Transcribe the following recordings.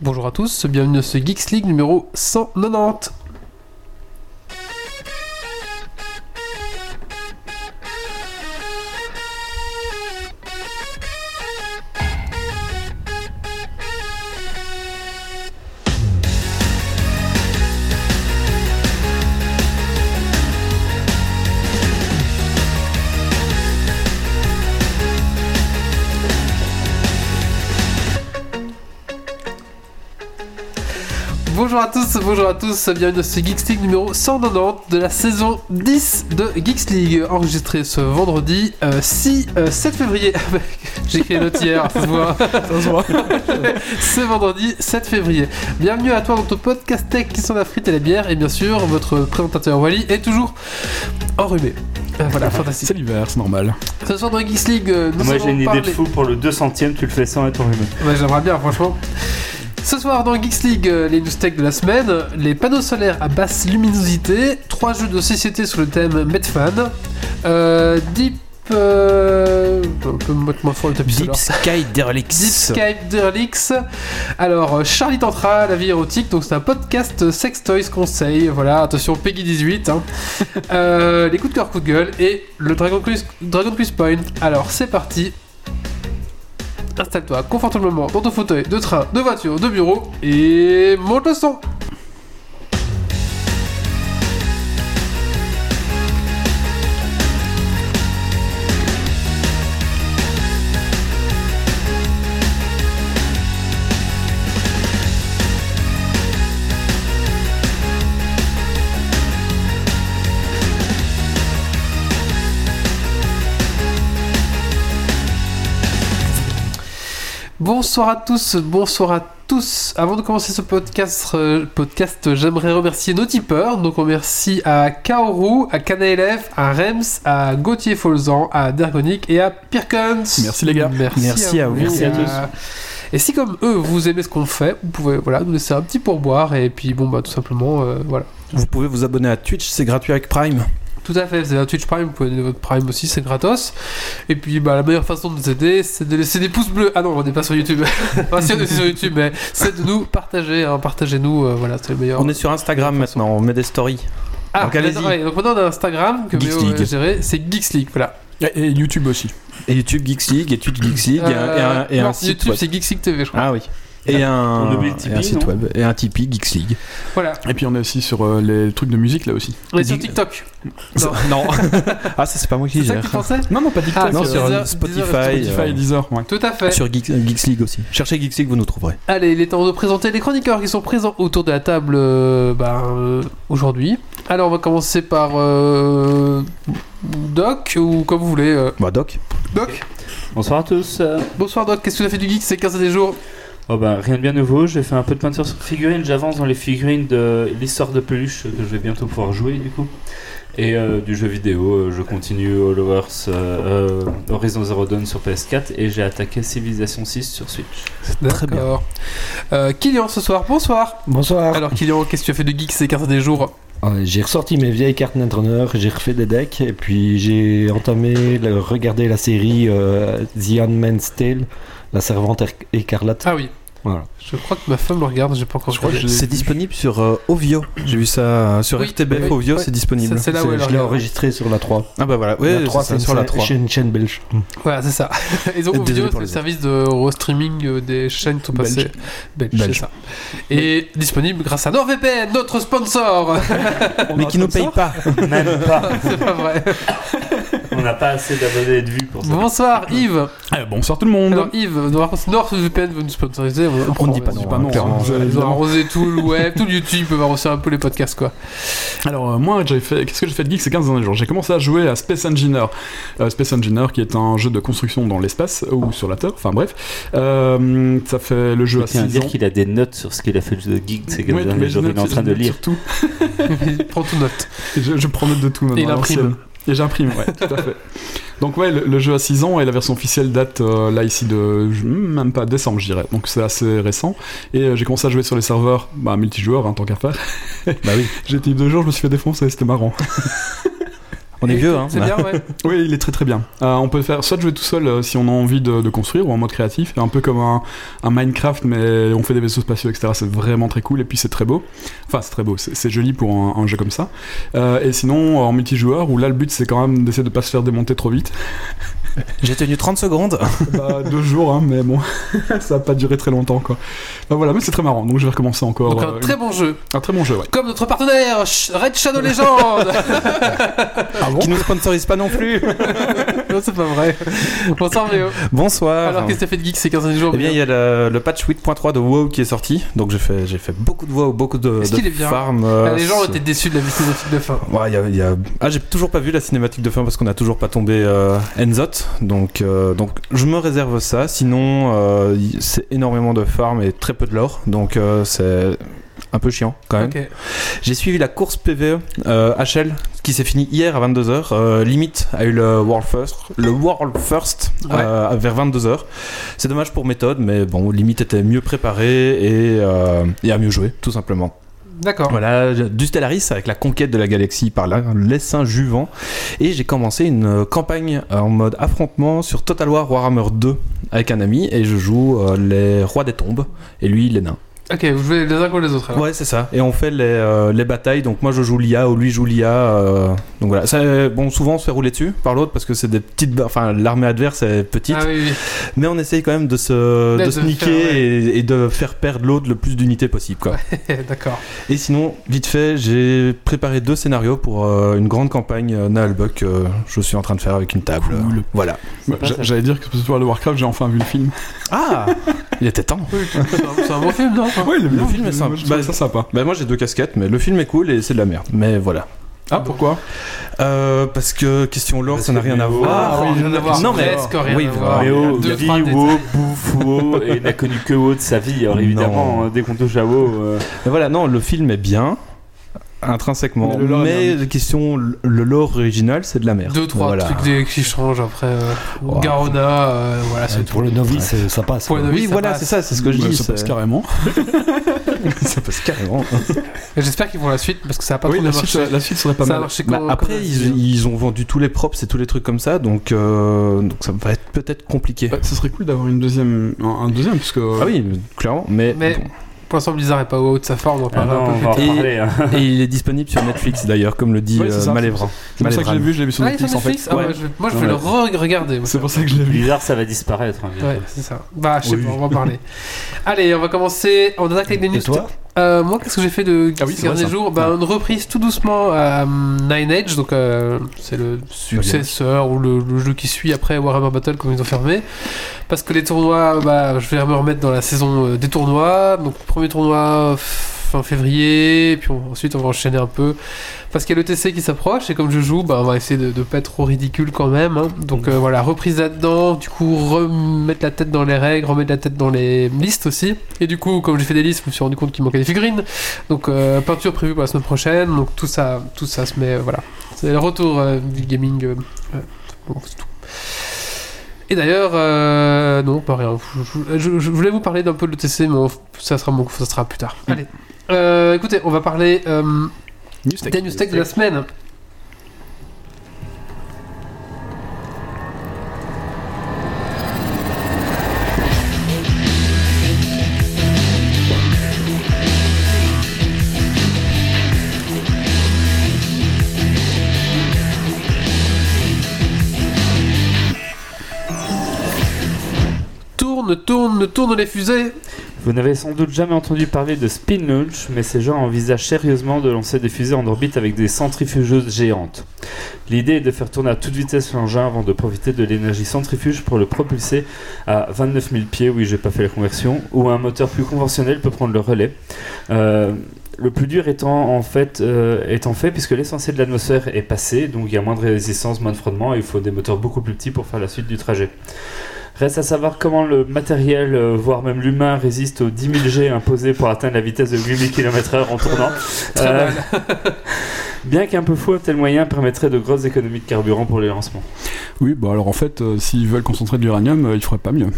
Bonjour à tous, bienvenue à ce Geeks League numéro 190. Bonjour à tous, bonjour à tous, bienvenue dans ce Geeks League numéro 190 de la saison 10 de Geeks League, enregistré ce vendredi euh, 6 euh, 7 février. J'ai écrit les notes hier, ça se voit. ce vendredi 7 février. Bienvenue à toi dans ton podcast tech qui sont la frite et la bière, et bien sûr, votre présentateur Wally est toujours enrhumé. Euh, Voilà, fantastique. C'est l'hiver, c'est normal. Ce soir dans Geeks League, euh, nous Moi allons j'ai une idée parler- de fou pour le 200ème, tu le fais sans être humain. Ouais, j'aimerais bien, franchement. Ce soir dans Geeks League, euh, les news tech de la semaine, les panneaux solaires à basse luminosité, trois jeux de société sous le thème Medfan, euh, Deep. Euh... On peut mettre moins fort le tapis solaire. Sky Deep Skype Derlix. Alors, euh, Charlie Tantra, la vie érotique, donc c'est un podcast euh, Sex Toys Conseil. Voilà, attention, Peggy 18. hein. Euh, les coups de cœur, coups de gueule et le Dragon Cruise, Dragon Cruise Point. Alors, c'est parti. Installe-toi confortablement dans ton fauteuil de train, de voiture, de bureau et monte le son. Bonsoir à tous, bonsoir à tous. Avant de commencer ce podcast, euh, podcast euh, j'aimerais remercier nos tipeurs. Donc on remercie à Kaoru, à Canalf, à Rems, à Gauthier Folzan, à Dergonic et à Pirkens. Merci, les gars. Merci, Merci à vous. Merci à tous. Et si comme eux vous aimez ce qu'on fait, vous pouvez voilà nous laisser un petit pourboire et puis bon bah tout simplement euh, voilà. Vous pouvez vous abonner à Twitch, c'est gratuit avec Prime. Tout à fait, vous avez un Twitch Prime, vous pouvez donner votre Prime aussi, c'est gratos. Et puis bah, la meilleure façon de nous aider, c'est de laisser des pouces bleus. Ah non, on n'est pas sur YouTube. enfin, si on est sur YouTube, mais c'est de nous partager, hein, partagez-nous, euh, voilà, c'est le meilleur. On est sur Instagram maintenant, on met des stories. Ah, donc allez-y. d'accord, ouais, donc maintenant on a Instagram que Geeks Méo euh, League. gérer, c'est Geeks League, voilà. Et, et YouTube aussi. Et YouTube Geeks League, et Twitch Geeks League, et un- et Euh, un, et un non, site YouTube, web. c'est Geeks League TV, je crois. Ah oui. Et On un, oublie le Tipeee, et un site non web, et un Tipeee Geeks League. Voilà, Et puis on est aussi sur euh, les trucs de musique là aussi. on est sur Geeks- TikTok. Non. ah, ça, c'est pas moi qui C'est ça que gère. tu pensais Non, non, pas TikTok. Ah, non, sur sur Deezer- Spotify, Deezer et Spotify et euh, Deezer, ouais. Tout à fait. sur Geeks, euh, Geeks League aussi. Cherchez Geeks League, vous nous trouverez. Allez, il est temps de présenter les chroniqueurs qui sont présents autour de la table euh, ben, euh, aujourd'hui. Alors, on va commencer par euh, Doc, ou comme vous voulez. euh, Bah, Doc. Doc Bonsoir à tous. euh. Bonsoir Doc, qu'est-ce que tu as fait du geek ces 15 des jours Oh bah rien de bien nouveau, j'ai fait un peu de peinture sur figurines, j'avance dans les figurines de l'histoire de peluche que je vais bientôt pouvoir jouer du coup. Et euh, du jeu vidéo, euh, je continue Hollowers euh, euh, Horizon Zero Dawn sur PS4 et j'ai attaqué Civilization 6 sur Switch. Très bien. Ah. D'accord. Euh, Kylian ce soir, bonsoir. Bonsoir. Alors Kylian, qu'est-ce que tu as fait de geek ces 15 des jours Euh, j'ai ressorti mes vieilles cartes Netrunner, j'ai refait des decks et puis j'ai entamé, le- regardé la série euh, The Handmaid's Tale, la servante er- écarlate. Ah oui, Voilà. je crois que ma femme le regarde, j'ai pas encore Je crois que regardé. j'ai- C'est disponible sur euh, Ovio. J'ai vu ça euh, sur Oui, FTBF oui, Ovio, oui. c'est disponible. Ça, c'est là où elle je l'ai regarde. enregistré sur la 3. Ah bah voilà, ouais, la 3, c'est ça, sur la 3. Chez une chaîne belge. Ah, Voilà, c'est ça. Ils ont Désolé oublié pour le les service de streaming euh, des chaînes qui sont Belge. passées. Belge, Belge. c'est ça. Et disponible grâce à NordVPN, notre sponsor Mais qui nous paye pas. Même pas, C'est pas vrai. on n'a pas assez d'abonnés et de vues pour ça. Bonsoir Yves. Eh, bonsoir tout le monde. Alors Yves, par contre, NordVPN veut nous sponsoriser. On, On prend, ne dit pas vas-y. c'est non, pas hein, non, clairement. hein. Ils ont Évidemment. arrosé tout le web, tout le YouTube, ils peuvent arroser un peu les podcasts quoi. Alors euh, moi j'ai fait qu'est-ce que j'ai fait de geek ces 15 derniers jours J'ai commencé à jouer à Space Engineer. Euh, Space Engineer qui est un jeu de construction dans l'espace euh, ou sur la Terre, enfin bref. Euh, ça fait le jeu à Je tiens à 6 dire ans. qu'il a des notes sur ce qu'il a fait le geek, c'est que Ouais, mais derniers je jours, il est note- en train je de note lire. surtout Prends tout note. Je, je prends note de tout maintenant. Et il à imprime. l'ancienne. Et j'imprime, ouais, tout à fait. Donc ouais, le, le jeu a 6 ans et la version officielle date euh, là ici de je- même pas décembre, je dirais. Donc c'est assez récent. Et euh, j'ai commencé à jouer sur les serveurs, bah multijoueurs, hein, tant qu'à faire. Bah oui. J'ai été deux jours, je me suis fait défoncer, c'était marrant. On est Et vieux, c'est- hein. C'est bien, ouais. Oui, il est très très bien. Euh, on peut le faire soit jouer tout seul euh, si on a envie de, de construire ou en mode créatif, un peu comme un, un Minecraft, mais on fait des vaisseaux spatiaux, etc. C'est vraiment très cool et puis c'est très beau. Enfin, c'est très beau, c'est c'est joli pour un, un jeu comme ça. Euh, et sinon, en multijoueur, où là le but c'est quand même d'essayer de pas se faire démonter trop vite. J'ai tenu 30 secondes. Bah, deux jours, hein, mais bon, ça a pas duré très longtemps quoi. Bah, voilà, mais c'est très marrant, donc je vais recommencer encore. bah, Donc euh, un très bon jeu. un très bon jeu, ouais. Comme notre partenaire, Sh- Red Shadow Legend Ah bon Qui nous sponsorise pas non plus. Non, c'est pas vrai. Bonsoir Léo. Bonsoir. Alors, qu'est-ce que t'as fait de geek ces 15 derniers jours Ah, Eh bien, il y a le, le patch 8.3 de WoW qui est sorti. Donc, j'ai fait, j'ai fait beaucoup de WoW, beaucoup de, Est-ce de qu'il est bien farm. Ah, euh, Les gens c'est- étaient déçus de la cinématique de fin. Ouais, il y a- il y a- Ah, j'ai toujours pas vu la cinématique de fin parce qu'on a toujours pas tombé euh, Enzot. Donc, euh, donc, je me réserve ça. Sinon, euh, y- c'est énormément de farm et très peu de lore. Donc, euh, c'est un peu chiant quand même. Ok. J'ai suivi la course PVE euh, HL qui s'est finie hier à 22h. Euh, Limite a eu le World First, le World First euh, vers 22h. C'est dommage pour méthode, mais bon, Limite était mieux préparé et, euh, et a mieux joué, tout simplement. D'accord. Voilà, du Stellaris avec la conquête de la galaxie par là, l'essaim juvent. Et j'ai commencé une euh, campagne euh, en mode affrontement sur Total War Warhammer 2 avec un ami et je joue euh, les rois des tombes et lui les nains. Ok, vous jouez les uns contre les autres. alors. Ouais, c'est ça. Et on fait les, euh, les batailles. Donc moi je joue l'IA ou lui joue l'IA. euh, donc voilà. Ça, bon, souvent on se fait rouler dessus par l'autre parce que c'est des petites. ba- Enfin, l'armée adverse est petite. Ah oui, oui. Mais on essaye quand même de se, Ouais, de de se faire, niquer ouais. et, et de faire perdre l'autre le plus d'unités possible. Quoi. D'accord. Et sinon, vite fait, j'ai préparé deux scénarios pour euh, une grande campagne euh, Naalbok que je suis en train de faire avec une table. Cool. Voilà. Bah, pas j'a- ça. J'allais dire que ce soir le Warcraft, j'ai enfin vu le film. Ah Il était temps. Oui, C'est un- c'est un bon film, non Oui, Le film est sympa. Je trouve Bah, ça sympa. Bah moi j'ai deux casquettes, mais le film est cool et c'est de la merde. Mais voilà. Ah, pourquoi Euh, parce que question lore, Parce ça n'a que rien à Méo- voir. Ah, oui, rien à voir. non, mais- Presque rien oui, à voir. Mais oh, Ah, Il y a deux, dit trois détails. WoW, bouffe WoW, et n'a connu que WoW de sa vie. Alors évidemment, Non. hein, dès qu'on touche à WoW, euh, Mais voilà, non, le film est bien intrinsèquement, Mais le lore est mais, question le lore original, c'est de la merde. Deux, trois Voilà. trucs des- qui changent après. euh, Wow. Garona, euh, voilà, c'est tout. Pour le novice, euh, ça passe. Pour le quoi. novice, Oui, ça voilà, passe. c'est ça, c'est ce que je Bah, dis. Ça passe c'est- carrément. ça passe carrément. Et J'espère qu'ils font la suite parce que ça a pas Oui, trop la bien suite, marché. serait- la suite serait pas Ça a mal. marché Bah, comme- comme- après, ils, ils ont vendu tous les props et tous les trucs comme ça, donc, euh, donc ça va être peut-être compliqué. Bah, ce serait cool d'avoir une deuxième, un, un deuxième, parce que Ah oui, clairement, mais. Mais- bon. Pour l'instant, Blizzard est pas au haut de sa forme, on en ah non, parlera on un peu va en plus tard. Et- parler. hein. Et il est disponible sur Netflix d'ailleurs, comme le dit Oui, c'est euh, ça, Malévran. c'est pour ça que je l'ai vu, je l'ai vu sur Ah, il est Netflix sur en fait. Netflix Ah, Ouais. ouais, je vais- Moi, je vais Ouais. le re-regarder. moi. C'est pour ça que je l'ai vu. Bizarre, ça va disparaître. hein, bientôt. Ouais, c'est ça. Bah, je sais Oui. pas, on va en parler. Allez, on va commencer. On attaque avec les news. Et toi Euh, Moi, qu'est-ce que j'ai fait de Ah oui, ces c'est vrai, derniers ça. jours bah, Une reprise tout doucement à hum, Nine Edge, donc euh, c'est le successeur ou le, le jeu qui suit après Warhammer Battle, comme ils ont fermé. Parce que les tournois, bah, je vais me remettre dans la saison euh, des tournois. Donc, premier tournoi fin février, et puis on- ensuite on va enchaîner un peu. Parce qu'il y a le TC qui s'approche, et comme je joue, bah, on va essayer de, de pas être trop ridicule quand même. hein. Donc euh, voilà, reprise là-dedans, du coup remettre la tête dans les règles, remettre la tête dans les listes aussi. Et du coup, comme j'ai fait des listes, je me suis rendu compte qu'il manquait des figurines. Donc euh, peinture prévue pour la semaine prochaine, donc tout ça, tout ça se met, euh, voilà. C'est le retour euh, du gaming. euh, ouais. Bon, c'est tout. Et d'ailleurs, euh, non, pas rien. Je, je- je voulais vous parler d'un peu de l'ETC, mais on- ça sera, mon- ça sera plus tard. Allez. Euh, écoutez, on va parler euh, Newstech. des news tech de la semaine. hein. Tourne, tourne, tourne les fusées. Vous n'avez sans doute jamais entendu parler de spin launch, mais ces gens envisagent sérieusement de lancer des fusées en orbite avec des centrifugeuses géantes. L'idée est de faire tourner à toute vitesse l'engin avant de profiter de l'énergie centrifuge pour le propulser à 29 000 pieds, oui j'ai pas fait la conversion, où un moteur plus conventionnel peut prendre le relais. Euh, le plus dur étant en fait, euh, étant fait puisque l'essentiel de l'atmosphère est passé, donc il y a moins de résistance, moins de frottement, et il faut des moteurs beaucoup plus petits pour faire la suite du trajet. Reste à savoir comment le matériel, euh, voire même l'humain, résiste aux 10 000 G imposés pour atteindre la vitesse de 8000 km/h en tournant. Très Euh, mal. bien qu'un peu fou, un tel moyen permettrait de grosses économies de carburant pour les lancements. Oui, bah alors en fait, euh, s'ils veulent concentrer de l'uranium, euh, ils feraient pas mieux.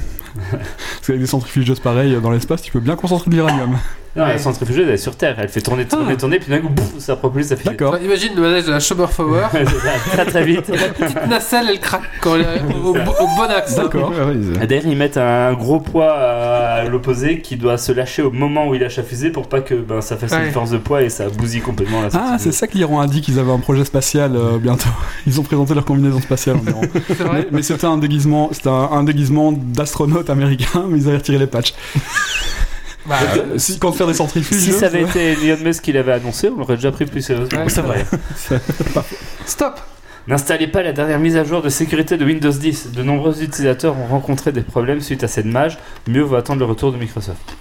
Parce qu'avec des centrifugeuses pareilles euh, dans l'espace, tu peux bien concentrer de l'uranium. Non, la centrifugeuse, elle est sur Terre, elle fait tourner, Ah. tourner, tourner, puis d'un coup, bouf, ça propulse, ça fait. D'accord. Enfin, imagine le manège de la Schubert Power. très très vite. La petite nacelle, elle craque quand elle est au, au- au bon axe. hein. D'accord. Et D'ailleurs, ils mettent un gros poids à l'opposé qui doit se lâcher au moment où il lâche la fusée pour pas que ben, ça fasse Ouais. une force de poids et ça bousille complètement la Ah, c'est centrifugeuse. ça que l'Iran a dit qu'ils avaient un projet spatial euh, bientôt. Ils ont présenté leur combinaison spatiale en Iran. C'est vrai. Mais c'était un déguisement, c'était un, un déguisement d'astronaute américain, mais ils avaient retiré les patchs. Bah, Euh, si, quand faire des centrifuges, Si ça ça- avait été Elon Musk qui l'avait annoncé, on l'aurait déjà pris plus sérieusement. Ouais, c'est vrai. Stop N'installez pas la dernière mise à jour de sécurité de Windows 10. De nombreux utilisateurs ont rencontré des problèmes suite à cette mage. Mieux vaut attendre le retour de Microsoft.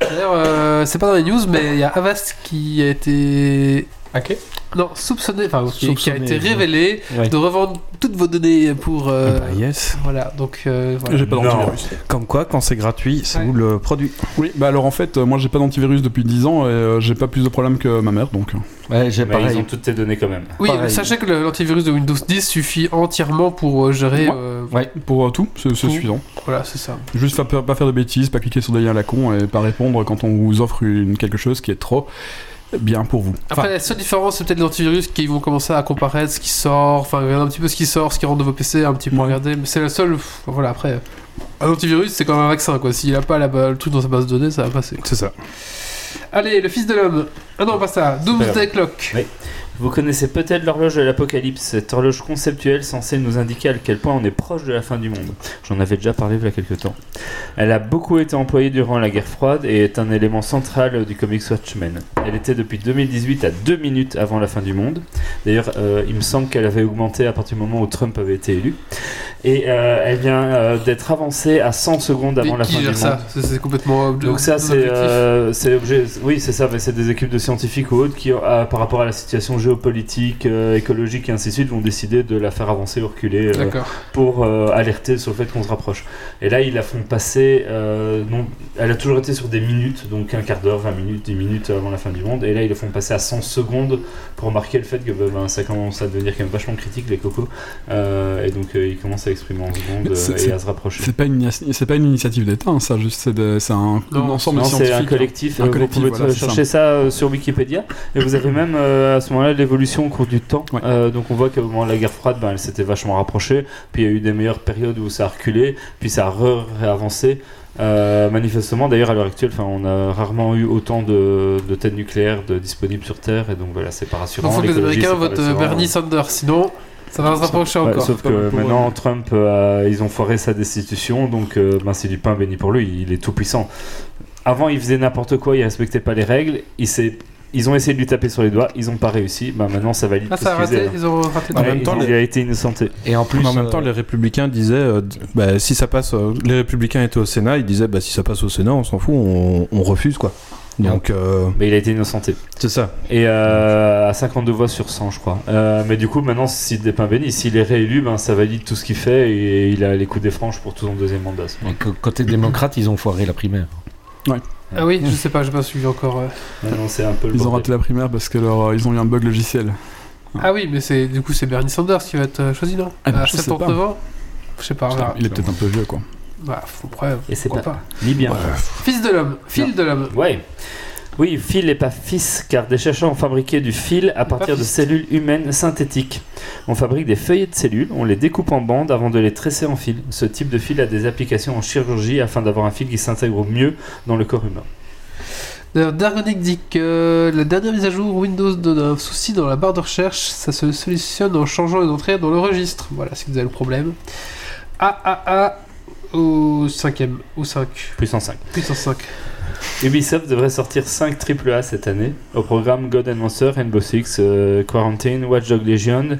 D'ailleurs, euh, c'est pas dans les news, mais il y a Avast qui a été. Ok. Non, soupçonné, enfin, qui- qui a Soupçonné, été oui. révélé Ouais. Ah, bah, de revendre toutes vos données pour. euh, yes. Voilà, donc. euh, voilà. J'ai pas Non. d'antivirus. Comme quoi, quand c'est gratuit, c'est Ouais. vous le produit. Oui, bah alors en fait, euh, moi j'ai pas d'antivirus depuis 10 ans et euh, j'ai pas plus de problèmes que ma mère, donc. euh, Ouais, j'ai Mais ils ont pareil. toutes tes données quand même. Oui, Pareil. mais sachez que le- l'antivirus de Windows 10 suffit entièrement pour euh, gérer. Ouais. euh, Pour euh, tout, c'est c'est Tout. suffisant. Voilà, c'est ça. Juste fa- pas, faire de bêtises, pas cliquer sur des liens à la con et pas répondre quand on vous offre une, quelque chose qui est trop bien pour vous. Après, Enfin, la seule différence, c'est peut-être les antivirus qui vont commencer à comparer ce qui sort, enfin, regarder un petit peu ce qui sort, ce qui rentre de vos PC, un petit peu Ouais. regarder, mais c'est la seule. pff, Voilà, après. Un antivirus, c'est comme un vaccin, quoi. S'il a pas la, le truc dans sa base de données, ça va passer. c'est ça. Allez, le fils de l'homme. Ah non, pas ça. Doomsday Clock. Vous connaissez peut-être l'horloge de l'apocalypse, cette horloge conceptuelle censée nous indiquer à quel point on est proche de la fin du monde. J'en avais déjà parlé il y a quelques temps. Elle a beaucoup été employée durant la guerre froide et est un élément central du comics Watchmen. Elle était depuis 2018 à 2 minutes avant la fin du monde. D'ailleurs, euh, il me semble qu'elle avait augmenté à partir du moment où Trump avait été élu. Et euh, elle vient euh, d'être avancée à 100 secondes avant Mais la qui fin gère du ça monde. C'est- C'est complètement. ob- Donc ça, c'est objectif. euh, c'est l'objet- Oui, c'est ça, mais c'est des équipes de scientifiques ou autres qui, euh, par rapport à la situation géopolitique, euh, écologique et ainsi de suite, vont décider de la faire avancer ou reculer euh, D'accord. pour euh, alerter sur le fait qu'on se rapproche. Et là, ils la font passer. euh, non, elle a toujours été sur des minutes, donc un quart d'heure, 20 minutes, 10 minutes avant la fin du monde. Et là, ils la font passer à 100 secondes pour marquer le fait que bah, ben, ça commence à devenir quand même vachement critique, les cocos. Euh, et donc, euh, ils commencent à exprimer en secondes Mais c'est- euh, et c'est- à se rapprocher. C'est pas une, inia- c'est pas une initiative d'État, hein, ça, juste c'est de- c'est un, Non, ensemble hein. de Non, c'est un scientifiques. collectif. Un euh, vous collectif, pouvez voilà, c'est chercher ça euh, sur Wikipédia. Et vous avez même euh, à ce moment-là l'évolution au cours du temps. Ouais. Euh, donc on voit qu'au moment de la guerre froide, ben, elle s'était vachement rapprochée. Puis il y a eu des meilleures périodes où ça a reculé, puis ça a re- réavancé. Euh, manifestement, d'ailleurs, à l'heure actuelle, 'fin, on a rarement eu autant de, de têtes nucléaires de- disponibles sur Terre, et donc voilà, c'est pas rassurant. Il faut que les l'écologie, Américains c'est pas votent euh, rassurant. Bernie Sanders, sinon ça va se rapprocher Ouais, encore. sauf Pas que pour, maintenant, Trump, euh, ils ont foiré sa destitution, donc euh, ben, c'est du pain béni pour lui, il est tout puissant. Avant, il faisait n'importe quoi, il respectait pas les règles, il s'est- ils ont essayé de lui taper sur les doigts, ils ont pas réussi, ben, maintenant ça valide Ah, tout ça a ce qu'il faisait, raté, là. ils ont raté. En Ouais, même ils temps, ont- les- il a été innocenté. Et en plus, en même temps, euh, les républicains disaient euh, d- bah, si ça passe, euh, les républicains étaient au Sénat, ils disaient bah, si ça passe au Sénat, on s'en fout, on, on refuse quoi. Donc euh, Mais il a été innocenté. c'est ça. Et euh, à 52 voix sur 100, je crois. Euh, mais du coup, maintenant, s'il des pains bénis, s'il est réélu, ben, ça valide tout ce qu'il fait et il a les coups des franges pour tout son deuxième mandat. mais co- côté démocrate, ils ont foiré la primaire. Ah oui, je sais pas, j'ai pas suivi encore. euh. Maintenant, c'est un peu le Ils ont bordel. raté la primaire parce que leur, euh, ils ont eu un bug logiciel. Ah oui, mais c'est du coup c'est Bernie Sanders qui va être euh, choisi, non Ah, bah, À je sais 79 pas. ans Je sais pas. on verra. Il est peut-être un peu vieux, quoi. Bah, faut preuve. Et c'est pourquoi pas- pas. Libyen. Fils de l'homme, fil de l'homme. Ouais. Oui, fil et pas fils, car des chercheurs ont fabriqué du fil à partir de fist. cellules humaines synthétiques. On fabrique des feuillets de cellules, on les découpe en bandes avant de les tresser en fil. Ce type de fil a des applications en chirurgie afin d'avoir un fil qui s'intègre au mieux dans le corps humain. D'ailleurs, Dargonic dit que euh, la dernière mise à jour Windows donne un souci dans la barre de recherche, ça se solutionne en changeant les entrées dans le registre. Voilà, si vous avez le problème. AAA au cinquième, au 5, Puissance 5. puissance 5. Ubisoft devrait sortir 5 AAA cette année, au programme God and Monster, Rainbow Six, euh, Quarantine, Watch Dog Legion,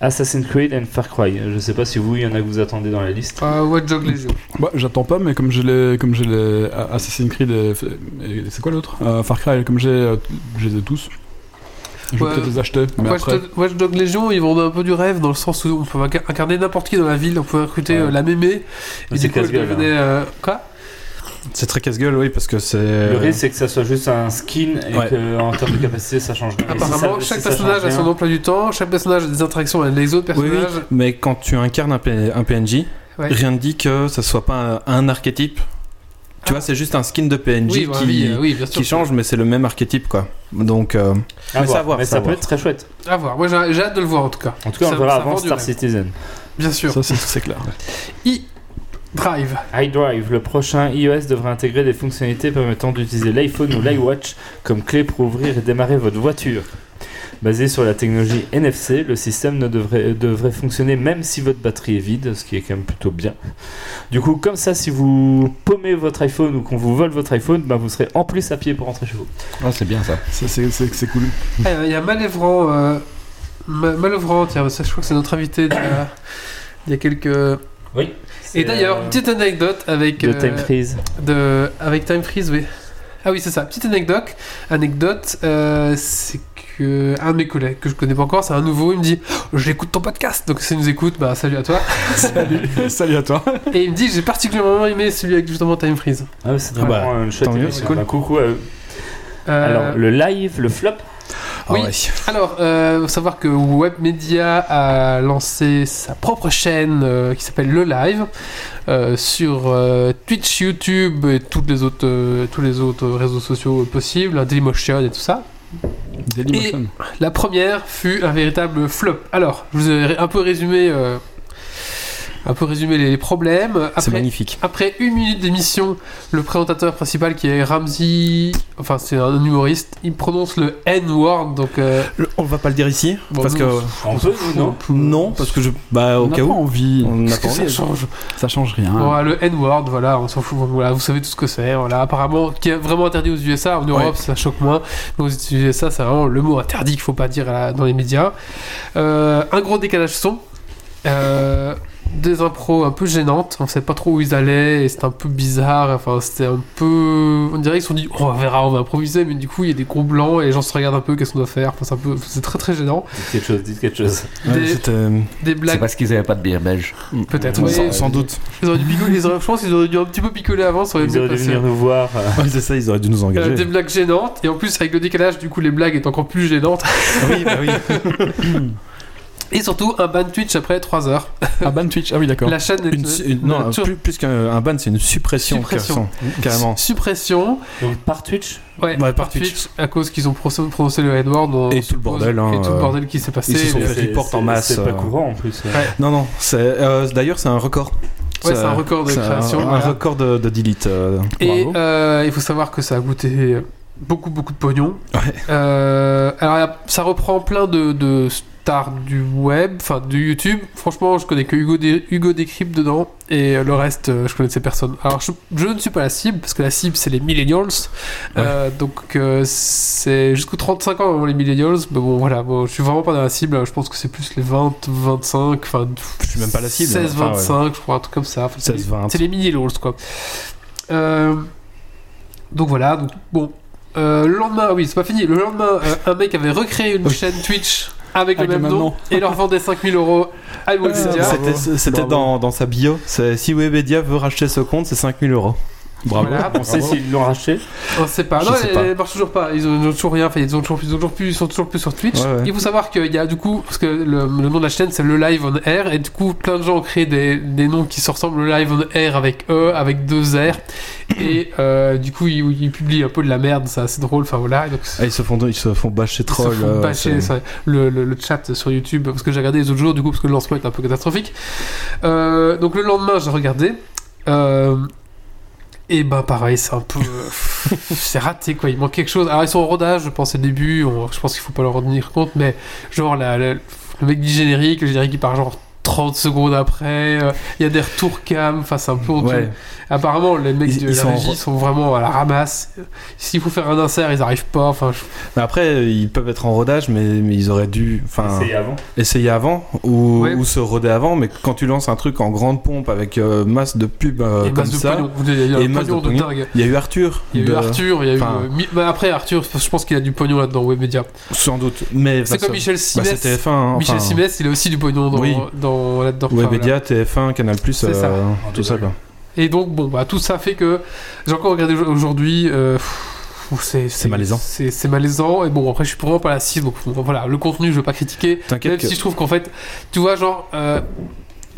Assassin's Creed et Far Cry. Je sais pas si vous, il y en a que vous attendez dans la liste. Ah, Watch Dogs Legion. Bah, j'attends pas, mais comme j'ai les, comme j'ai les Assassin's Creed et, et- c'est quoi l'autre Euh, Far Cry, comme j'ai, euh, je les ai tous. Je vais Ouais. peut-être les acheter, mais Watch, après. Dog- Watch Dog Legion, ils vendent un peu du rêve dans le sens où on peut incar- incarner n'importe qui dans la ville, on peut recruter Ouais. euh, la mémé. Mais Et c'est du coup, elle casse-gueule, hein. devenait. euh, quoi C'est très casse-gueule, oui, parce que c'est. Le risque, c'est que ça soit juste un skin et Euh, Ouais. que en termes de capacité, ça change rien. Et si Apparemment, ça- chaque si ça personnage change a son rien- emploi du temps, chaque personnage a des interactions avec les autres Oui, oui, personnages. mais quand tu incarnes un, P- un PNJ, Ouais. rien ne dit que ça soit pas un, un archétype Tu vois, c'est juste un skin de PNJ Oui, bah, qui, oui, euh, oui, bien sûr. qui change, mais c'est le même archétype, quoi. Donc, euh, À Mais voir. ça, à voir, Mais ça à ça peut voir. être très chouette. À voir. Moi, j'ai j'ai hâte de le voir en tout cas. En tout cas, Ça- on verra ça avant vend du Star rêve. Citizen. Bien sûr. Ça, c'est- c'est clair. Drive. iDrive, le prochain iOS devrait intégrer des fonctionnalités permettant d'utiliser l'iPhone ou l'iWatch comme clé pour ouvrir et démarrer votre voiture. Basé sur la technologie NFC, le système ne devrait, devrait fonctionner même si votre batterie est vide, ce qui est quand même plutôt bien. Du coup, comme ça, si vous paumez votre iPhone ou qu'on vous vole votre iPhone, bah, vous serez en plus à pied pour rentrer chez vous. Ah, c'est bien ça. Ça, C'est c'est- c'est cool. Eh, euh, Il y a Malévrant. euh, Ma- Malévrant, tiens, ça, je crois que c'est notre invité d'il y a- il y a quelques. Oui. Et euh, d'ailleurs, petite anecdote avec. de euh, Time Freeze. de- avec Time Freeze, oui. Ah oui, c'est ça. Petite anecdote. Anecdote, euh, c'est que un de mes collègues que je connais pas encore, c'est un nouveau, il me dit Oh, J'écoute ton podcast. Donc s'il nous écoute, bah salut à toi. Salut, salut à toi. Et il me dit J'ai particulièrement aimé celui avec justement Time Freeze. Ah, c'est Ah vraiment bah, une chouette tant mieux, émission. c'est cool. Bah, coucou à eux. Euh, Alors, le live, le flop, ah Oui. ouais. Alors, euh, faut savoir que Webmedia a lancé sa propre chaîne euh, qui s'appelle Le Live euh, sur euh, Twitch, YouTube et toutes les autres, euh, tous les autres réseaux sociaux possibles, hein, Dailymotion et tout ça. Dailymotion. La première fut un véritable flop. Alors, je vous ai un peu résumé, euh, un peu résumé les problèmes. C'est Après, magnifique. après une minute d'émission, le présentateur principal qui est Ramsey, enfin c'est un humoriste, il prononce le N-word, donc euh, On va pas le dire ici, Bon, parce nous, que on on peut ou non non, parce que je, bah On au n'a cas pas où, envie. on n'a qu'est-ce pas que ça envie. change Ça change rien. Hein. Voilà, le N-word, voilà, on s'en fout. Voilà, vous savez tout ce que c'est. Voilà, apparemment, qui est vraiment interdit aux USA. En Europe, ça choque moins. Mais aux USA, c'est vraiment le mot interdit qu'il faut pas dire à la- dans les médias. Euh, un gros décalage son. Euh, des impros un peu gênantes. On sait pas trop où ils allaient. Et c'était un peu bizarre. Enfin, c'était un peu. On dirait qu'ils se sont dit, oh, on verra, on va improviser. Mais du coup, il y a des cons blancs et les gens se regardent un peu. Qu'est-ce qu'on doit faire Enfin, c'est un peu, c'est très très gênant. Dites quelque chose, dites quelque chose. Ouais, Des- c'était- Des C'est blagues, parce qu'ils avaient pas de bière belge. peut-être. sans- oui. sans, doute. Ils auraient dû picoler. Ils auraient- je pense qu'ils auraient dû un petit peu picoler avant. Ça aurait Ils mieux auraient dû passé. venir nous voir. euh, Ouais, c'est ça, ils auraient dû nous Euh, engager. des blagues gênantes et en plus avec le décalage du coup les blagues est encore plus gênantes oui, bah oui. et surtout un ban Twitch après 3 heures Ah, ban Twitch. Ah oui, d'accord. la chaîne est Une su- une- non, sur- plus, plus qu'un un ban, c'est une suppression, Suppression. carrément. carrément. suppression Donc par Twitch, ouais, Ouais, par par Twitch. Twch. à cause qu'ils ont prononcé prononcé le Edward on Et tout le suppose, bordel, hein, et tout le euh, bordel qui s'est passé ils se sont mais- fait- c'est- qui portent en c'est- masse, C'est pas euh, courant en plus. euh. Non, non, c'est euh, d'ailleurs c'est un record. Ouais, c'est un record de c'est un- création, Un, voilà. record de, de delete. euh, et bravo. euh, il faut savoir que ça a coûté beaucoup beaucoup de pognon Ouais. Euh, alors ça reprend plein de, de stars du web enfin du YouTube franchement je connais que Hugo, Dé- Hugo Décrypte dedans et euh, le reste euh, je connaissais personne alors je, je ne suis pas la cible parce que la cible c'est les millennials Euh, donc euh, c'est jusqu'aux 35 ans vraiment, les millennials mais bon voilà bon, je suis vraiment pas dans la cible je pense que c'est plus les 20 25 enfin je suis même pas la cible. hein. 16 enfin, ouais. 25 je crois un truc comme ça Enfin, c'est- 16 20. c'est les mini lolls quoi. Euh, donc voilà, donc, bon. Euh, le lendemain, ah oui, c'est pas fini. Le lendemain, euh, un mec avait recréé une chaîne Twitch avec, le même nom Euh, et leur vendait 5000 euros à Webmedia. c'est- C'était- Bravo. C'était Bravo. dans, dans sa bio. c'est Si Webedia veut racheter ce compte, c'est 5000 euros. Bravo. Voilà. On sait s'ils l'ont racheté. On sait Oh, pas. Je Non, sais elle, pas. elle marche toujours pas. Ils ont, ils ont toujours rien. Enfin, ils ont toujours, ils ont toujours plus, ils sont toujours plus sur Twitch. Ouais, ouais. Il faut savoir qu'il y a du coup, parce que le, le nom de la chaîne c'est le Live on Air, et du coup, plein de gens ont créé des, des noms qui se ressemblent. Le Live on Air avec E, avec deux R, et euh, du coup, ils, ils publient un peu de la merde. Ça, c'est drôle. Enfin voilà. Donc, Ah, ils se font ils se font bâcher Ils se troll. font euh, bâcher, c'est- ça. le, le- le chat sur YouTube parce que j'ai regardé les autres jours du coup parce que le lancement était un peu catastrophique Euh, donc le lendemain j'ai regardé euh, et ben pareil c'est un peu c'est raté quoi il manque quelque chose alors ils sont en rodage je pense au début on- je pense qu'il faut pas leur en tenir compte mais genre la- la- le mec dit générique le générique il part genre 30 secondes après, euh, il y a des retours cam, enfin c'est un peu honteux. Ouais. Apparemment les mecs Ils- de la ils sont en régie re- sont vraiment à la ramasse. S'il faut faire un insert, ils arrivent pas. Enfin, je- Mais après, ils peuvent être en rodage, mais, mais ils auraient dû, enfin, C'est avant. essayer avant ou, Ouais. ou se roder avant. Mais quand tu lances un truc en grande pompe avec euh, masse de pubs euh, Et comme masse de ça, pognon. Il y a eu Et un masse de pognon de pognon. dingue. il y a eu Arthur. Il y a eu de- Arthur, il y a eu. enfin- euh, mi- bah, après, Arthur, je pense qu'il a du pognon là-dedans, Webmedia. Sans doute. Mais C'est bah, comme ça- Michel bah, Simès. c'est TF1. hein, Michel enfin, Simès, il a aussi du pognon dans, Oui. dans, là-dedans. Enfin, voilà. Webedia, TF1, Canal+, C'est ça. euh, tout ça quoi. Et donc, bon, bah, tout ça fait que. J'ai encore regardé aujourd'hui. euh, pff, c'est, c'est- malaisant. C'est, c'est malaisant. Et bon, après, je suis vraiment pas la cible. Donc, bon, voilà, le contenu, je veux pas critiquer. Même T'inquiète que... si je trouve qu'en fait, tu vois, genre, euh,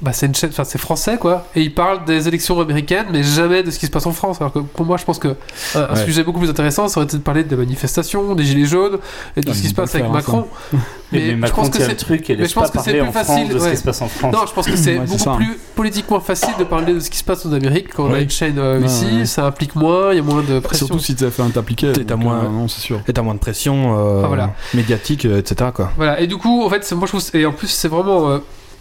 bah, c'est une chaîne, enfin c'est français quoi, et ils parlent des élections américaines, mais jamais de ce qui se passe en France. Alors que pour moi, je pense que euh, un Ouais. sujet beaucoup plus intéressant, ça aurait été de parler des manifestations, des gilets jaunes, et de Ah, ce qui mais se on peut passe le avec faire, Macron. Mais, mais je Macron pense que tient le c'est truc et mais laisse je pense pas que c'est parler plus en France facile, de ce ouais. qui se passe en France. Non, je pense que c'est Ouais, c'est beaucoup ça. plus politiquement facile de parler de ce qui se passe aux Amériques quand on a Oui. une chaîne euh, Ouais, ici, ouais. ça implique moins, il y a moins de pression. Surtout si t'as fait un t'appliqué. T'es à donc, moins- euh, Non, c'est sûr. Et t'as moins de pression euh, Ah, voilà. médiatique, euh, etc. Quoi. Voilà, et du coup, en fait, c'est- moi je trouve, et en plus, c'est vraiment euh,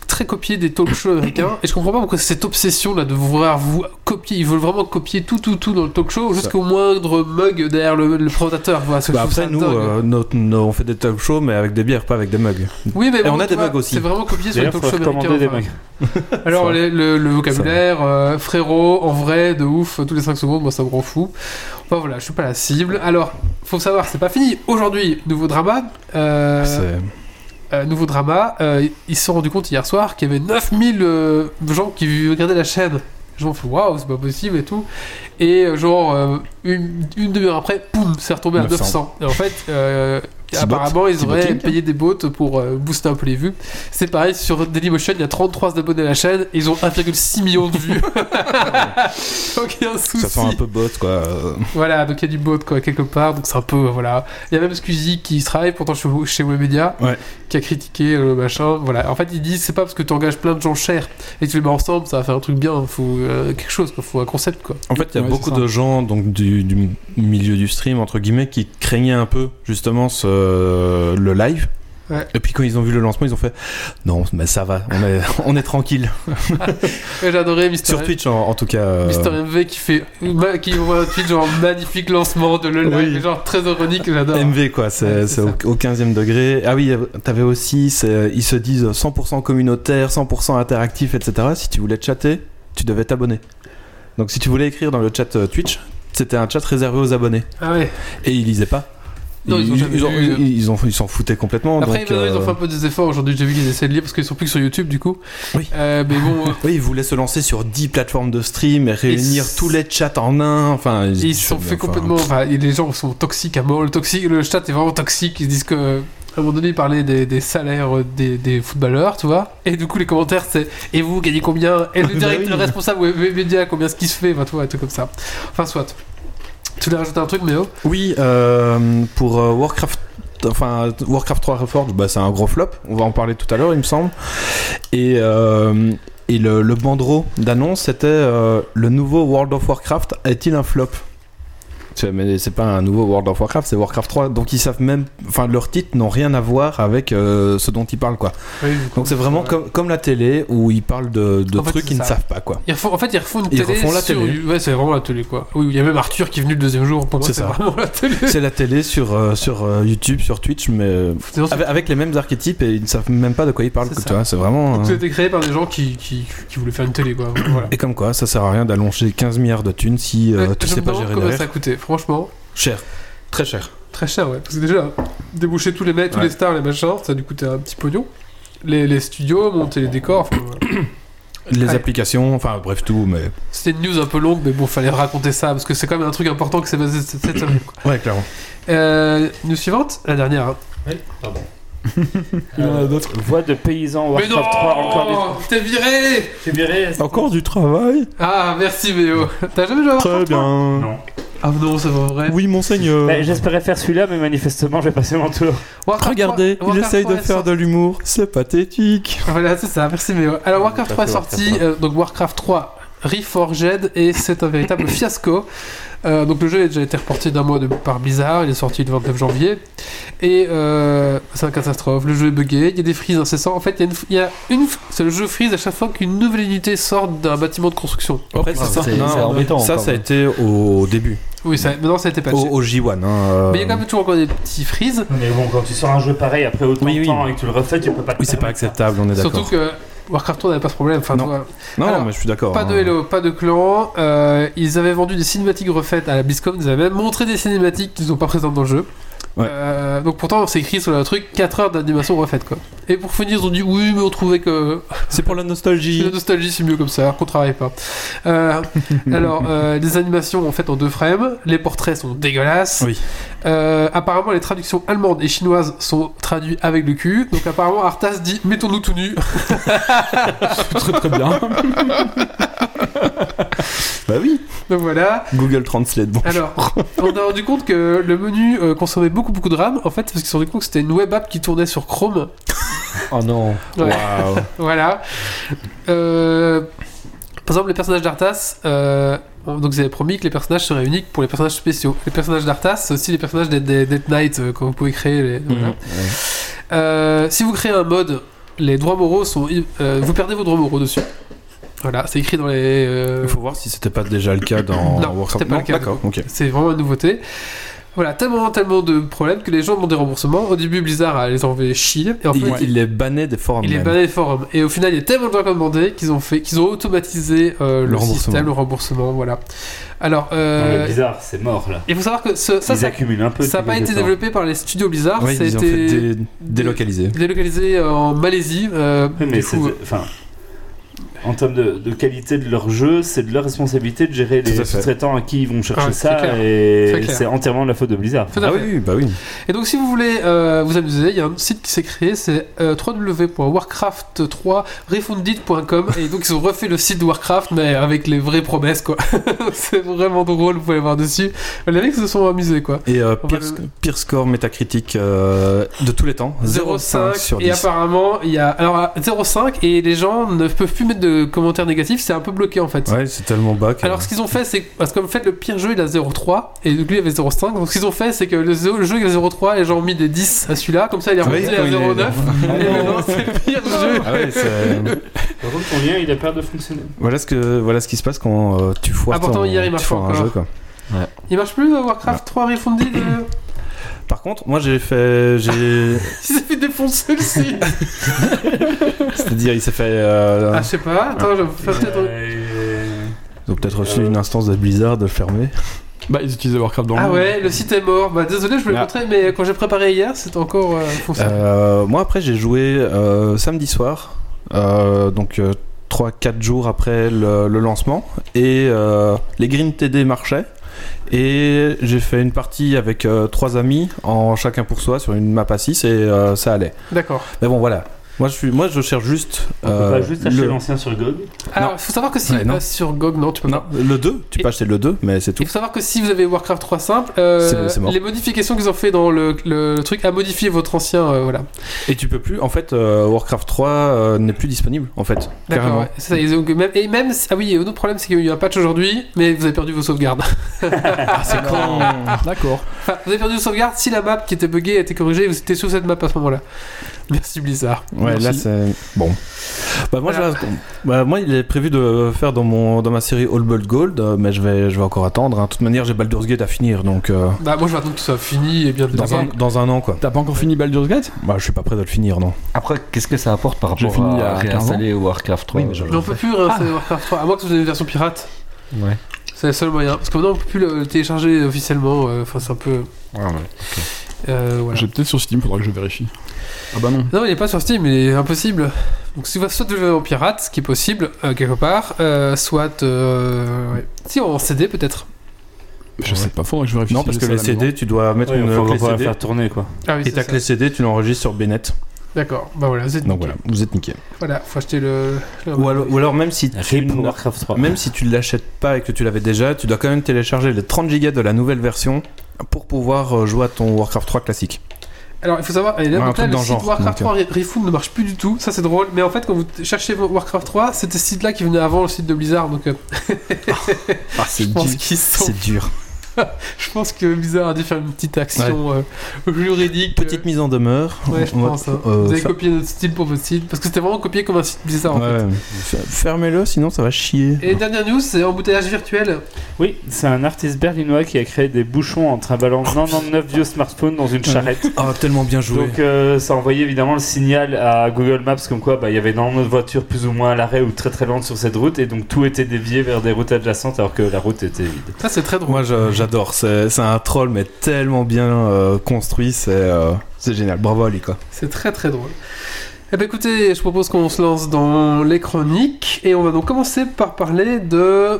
très copié des talk shows américains, et je comprends pas pourquoi cette obsession là de vouloir vous copier, ils veulent vraiment copier tout, tout, tout dans le talk show, jusqu'au moindre mug derrière le, le présentateur. Voilà, parce que Bah je trouve après, ça nous, dingue. euh, notre- nos- on fait des talk shows, mais avec des bières, pas avec des mugs. oui, mais et bon, on a tu des vois, mugs aussi. C'est vraiment copié sur le D'ailleurs, talk faut show américain. recommander des enfin. mecs. Alors Ça les- le, le vocabulaire, euh, frérot, en vrai, de ouf, tous les 5 secondes, moi ça me rend fou. Enfin voilà, je suis pas la cible. Alors, faut savoir, c'est pas fini. Aujourd'hui, nouveau drama. euh, C'est- euh, nouveau drama. euh, ils se sont rendus compte hier soir qu'il y avait 9000 euh, gens qui regardaient la chaîne. Je m'en fous, waouh, c'est pas possible et tout. Et euh, genre, euh, une, une demi-heure après, boum, c'est retombé à 900. 900. Et en fait, euh, Petit bot, apparemment, ils petit auraient booting. payé des bots pour euh, booster un peu les vues. C'est pareil, sur Dailymotion, il y a 33 abonnés à la chaîne, ils ont 1,6 million de vues. Donc il y a un souci. Ça sent un peu bot, quoi. euh. Voilà, donc il y a du bot quoi, quelque part, donc c'est un peu. euh, Voilà. Il y a même Squeezie qui travaille pourtant chez, chez Webedia, Ouais. qui a critiqué euh, le machin. Voilà. En fait, ils disent c'est pas parce que tu engages plein de gens chers et que tu les mets ensemble, ça va faire un truc bien, faut euh, quelque chose, quoi, faut un concept quoi. En fait, il y a Ouais, beaucoup c'est ça. de gens donc du, du milieu du stream entre guillemets qui craignaient un peu justement ce, le live. Ouais. Et puis quand ils ont vu le lancement, ils ont fait non, mais ça va, on est, on est tranquille. Et j'adorais Mister, Sur Twitch en, en tout cas. euh, Mister MV qui fait ma- qui envoie un tweet genre magnifique lancement de le live, Oui. genre très ironique, j'adore. MV quoi, Ouais, c'est c'est c'est au, ça. au 15e degré. Ah oui, euh, t'avais aussi, c'est- ils se disent 100% communautaire, 100% interactif, etc. Si tu voulais chatter, tu devais t'abonner. Donc si tu voulais écrire dans le chat euh, Twitch, c'était un chat réservé aux abonnés. Ah ouais. Et ils lisaient pas. Non, ils ont jamais ils, ont- lu, euh. ils- ils ont- ils s'en foutaient complètement. Après, donc, maintenant, ils ont euh, fait un peu des efforts aujourd'hui. J'ai vu qu'ils essaient de lire parce qu'ils sont plus que sur YouTube du coup. Oui. Euh, mais bon, euh, Oui, ils voulaient se lancer sur 10 plateformes de stream et réunir s- tous les chats en un. Enfin, Et Ils se sont fait complètement. enfin, et les gens sont toxiques à mort. Le, toxique, le chat est vraiment toxique. Ils se disent que. À un moment donné, ils parlaient des, des salaires euh, des, des footballeurs, tu vois. Et du coup, les commentaires, c'est Et vous gagnez combien Et Bah le direct, le responsable web web média, combien ce qui se fait Enfin, tu vois, un truc comme ça. Enfin, soit. Tu voulais rajouter un truc, Méo Oui, euh, pour euh, Warcraft. Enfin, Warcraft 3 Reforged, bah, c'est un gros flop. On va en parler tout à l'heure, il me semble. Et, euh, et le, le bandeau d'annonce, c'était euh, le nouveau World of Warcraft est-il un flop Tu vois, Mais c'est pas un nouveau World of Warcraft, c'est Warcraft 3. Donc ils savent même. Enfin, leurs titres n'ont rien à voir avec euh, ce dont ils parlent, quoi. Oui, Donc c'est vraiment comme, comme la télé où ils parlent de, de En fait, trucs c'est qu'ils ne ça. savent pas, quoi. Ils refont- en fait, ils refont une Ils télé. refont la sur- télé. Ouais, c'est vraiment la télé, quoi. Oui, il y a même Arthur qui est venu le deuxième jour. Pour moi, C'est c'est ça. vraiment la télé. C'est la télé sur, euh, sur euh, YouTube, sur Twitch, mais euh, Sinon, c'est- avec, avec les mêmes archétypes et ils ne savent même pas de quoi ils parlent. C'est quoi, ça. tu vois, C'est vraiment. euh, Tout a été créé par des gens qui, qui, qui voulaient faire une télé, quoi. Voilà. Et comme quoi, ça sert à rien d'allonger 15 milliards de thunes si euh, Ouais, tu je sais me pas demande gérer combien ça derrière. a coûté, franchement. Cher. Très cher. Très cher, ouais. Parce que déjà, déboucher tous les mecs, tous Ouais. les stars, les machins, ça a dû coûter un petit pognon. Les, les studios, monter les décors. enfin, voilà. Les Ouais. applications, enfin bref, tout, mais. C'était une news un peu longue, mais bon, fallait raconter ça parce que c'est quand même un truc important que c'est basé cette cette semaine. quoi. Ouais, clairement. Euh, news suivante, la dernière. hein. Il y en a d'autres. Voix de paysan mais non, Warcraft 3 encore Euh, t'es viré. du J'ai viré. Encore du travail Ah, merci Méo. T'as jamais joué à Très Warcraft, toi bien. Non. Ah non, c'est pas vrai. Oui, monseigneur. Bah, J'espérais faire celui-là, mais manifestement, j'ai passé mon tour. Warcraft Regardez, 3, il Warcraft essaye de 3, faire de l'humour. C'est pathétique. Voilà, c'est ça, merci Méo. Alors Warcraft Tout 3 à est fait, Warcraft sorti, 3. euh, donc Warcraft 3 Reforged, et c'est un véritable fiasco. Euh, donc le jeu a déjà été reporté d'un mois de, par Blizzard, il est sorti le 29 janvier, et euh, c'est une catastrophe, le jeu est buggé, il y a des freezes incessants, en fait il y a une... il y a une c'est le jeu freeze à chaque fois qu'une nouvelle unité sort d'un bâtiment de construction. Après, Ah, ça, c'est- non, c'est embêtant, ça, quand ça a même. été au début, Oui, ça, maintenant ça a été au, patché. au J1. hein, Mais il y a euh, quand même toujours encore des petits freezes, Mais bon, quand tu sors un jeu pareil après autant Oui, de oui. temps et que tu le refais, tu peux pas. te Oui, c'est pas permettre ça. acceptable, on est surtout d'accord. que Warcraft 3 n'avait pas ce problème, enfin Non. toi, Non, Alors, mais je suis d'accord. Pas de hein. Hello, pas de clan. euh, ils avaient vendu des cinématiques refaites à la BlizzCon. Ils avaient même montré des cinématiques qu'ils n'ont pas présentes dans le jeu. Ouais. Euh, donc pourtant, on s'est écrit sur le truc 4 heures d'animation refaite quoi. Et pour finir, ils ont dit oui, mais on trouvait que C'est pour la la nostalgie. nostalgie c'est mieux comme ça, alors qu'on travaille pas. Euh, alors, euh, les animations en fait en deux frames, les portraits sont dégueulasses. Oui. Euh, apparemment, les traductions allemandes et chinoises sont traduites avec le cul. Donc apparemment, Arthas dit mettons-nous tout nus. très très bien. Bah oui. donc voilà. Google Translate. Bon. Alors, on a rendu compte que le menu euh, consommait beaucoup beaucoup de RAM. En fait, parce qu'ils se sont rendu compte que c'était une web app qui tournait sur Chrome. Oh non. Ouais. Waouh. Voilà. Euh, par exemple, les personnages d'Arthas. euh, donc, ils avaient promis que les personnages seraient uniques pour les personnages spéciaux. Les personnages d'Arthas, c'est aussi les personnages des, des Death Knight euh, que vous pouvez créer. les- voilà. Euh, si vous créez un mode, les droits moraux sont. euh, vous perdez vos droits moraux dessus. Voilà, c'est écrit dans les. euh, Il faut voir si c'était pas déjà le cas dans Non, Warcraft. c'était pas le cas. D'accord, ok. C'est vraiment une nouveauté. Voilà, tellement, tellement de problèmes que les gens demandent des remboursements. Au début, Blizzard a les envoyés chier. Et en fait, Il, il les bannait des forums. il est même. banni des forums. Et au final, il y a tellement de gens qui ont demandé qu'ils ont, fait, qu'ils ont automatisé euh, le, Le remboursement. système, le remboursement. Voilà. Alors, euh, Non, mais bizarre, c'est mort là. il faut savoir que ce- ça, Ils ça accumulent un peu. n'a pas depuis été quelque temps. développé par les studios Blizzard. Ouais, ça a ils ont été fait dé- délocaliser. délocalisé en Malaisie. euh, Oui, mais du coup, c'est- enfin, en termes de, de qualité de leur jeu, c'est de leur responsabilité de gérer Tout à les fait. sous-traitants à qui ils vont chercher Ah, c'est ça, clair. C'est et clair. c'est entièrement de la faute de Blizzard. tout à Ah fait. oui, bah oui. Et donc, si vous voulez euh, vous amuser, il y a un site qui s'est créé, c'est euh, www.warcraft3refunded.com. Et donc, ils ont refait le site de Warcraft, mais avec les vraies promesses, quoi. c'est vraiment drôle, vous pouvez voir dessus. Les mecs se sont amusés, quoi. Et euh, On va pire, le- pire score métacritique euh, de tous les temps 0,5 sur 10. et apparemment, il y a. Alors, à 0,5, et les gens ne peuvent plus mettre de commentaires négatifs, c'est un peu bloqué, en fait. Ouais, c'est tellement bas. que- Alors, ce qu'ils ont fait, c'est. Parce qu'en fait, le pire jeu, il a 0,3, et lui, il avait 0,5. Donc, ce qu'ils ont fait, c'est que le, zo- le jeu, il a 0,3, et les gens ont mis des 10 à celui-là, comme ça, il est Oui, remonté à quand il est- 0,9. Et maintenant, c'est le pire jeu. Ah ouais, c'est- Par contre, ton lien, il a peur de fonctionner. voilà ce que voilà ce qui se passe quand euh, tu foires Ah, pourtant, ton- hier, il tu marche foires un encore. jeu quoi. Il marche plus euh, Warcraft 3 Refunded euh, Par contre, moi j'ai fait j'ai Il s'est fait défoncer le Ah. site c'est-à-dire il s'est fait euh, Ah, je sais pas, attends, je vais faire peut-être. Euh, ils ont peut-être reçu une instance de Blizzard de le fermer. Bah, ils utilisaient Warcraft dans le Ah monde. ouais, le site est mort. Bah, désolé, je voulais Ah. montrer, mais quand j'ai préparé hier, c'était encore euh, foncé. Euh, moi après j'ai joué euh, samedi soir euh, donc 3-4 jours après le, le lancement et euh, les Green TD marchaient et j'ai fait une partie avec euh, trois amis en chacun pour soi sur une map à 6 et euh, ça allait D'accord. mais bon voilà moi je, suis, moi, je cherche juste, On peut euh, pas juste acheter le- l'ancien sur GOG. Alors, il faut savoir que si Ouais, vous non. passez sur GOG, non, tu peux non, pas. le 2 tu Et- peux acheter le 2 mais c'est tout Il faut savoir que si vous avez Warcraft 3 simple, euh, C'est- c'est mort. les modifications qu'ils ont fait dans le, le- le truc à modifier votre ancien, euh, voilà. et tu peux plus en fait euh, Warcraft 3 euh, n'est plus disponible en fait D'accord. carrément ouais. C'est ça, ils ont- même- Et même, ah oui, et un autre problème, c'est qu'il y a eu un patch aujourd'hui, mais vous avez perdu vos sauvegardes. ah, c'est quand d'accord Enfin, vous avez perdu vos sauvegardes si la map qui était buggée a été corrigée et vous étiez sur cette map à ce moment-là. Merci Blizzard. Ouais, Merci. là c'est bon. Bah moi, Voilà. je- bah, moi, il est prévu de faire dans mon dans ma série All But Gold, euh, mais je vais je vais encore attendre. hein. De toute manière, j'ai Baldur's Gate à finir, donc euh, Bah moi je vais attendre que ce soit fini et bien dans un dans un an quoi. T'as pas encore fini Baldur's Gate Bah je suis pas prêt de le finir, non. Après, qu'est-ce que ça apporte par J'ai rapport fini à il y a 15 ans. réinstaller Warcraft 3 Oui, mais je- Mais on peut plus hein, c'est Warcraft 3, à moins que vous ayez une version pirate. Ouais. C'est le seul moyen. Parce que maintenant on peut plus le télécharger officiellement. euh, Enfin c'est un peu... euh, voilà. J'ai peut-être sur Steam, faudra que je vérifie. Ah bah non. Non il est pas sur Steam, il est impossible. Donc si vous soit de le jouer en pirate, ce qui est possible euh, quelque part, euh, soit... euh, ouais. Si en CD peut-être. Je sais pas, faudra que je vérifie. Non si j'ai parce que ça à les la maison. CD, tu dois mettre Ouais, une on va clé pouvoir CD. faire tourner quoi. Ah oui, Et c'est ta ça. clé CD, tu l'enregistres sur Bennett. D'accord, bah voilà, c'est Donc voilà, vous êtes niqué. Voilà, faut acheter le... le- Ou alors, ou alors même si tu RIP ne- Warcraft 3. même si tu l'achètes pas et que tu l'avais déjà, tu dois quand même télécharger les 30 gigas de la nouvelle version pour pouvoir euh, jouer à ton Warcraft 3 classique. Alors il faut savoir, et là, Ouais, un donc là, truc le dans site genre, Warcraft donc, euh. 3 Refund ne marche plus du tout, ça c'est drôle, mais en fait quand vous t- cherchez Warcraft 3, c'était ce site là qui venait avant le site de Blizzard, donc euh, Ah c'est je pense qu'ils sont... C'est dur. Je pense que Blizzard a dû faire une petite action euh, juridique. euh, Petite mise en demeure. Ouais, je On va- pense. hein. euh, vous avez fer- copié notre style pour votre site, parce que c'était vraiment copié comme un site Blizzard en ouais, fait. ouais. Fer- Fermez-le, sinon ça va chier. Et dernière news, c'est embouteillage virtuel. Oui, c'est un artiste berlinois qui a créé des bouchons en trimballant 99 vieux smartphones dans une charrette. Ah, tellement bien joué. Donc euh, ça envoyait évidemment le signal à Google Maps comme quoi bah, il y avait énormément de voitures plus ou moins à l'arrêt ou très très lentes sur cette route et donc tout était dévié vers des routes adjacentes alors que la route était vide. Ça c'est très drôle. Moi, je- j'adore. C'est c'est un troll, mais tellement bien euh, construit, c'est euh, c'est génial. Bravo à lui, quoi. C'est très très drôle. Eh bien écoutez, je propose qu'on se lance dans les chroniques et on va donc commencer par parler de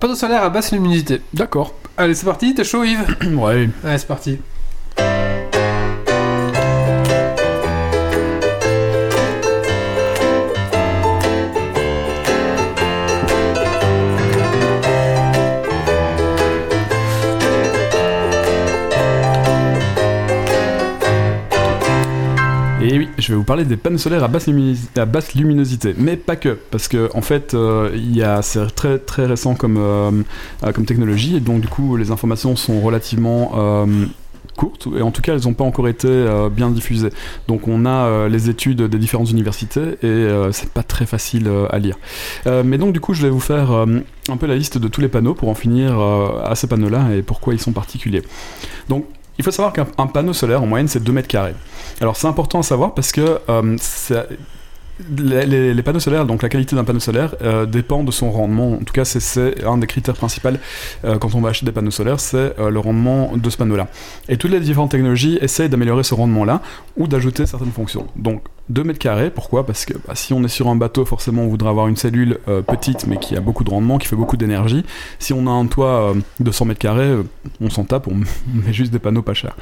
panneaux solaires à basse luminosité. D'accord. Allez, c'est parti, t'es chaud Yves ouais. Allez, c'est parti. Et oui, je vais vous parler des panneaux solaires à basse, lumini- à basse luminosité, mais pas que, parce que en fait, euh, il y a- c'est très très récent comme, euh, euh, comme technologie, et donc du coup, les informations sont relativement euh, courtes, et en tout cas, elles n'ont pas encore été euh, bien diffusées. Donc, on a euh, les études des différentes universités, et euh, c'est pas très facile euh, à lire. Euh, mais donc, du coup, je vais vous faire euh, un peu la liste de tous les panneaux pour en finir euh, à ces panneaux-là et pourquoi ils sont particuliers. Donc, il faut savoir qu'un un panneau solaire, en moyenne, c'est 2 mètres carrés. Alors c'est important à savoir parce que euh, ça- les, les- les panneaux solaires, donc la qualité d'un panneau solaire, euh, dépend de son rendement. En tout cas, c'est- c'est un des critères principaux euh, quand on va acheter des panneaux solaires, c'est euh, le rendement de ce panneau-là. Et toutes les différentes technologies essayent d'améliorer ce rendement-là ou d'ajouter certaines fonctions. Donc 2 mètres carrés, pourquoi Parce que bah, si on est sur un bateau, forcément on voudra avoir une cellule euh, petite mais qui a beaucoup de rendement, qui fait beaucoup d'énergie. Si on a un toit euh, de 100 mètres carrés, euh, on s'en tape, on met juste des panneaux pas chers.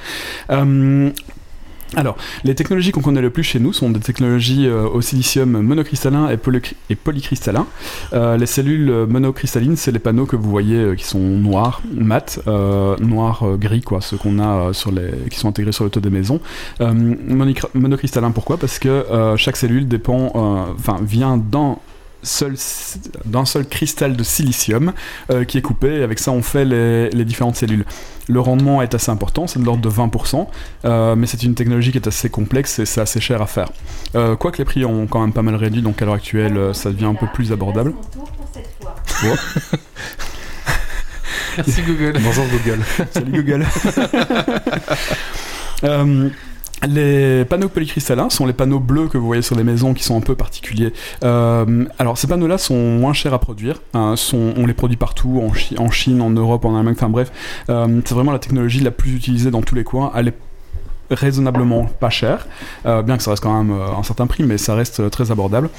Euh, alors, les technologies qu'on connaît le plus chez nous sont des technologies euh, au silicium monocristallin et, polyc- et polycristallin. Euh, les cellules euh, monocristallines, c'est les panneaux que vous voyez euh, qui sont noirs, mat, euh, noir, euh, gris, quoi, ceux qu'on a euh, sur les, qui sont intégrés sur le toit des maisons. Euh, monicr- monocristallin, pourquoi Parce que euh, chaque cellule dépend, euh, enfin, vient d'un seul c- d'un seul cristal de silicium euh, qui est coupé et avec ça on fait les, les différentes cellules le rendement est assez important c'est de l'ordre de 20% euh, mais c'est une technologie qui est assez complexe et c'est assez cher à faire Euh, quoique les prix ont quand même pas mal réduit donc à l'heure actuelle euh, ça devient un peu plus abordable Son tour pour cette fois. Merci Google. Bonjour Google. Salut Google. Euh, Les panneaux polycristallins sont les panneaux bleus que vous voyez sur les maisons qui sont un peu particuliers. Euh, alors ces panneaux-là sont moins chers à produire. hein, sont- on les produit partout, en, Chi- en Chine, en Europe, en Allemagne, enfin bref. Euh, c'est vraiment la technologie la plus utilisée dans tous les coins. Elle est raisonnablement pas chère, euh, bien que ça reste quand même euh, un certain prix, mais ça reste euh, très abordable.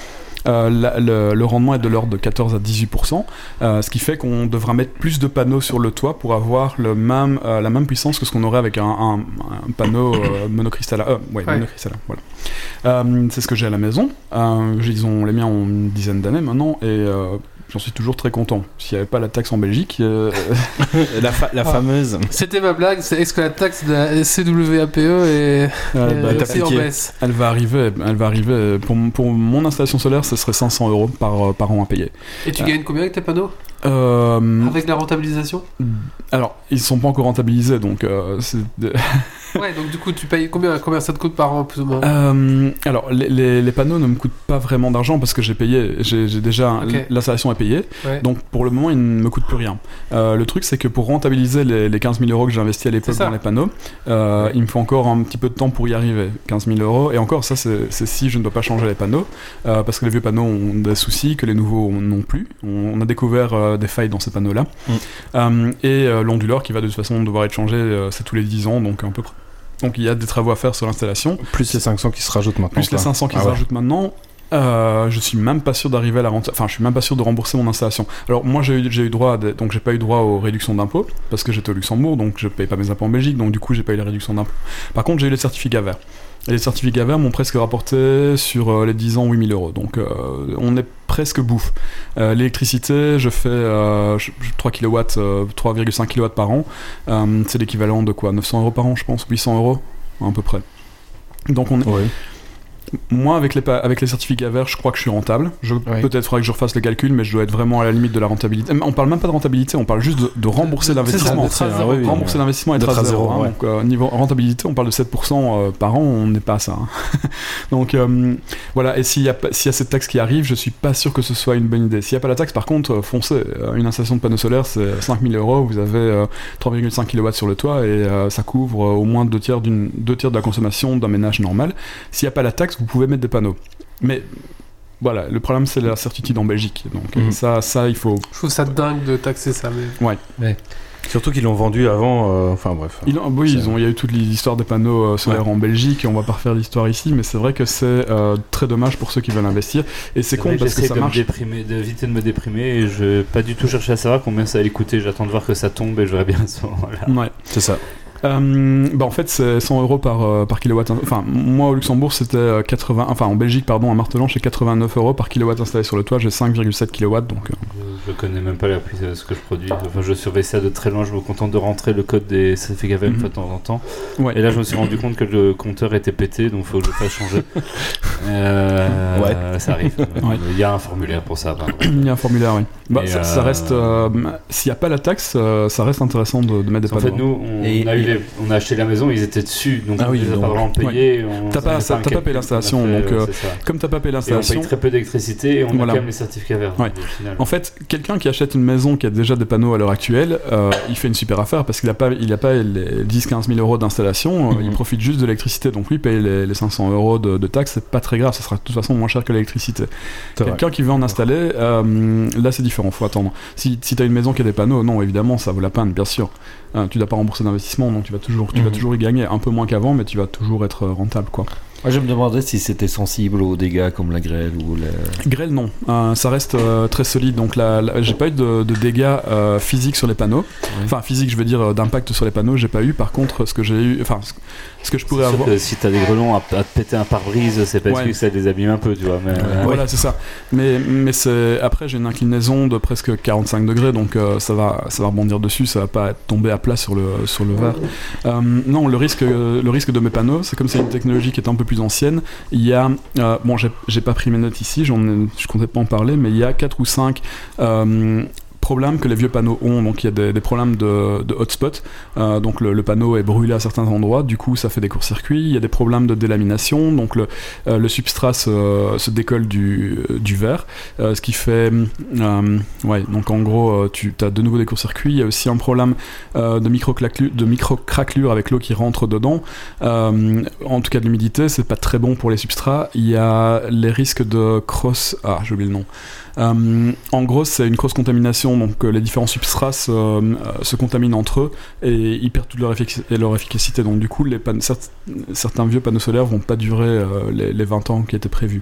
Euh, la- le, le rendement est de l'ordre de 14 à 18 euh, ce qui fait qu'on devra mettre plus de panneaux sur le toit pour avoir le même, euh, la même puissance que ce qu'on aurait avec un, un- un panneau euh, monocristallin. Euh, ouais, Ouais. monocristallin, voilà. Euh, c'est ce que j'ai à la maison. Euh, j'ai- ils ont- les miens ont une dizaine d'années maintenant et euh, j'en suis toujours très content. S'il n'y avait pas la taxe en Belgique, euh, La, fa- la Ah. fameuse. C'était ma blague, c'est est-ce que la taxe de la CWAPE est, euh, est bah, aussi en appliqué. baisse elle va arriver. Elle va arriver. euh, Pour, mon- pour mon installation solaire, ce serait 500 euros par, euh, par an à payer. Et tu Ah. gagnes combien avec tes panneaux Euh, Avec la rentabilisation Alors, ils sont pas encore rentabilisés, donc euh, c'est- Ouais, donc du coup, tu payes combien, combien ça te coûte par an, plus ou moins Euh, alors, les, les- les panneaux ne me coûtent pas vraiment d'argent parce que j'ai payé, j'ai j'ai déjà Ok. l'installation est payée. Ouais. Donc, pour le moment, ils ne me coûtent plus rien. Euh, le truc, c'est que pour rentabiliser les, les 15 000 euros que j'ai investis à l'époque C'est ça. dans les panneaux, euh, il me faut encore un petit peu de temps pour y arriver. 15 000 euros, et encore, ça, c'est c'est si je ne dois pas changer les panneaux euh, parce que les vieux panneaux ont des soucis que les nouveaux n'ont plus. On, on a découvert euh, des failles dans ces panneaux-là. Mm. Euh, et euh, l'onduleur qui va de toute façon devoir être changé, euh, c'est tous les 10 ans, donc à peu près. Donc, il y a des travaux à faire sur l'installation. Plus les 500 qui se rajoutent maintenant. Plus les quoi. 500 qui Ah se ouais. rajoutent maintenant, euh, je suis même pas sûr d'arriver à la rente. Enfin, je suis même pas sûr de rembourser mon installation. Alors, moi, j'ai eu, j'ai eu droit, à des- donc j'ai pas eu droit aux réductions d'impôts parce que j'étais au Luxembourg, donc je paye pas mes impôts en Belgique, donc du coup, j'ai pas eu les réductions d'impôts. Par contre, j'ai eu les certificats verts. Et les certificats verts m'ont presque rapporté sur euh, les 10 ans 8000 euros. Donc, euh, on est presque bouffe. Euh, L'électricité, je fais euh, je- euh, je- 3 kW, 3,5 kW par an. Euh, C'est l'équivalent de quoi 900 euros par an, je pense 800 euros À peu près. Donc, on, Ouais. moi, avec les, pa- avec les certificats verts, je crois que je suis rentable. Je, Ouais. Peut-être faudrait que je refasse les calculs, mais je dois être vraiment à la limite de la rentabilité. Mais On parle même pas de rentabilité, on parle juste de, de rembourser l'investissement. d'être à C'est- zéro. ouais, oui, Rembourser l'investissement et être à zéro. hein. ouais. Donc, euh, niveau rentabilité, on parle de 7% euh, par an, on n'est pas à ça. hein. Donc, euh, voilà. Et s'il y, a pas- s'il y a cette taxe qui arrive, je suis pas sûr que ce soit une bonne idée. S'il n'y a pas la taxe, par contre, euh, foncez. Euh, Une installation de panneaux solaires, c'est 5000 euros. Vous avez euh, 3,5 kW sur le toit et euh, ça couvre euh, au moins deux tiers, d'une- deux tiers de la consommation d'un ménage normal. S'il n'y a pas la taxe, vous pouvez mettre des panneaux. Mais voilà, le problème c'est la certitude en Belgique. Donc euh, Mhm. ça, ça il faut. Je trouve ça dingue de taxer ça, mais... Surtout qu'ils l'ont vendu avant. euh, Enfin bref. Ils ont- oui, ils ont, il y a eu toute l'histoire des panneaux euh, solaires en Belgique, et on va pas refaire l'histoire ici, mais c'est vrai que c'est euh, très dommage pour ceux qui veulent investir. Et c'est con vrai que parce que j'essaie ça de me marche. déprimer- d'éviter de me déprimer et je vais pas du tout chercher à savoir combien ça allait coûter. J'attends de voir que ça tombe et je verrai bien à ce moment-là. Ouais. C'est ça. Euh, bah en fait c'est 100 euros par, euh, par kilowatt. Enfin moi au Luxembourg c'était euh, 80, enfin en Belgique pardon à Martelan c'est 89 euros par kilowatt installé sur le toit. J'ai 5,7 kilowatts donc euh, Je- Je connais même pas la puissance que je produis. Enfin, je surveille ça de très loin. Je me contente de rentrer le code des CFKV une Mhm. fois de temps en temps. Ouais. Et là, je me suis rendu compte que le compteur était pété, donc faut que je fasse changer. Euh, Ouais. Ça arrive. Ouais. Il y a un formulaire pour ça. apparemment. il y a un formulaire. Oui. Bah, Et, ça, euh, ça reste euh, s'il n'y a pas la taxe euh, ça reste intéressant de, de mettre des en panneaux. fait, nous, on, Et- a eu les- on a acheté la maison, ils étaient dessus, donc Ah oui, on les a donc, pas vraiment payés. on- T'as pas- on a ça- un t'as pas payé calcul l'installation, qu'on a fait, donc, euh, c'est ça. Comme t'as pas payé Et on paye l'installation, très peu d'électricité et on Voilà. a quand même les certificats verts. Ouais. au final. En fait, quelqu'un qui achète une maison qui a déjà des panneaux à l'heure actuelle, euh, il fait une super affaire parce qu'il n'a pas, il a pas les 10-15 000 euros d'installation, euh, il Mhm. profite juste de l'électricité. Donc lui, paye les, les 500 euros de, de taxes, c'est pas très grave, ça sera de toute façon moins cher que l'électricité. C'est vrai. Quelqu'un qui veut en installer, euh, là c'est différent, faut attendre. Si, si tu as une maison qui a des panneaux, non, évidemment, ça vaut la peine, bien sûr. Euh, tu n'as pas remboursé d'investissement, donc tu vas toujours, tu vas Mhm. toujours y gagner un peu moins qu'avant, mais tu vas toujours être euh, rentable, quoi. Moi, je me demandais si c'était sensible aux dégâts comme la grêle ou les. Grêle, non. Euh, ça reste euh, très solide. Donc là, là, j'ai pas eu de, de dégâts euh, physiques sur les panneaux. Enfin, physique, je veux dire euh, d'impact sur les panneaux, j'ai pas eu. Par contre, ce que j'ai eu, enfin, ce- ce que je pourrais C'est sûr avoir. que si t'as des grelons à, à te péter un pare-brise, c'est parce Ouais. que ça les abîme un peu, tu vois. Mais, euh, Voilà, c'est ça. Mais, mais c'est... après, j'ai une inclinaison de presque 45 degrés, donc euh, ça, va, ça va rebondir dessus, ça va pas tomber à plat sur le, sur le verre. Euh, non, le risque, euh, le risque de mes panneaux, c'est comme c'est une technologie qui est un peu plus ancienne, il y a, euh, bon, j'ai, j'ai pas pris mes notes ici, j'en ai- je comptais pas en parler, mais il y a 4 ou 5 problèmes que les vieux panneaux ont, donc il y a des, des problèmes de, de hotspot, Euh, donc le, le panneau est brûlé à certains endroits, du coup ça fait des courts-circuits, il y a des problèmes de délamination, donc le, euh, le substrat se, se décolle du, euh, du verre, euh, ce qui fait. euh, ouais, donc en gros, euh, tu as de nouveau des courts-circuits. Il y a aussi un problème euh, de micro-claclu- de micro-craquelure avec l'eau qui rentre dedans. Euh, en tout cas, de l'humidité, c'est pas très bon pour les substrats. Il y a les risques de cross. Ah, j'ai oublié le nom. Euh, en gros, c'est une cross-contamination, donc euh, les différents substrats se, euh, se contaminent entre eux et ils perdent toute leur, effic- et leur efficacité. Donc, du coup, les panne- certes- certains vieux panneaux solaires vont pas durer euh, les, les 20 ans qui étaient prévus.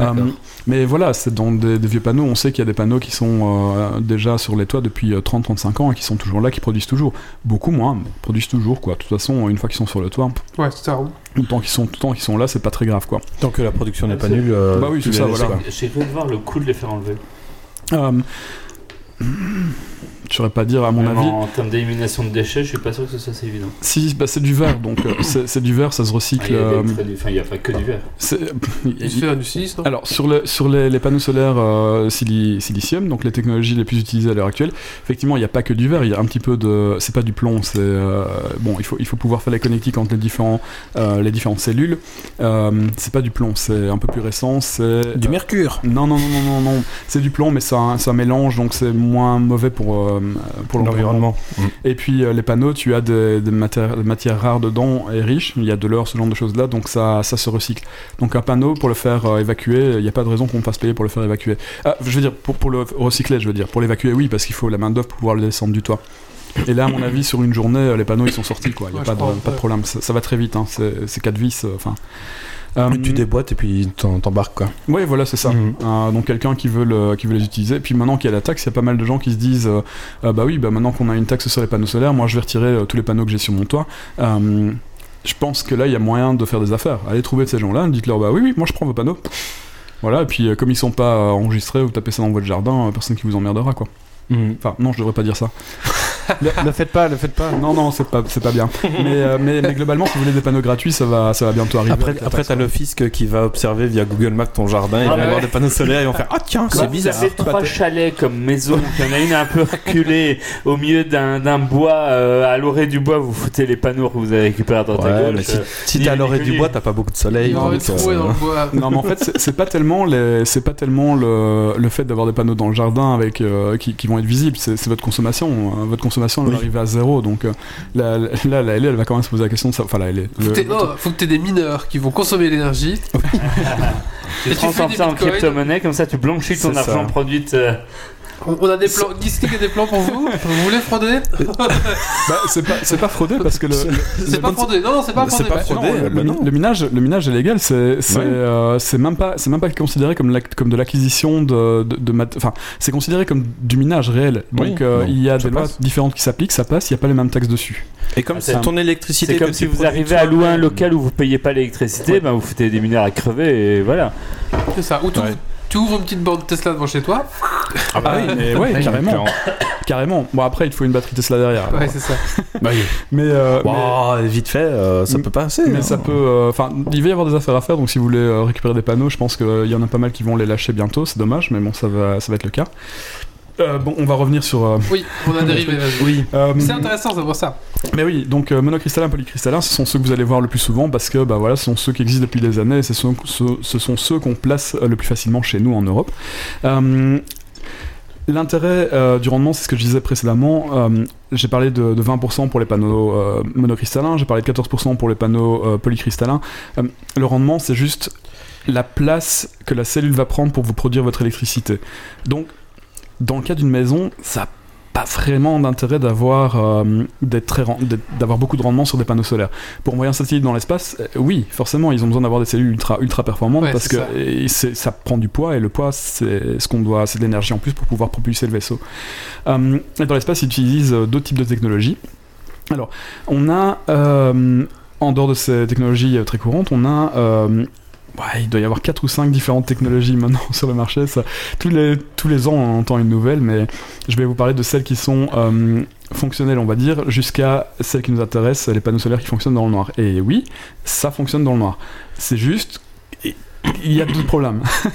D'accord. Euh, mais voilà, c'est dans des, des vieux panneaux. On sait qu'il y a des panneaux qui sont euh, déjà sur les toits depuis euh, 30-35 ans et qui sont toujours là, qui produisent toujours. Beaucoup moins, mais produisent toujours quoi. De toute façon, une fois qu'ils sont sur le toit, Ouais, c'est ça. hein. tant qu'ils sont, tant qu'ils sont là, c'est pas très grave quoi. Tant que la production n'est pas Ah, c'est- nulle. euh, Bah oui, tu c'est les ça, laisses, voilà. quoi. J'ai cru voir le coup de les faire enlever. Euh, je saurais pas dire à mon Même avis. En termes d'élimination de déchets, je suis pas sûr que ce soit si évident. Si, bah, c'est du verre, donc euh, c'est c'est du verre, ça se Ah, recycle. Il n'y a, euh, des traits- enfin, il y a pas que du verre. c'est- Il se fait du silice, non Alors sur, le, sur les, les panneaux solaires euh, sili- silicium, donc les technologies les plus utilisées à l'heure actuelle, effectivement il n'y a pas que du verre, il y a un petit peu de, c'est pas du plomb, c'est euh, bon il faut, il faut pouvoir faire la connectique entre les différents euh, les différentes cellules. Euh, c'est pas du plomb, c'est un peu plus récent, c'est Euh, Du mercure. non non non non non non, c'est du plomb mais c'est un, c'est un mélange donc c'est moins mauvais pour euh, pour l'environnement. Et puis euh, les panneaux, tu as des, des matières, des matières rares dedans et riches, il y a de l'or, ce genre de choses-là, donc ça, ça se recycle. Donc un panneau, pour le faire euh, évacuer, il n'y a pas de raison qu'on me fasse payer pour le faire évacuer. Ah, je veux dire, pour, pour le recycler, je veux dire. Pour l'évacuer, oui, parce qu'il faut la main-d'œuvre pour pouvoir le descendre du toit. Et là, à mon avis, sur une journée, euh, les panneaux, ils sont sortis, quoi. Il n'y a Ouais, pas, je de, crois, pas de ouais. problème, ça, ça va très vite, hein. c'est c'est quatre vis, euh, enfin. Euh, Tu déboîtes et puis t'en- t'embarques quoi. oui, voilà, c'est ça. Mhm. Euh, donc quelqu'un qui veut le, qui veut les utiliser. Puis maintenant qu'il y a la taxe, il y a pas mal de gens qui se disent, euh, Euh, bah oui, bah maintenant qu'on a une taxe sur les panneaux solaires, moi je vais retirer euh, tous les panneaux que j'ai sur mon toit. Euh, je pense que là, il y a moyen de faire des affaires. Allez trouver ces gens-là, dites-leur, bah oui, oui, moi je prends vos panneaux. Voilà, et puis euh, comme ils sont pas euh, enregistrés, vous tapez ça dans votre jardin, euh, personne qui vous emmerdera, quoi. Enfin, non, je devrais pas dire ça. Mhm. Ne le faites pas, le faites pas. Non, non, c'est pas, c'est pas bien. mais, euh, mais, mais globalement, si vous voulez des panneaux gratuits, ça va, ça va bientôt arriver. Après, avec la après taxe, t'as le fisc qui va observer via Google Maps ton jardin, il Ah va ouais. avoir des panneaux solaires, ils vont faire Ah tiens, c'est bizarre. Vous avez Bah, trois chalets comme maison. Il y en a une un peu reculée au milieu d'un d'un bois. euh, à l'orée du bois, vous foutez les panneaux que vous avez récupérés dans ta Ouais, gueule. mais si, euh, si ni t'es à les l'orée du réguliers. bois, t'as pas beaucoup de soleil. Il y aura donc, des trous euh, dans le hein. bois. Non, mais en fait, c'est c'est pas tellement les, c'est pas tellement le, le fait d'avoir des panneaux dans le jardin avec euh, qui, qui vont être visibles. C'est c'est votre consommation. hein. Votre consommation elle Oui. va arriver à zéro. Donc euh, là, là, la LE, elle va quand même se poser la question de ça. Enfin, la LE, Faut le- que t'aies- oh. non, faut que t'aies des mineurs qui vont consommer l'énergie. Tu Et tu fais transformes des ça en bitcoins. crypto-monnaie, comme ça tu blanchis ton C'est ça. argent produite. euh, On on a des plans, Geeksleague a des plans pour vous. Vous voulez frauder Bah, c'est pas, c'est pas fraudé parce que le. C'est pas fraudé. Non, non, c'est pas C'est fraudé. pas bah, fraudé. Non, le, bah euh, le- non. le minage, le minage est légal, c'est c'est, Ouais. euh, c'est même pas c'est même pas considéré comme l'ac- comme de l'acquisition de de, de mat- enfin c'est considéré comme du minage réel. Donc Oui, euh, non, il y a ça des lois passe. différentes qui s'appliquent, ça passe, il n'y a pas les mêmes taxes dessus. Et comme Ah, c'est c'est un- ton électricité, C'est comme que si tu vous produis arrivez à toi-même. louer euh, un local où vous payez pas l'électricité, ben vous foutez des mineurs à crever et voilà. C'est ça. Ou tu Ouais. tu ouvres une petite bande Tesla devant chez toi. Ah bah oui, mais ouais, carrément, carrément. Bon après il te faut une batterie Tesla derrière. alors. Ouais, c'est ça. Mais, euh, Wow, vite fait, euh, ça Mais- peut passer. mais, mais ça peut, euh, enfin il va y avoir des affaires à faire, donc si vous voulez euh, récupérer des panneaux, je pense qu'il y en a pas mal qui vont les lâcher bientôt. C'est dommage, mais bon ça va ça va être le cas. Euh, bon, on va revenir sur. euh, Oui, on a dérivé. vas-y. oui. C'est intéressant, ça pour ça. Mais oui, donc euh, monocristallin, polycristallin, ce sont ceux que vous allez voir le plus souvent parce que bah voilà, ce sont ceux qui existent depuis des années et ce sont ceux, ce sont ceux qu'on place euh, le plus facilement chez nous en Europe. Euh, L'intérêt euh, du rendement, c'est ce que je disais précédemment. euh, j'ai parlé de, de 20% pour les panneaux euh, monocristallins, j'ai parlé de 14% pour les panneaux euh, polycristallins. Euh, le rendement, c'est juste la place que la cellule va prendre pour vous produire votre électricité. Donc, dans le cas d'une maison, ça n'a pas vraiment d'intérêt d'avoir euh, des très ren- des- d'avoir beaucoup de rendement sur des panneaux solaires. Pour envoyer un satellite dans l'espace, euh, oui, forcément, ils ont besoin d'avoir des cellules ultra ultra performantes Ouais, parce c'est que ça. et c'est- ça prend du poids et le poids, c'est ce qu'on doit, c'est de l'énergie en plus pour pouvoir propulser le vaisseau. Euh, et dans l'espace, ils utilisent euh, d'autres types de technologies. Alors, on a euh, en dehors de ces technologies euh, très courantes, on a euh, ouais, il doit y avoir 4 ou 5 différentes technologies maintenant sur le marché. Ça, tous, les, tous les ans, on entend une nouvelle, mais je vais vous parler de celles qui sont euh, fonctionnelles, on va dire, jusqu'à celles qui nous intéressent, les panneaux solaires qui fonctionnent dans le noir. Et oui, ça fonctionne dans le noir. C'est juste. Il y a deux problèmes.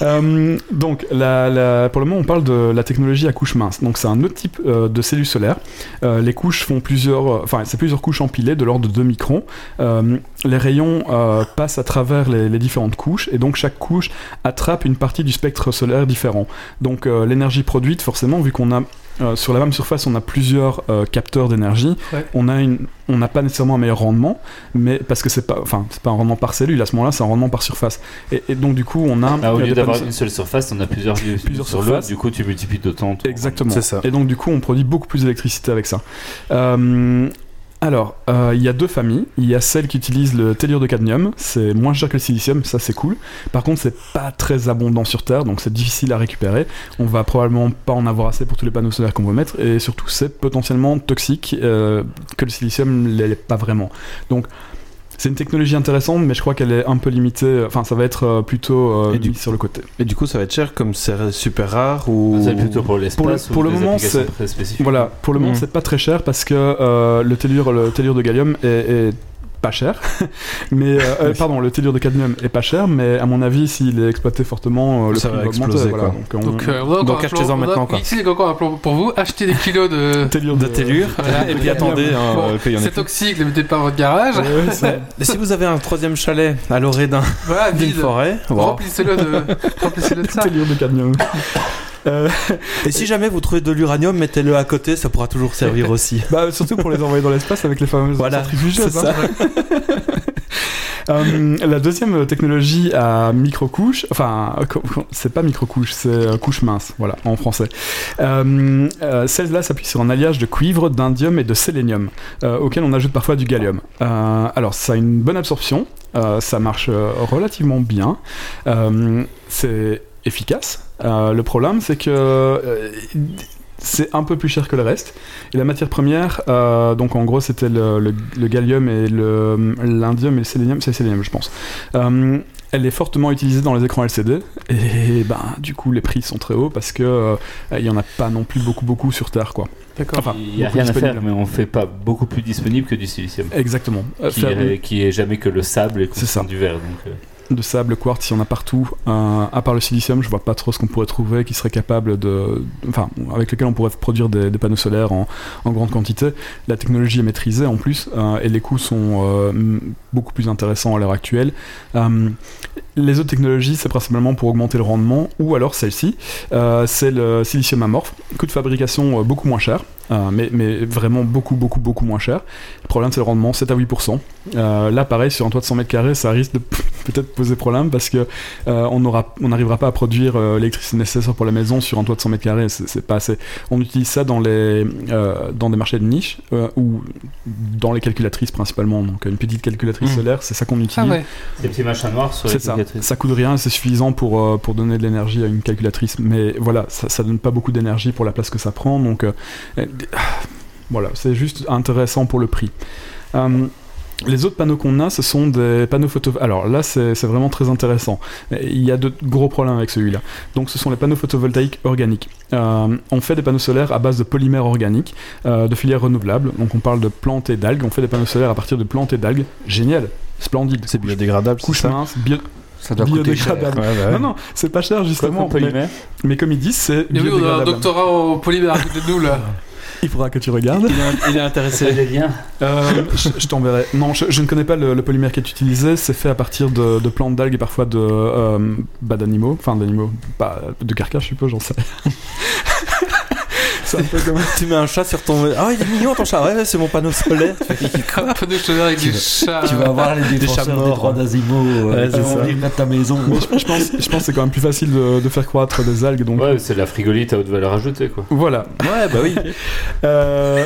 Euh, donc, la- la- pour le moment, on parle de la technologie à couche mince. Donc, c'est un autre type euh, de cellules solaires. Euh, les couches font plusieurs, euh, enfin, c'est plusieurs couches empilées de l'ordre de 2 microns. Euh, les rayons euh, passent à travers les, les différentes couches et donc chaque couche attrape une partie du spectre solaire différent. Donc euh, l'énergie produite, forcément, vu qu'on a euh, sur la même surface, on a plusieurs euh, capteurs d'énergie. Ouais. On a une, on n'a pas nécessairement un meilleur rendement, mais parce que c'est pas, enfin, c'est pas un rendement par cellule. À ce moment-là, c'est un rendement par surface. Et, et donc du coup, on a Ah, au il y a lieu des d'avoir panneaux- une seule surface, on a plusieurs, Plusieurs sur surfaces. l'autre, du coup tu multiplies d'autant. ton- Exactement. C'est ça. Et donc, du coup, on produit beaucoup plus d'électricité avec ça. Euh, alors, euh, il y a deux familles. Il y a celle qui utilise le tellure de cadmium. C'est moins cher que le silicium, ça c'est cool. Par contre, c'est pas très abondant sur Terre, donc c'est difficile à récupérer. On va probablement pas en avoir assez pour tous les panneaux solaires qu'on veut mettre. Et surtout, c'est potentiellement toxique, euh, que le silicium l'est pas vraiment. Donc, c'est une technologie intéressante, mais je crois qu'elle est un peu limitée. Enfin, ça va être euh, plutôt euh, Et du- mis sur le côté. Et du coup, ça va être cher comme c'est super rare ou. C'est plutôt pour l'espace Pour le- pour ou le des moment, applications c'est- très spécifiques. Voilà, pour le moment, Mm. c'est pas très cher parce que euh, le, tellure, le tellure de gallium est, est pas cher. mais euh, euh, pardon, le tellure de cadmium est pas cher, mais à mon avis, s'il est exploité fortement, euh, le Ça prix va va augmenter. exploser, Voilà. quoi. Donc, on- Donc, euh, on a encore Donc, un achetez-en plan- on a- maintenant, quoi. Geeksleague, encore un plan pour vous. Achetez des kilos de. tellure de de tellure. Voilà. Et puis attendez hein, Bon, euh, qu'il y en ait C'est plus. toxique, ne mettez pas dans votre garage. Ouais, c'est- Mais si vous avez un troisième chalet à l'orée d'un- Voilà, d'une vide. forêt, wow. Remplissez-le de... remplissez-le de ça. tellure de cadmium. Euh, et si jamais vous trouvez de l'uranium, mettez-le à côté, ça pourra toujours servir aussi. bah, surtout pour les envoyer dans l'espace avec les fameuses Voilà, centrifugeuses, c'est hein. Euh, la deuxième technologie à micro-couche, enfin, euh, co- co- c'est pas micro-couche, c'est euh, couche mince, voilà, en français. Euh, euh, Celle-là s'appuie sur un alliage de cuivre, d'indium et de sélénium, euh, auquel on ajoute parfois du gallium. Euh, alors, ça a une bonne absorption, euh, ça marche euh, relativement bien, euh, c'est efficace. Euh, le problème, c'est que. euh, c'est un peu plus cher que le reste. Et la matière première, euh, donc en gros, c'était le, le- le gallium et le- l'indium et le sélénium, c'est le sélénium, je pense. Euh, elle est fortement utilisée dans les écrans LCD et ben du coup les prix sont très hauts parce que euh, il y en a pas non plus beaucoup beaucoup sur Terre quoi. D'accord. Enfin, Il n'y a beaucoup rien à disponible. faire, mais on fait pas beaucoup plus disponible que du silicium. Exactement. Euh, Qui, faire- est, qui est jamais que le sable et qu'on C'est ça. sent du verre. Donc, euh, de sable, quartz, il y en a partout. Euh, à part le silicium, je vois pas trop ce qu'on pourrait trouver qui serait capable de. Enfin, avec lequel on pourrait produire des, des panneaux solaires en, en grande quantité. La technologie est maîtrisée en plus, euh, et les coûts sont euh, m- beaucoup plus intéressants à l'heure actuelle. Euh, les autres technologies, c'est principalement pour augmenter le rendement, ou alors celle-ci, euh, c'est le silicium amorphe, coût de fabrication euh, beaucoup moins cher, euh, mais, mais vraiment beaucoup, beaucoup, beaucoup moins cher. Le problème, c'est le rendement, 7 à 8%. Euh, là, pareil, sur un toit de 100 mètres carrés, ça risque de peut-être poser problème parce que euh, on aura- on n'arrivera pas à produire euh, l'électricité nécessaire pour la maison sur un toit de 100 mètres carrés. C'est c'est pas assez. On utilise ça dans, les, euh, dans des marchés de niche euh, ou dans les calculatrices principalement. Donc, une petite calculatrice Mm. solaire, c'est ça qu'on utilise. Ah ouais. Ces petits machins noirs sur les C'est ça. cicatrices. Ça coûte rien, c'est suffisant pour, euh, pour donner de l'énergie à une calculatrice. Mais voilà, ça, ça donne pas beaucoup d'énergie pour la place que ça prend. Donc euh, euh, voilà, c'est juste intéressant pour le prix. Euh, les autres panneaux qu'on a, ce sont des panneaux photo. Alors là, c'est c'est vraiment très intéressant. Euh, Il y a de gros problèmes avec celui-là. Donc, ce sont les panneaux photovoltaïques organiques. Euh, on fait des panneaux solaires à base de polymères organiques, euh, de filières renouvelables. Donc, on parle de plantes et d'algues. On fait des panneaux solaires à partir de plantes et d'algues. Génial, splendide. C'est biodégradable, c'est Couche ça mince, bio- Ça doit coûter biodégradable. Ouais, bah ouais. non, non, c'est pas cher justement. mais, polymère. mais comme ils disent, c'est Et oui, on a un biodégradable. doctorat en polymère à côté de nous là. Il faudra que tu regardes. Il est, il est C'est intéressé. des liens. Euh, je je t'enverrai. Non, je, je ne connais pas le, le polymère qui est utilisé. C'est fait à partir de, de plantes d'algues et parfois de euh, bah, d'animaux, enfin d'animaux, bah, de carcas, je suppose, j'en sais. rien. c'est un peu comme. tu mets un chat sur ton. Ah, il est mignon ton chat. Ouais, ouais, c'est mon panneau solaire. Un peu de chaleur avec des chats. Tu vas avoir les défenseurs des, chats morts, droits ouais. d'Asimo euh, Ouais, c'est qui vont ça. venir mettre ta maison. Mais je, je pense, je pense que c'est quand même plus facile de, de faire croître des algues. Donc Ouais, c'est de la frigolite à haute valeur ajoutée, quoi. voilà. Ouais, bah oui. Euh,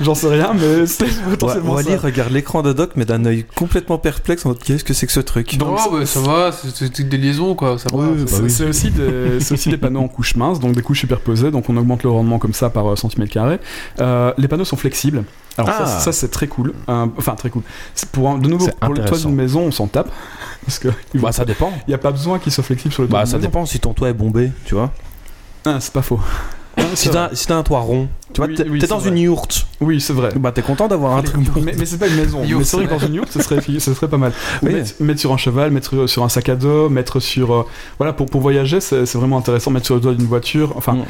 j'en sais rien, mais c'est Ouais, potentiellement ça. Wally regarde l'écran de Doc, mais d'un œil complètement perplexe en mode qu'est-ce que c'est que ce truc Donc, oh, bah, ça va, c'est- c'est des liaisons quoi. Ça va. bah C'est- c'est c'est aussi, des- c'est aussi des panneaux en couche mince, donc des couches superposées, donc on augmente le rendement comme ça par euh, centimètre carré. Euh, les panneaux sont flexibles. Alors ça, Ah. c'est- ça, c'est très cool. Euh, enfin très cool. C'est Pour un- de nouveau C'est pour le toit intéressant. d'une maison, on s'en tape parce que il Bah, ça dépend. n'y a pas besoin qu'ils soient flexibles sur le toit. Bah, d'une ça maison. dépend si ton toit est bombé, tu vois. Ah, c'est pas faux. Ah, c'est Si vrai. t'as si t'as un toit rond, tu vois, Oui, t'es oui, t'es c'est dans vrai. une yourte. Oui, c'est vrai. Bah, t'es content d'avoir un truc Mais, mais c'est pas une maison. Yours, mais c'est vrai que ouais. dans une yourte, ce serait, ce serait pas mal. Ou Oui. Mettre, mettre sur un cheval, mettre euh, sur un sac à dos, mettre sur. euh, voilà, pour, pour voyager, c'est c'est vraiment intéressant. Mettre sur le toit d'une voiture. Enfin, Mm, mm.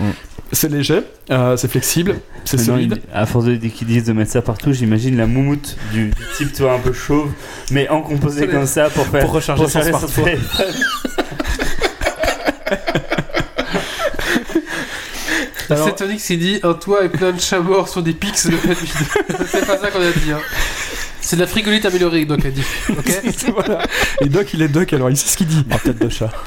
c'est léger, euh, c'est flexible, c'est Mais non, solide. il- à force de qu'ils disent de mettre ça partout, j'imagine la moumoute du, du type toi un peu chauve, mais en composé comme ça pour faire Pour recharger son smartphone. téléphone. Alors- C'est Tony qui dit un toit et plein de chats morts sur des pics de la nuit. C'est pas ça qu'on a dit. Hein. C'est de la frigolite améliorée, donc elle dit. Ok voilà. Et Doc, il est Doc, alors il sait ce qu'il dit. En tête de chat.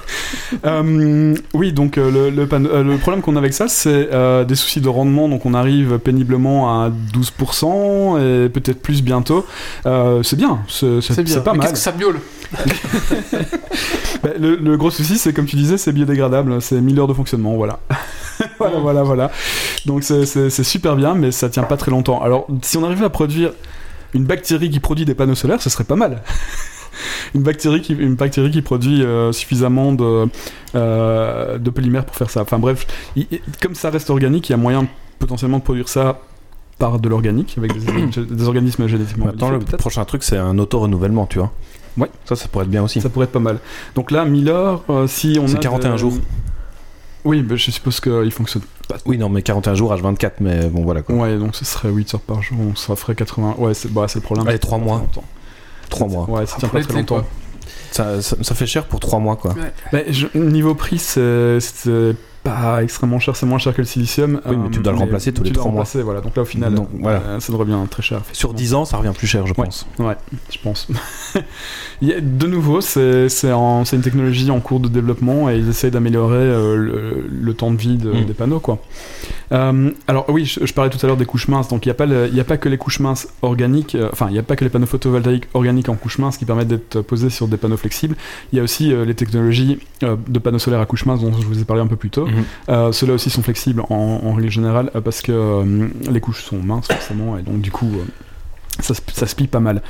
Euh, oui, donc euh, le, le, panne- euh, le problème qu'on a avec ça, c'est euh, des soucis de rendement. Donc on arrive péniblement à 12% et peut-être plus bientôt. Euh, c'est bien, c'est c'est- C'est bien. c'est pas Mais mal. Qu'est-ce que ça miaule Bah, le, le gros souci, c'est comme tu disais, c'est biodégradable. hein, C'est 1000 heures de fonctionnement, voilà. voilà, voilà, voilà. Donc c'est- c'est c'est super bien, mais ça tient pas très longtemps. Alors si on arrivait à produire une bactérie qui produit des panneaux solaires, ce serait pas mal. une, bactérie qui, une bactérie qui produit euh, suffisamment de, euh, de polymères pour faire ça. Enfin bref, il- il- comme ça reste organique, il y a moyen potentiellement de produire ça par de l'organique, avec des, des organismes génétiquement Maintenant, modifiés, le peut-être. prochain truc, c'est un auto-renouvellement, tu vois. Ouais. Ça, ça pourrait être bien aussi. Ça pourrait être pas mal. Donc là, 1000 heures, euh, si on C'est a 41 des- jours. Oui, mais je suppose qu'il fonctionne. Oui, non, mais 41 jours, H24, mais bon, voilà quoi. Ouais, donc ce serait 8 heures par jour, on ça ferait 80. Ouais, c'est bah, c'est le problème. Allez, trois mois. Longtemps. 3 mois. Ouais, ça tient Pour pas très l'été, longtemps. Ça, ça- ça fait cher pour 3 mois, quoi. Mais je- niveau prix, c'est c'est pas extrêmement cher, c'est moins cher que le silicium. Euh, Oui, mais tu dois le remplacer tous tu les dois trois mois. remplacer, Voilà, donc là au final, Donc, voilà. euh, ça devrait bien très cher. Sur 10 ans, ça revient plus cher, je Ouais. pense. je pense. Il y a- de nouveau, c'est c'est en- c'est une technologie en cours de développement et ils essayent d'améliorer euh, le, le temps de vie de- Mm. des panneaux. Quoi. Euh, alors oui, je, je parlais tout à l'heure des couches minces, donc il n'y a, pas le- il y a pas que les couches minces organiques, euh, enfin il n'y a pas que les panneaux photovoltaïques organiques en couches minces qui permettent d'être posés sur des panneaux flexibles, il y a aussi euh, les technologies euh, de panneaux solaires à couches minces dont je vous ai parlé un peu plus tôt. Mhm. Euh, Ceux-là aussi sont flexibles en, en règle générale euh, parce que euh, les couches sont minces forcément et donc du coup... euh, ça, se- ça se plie pas mal.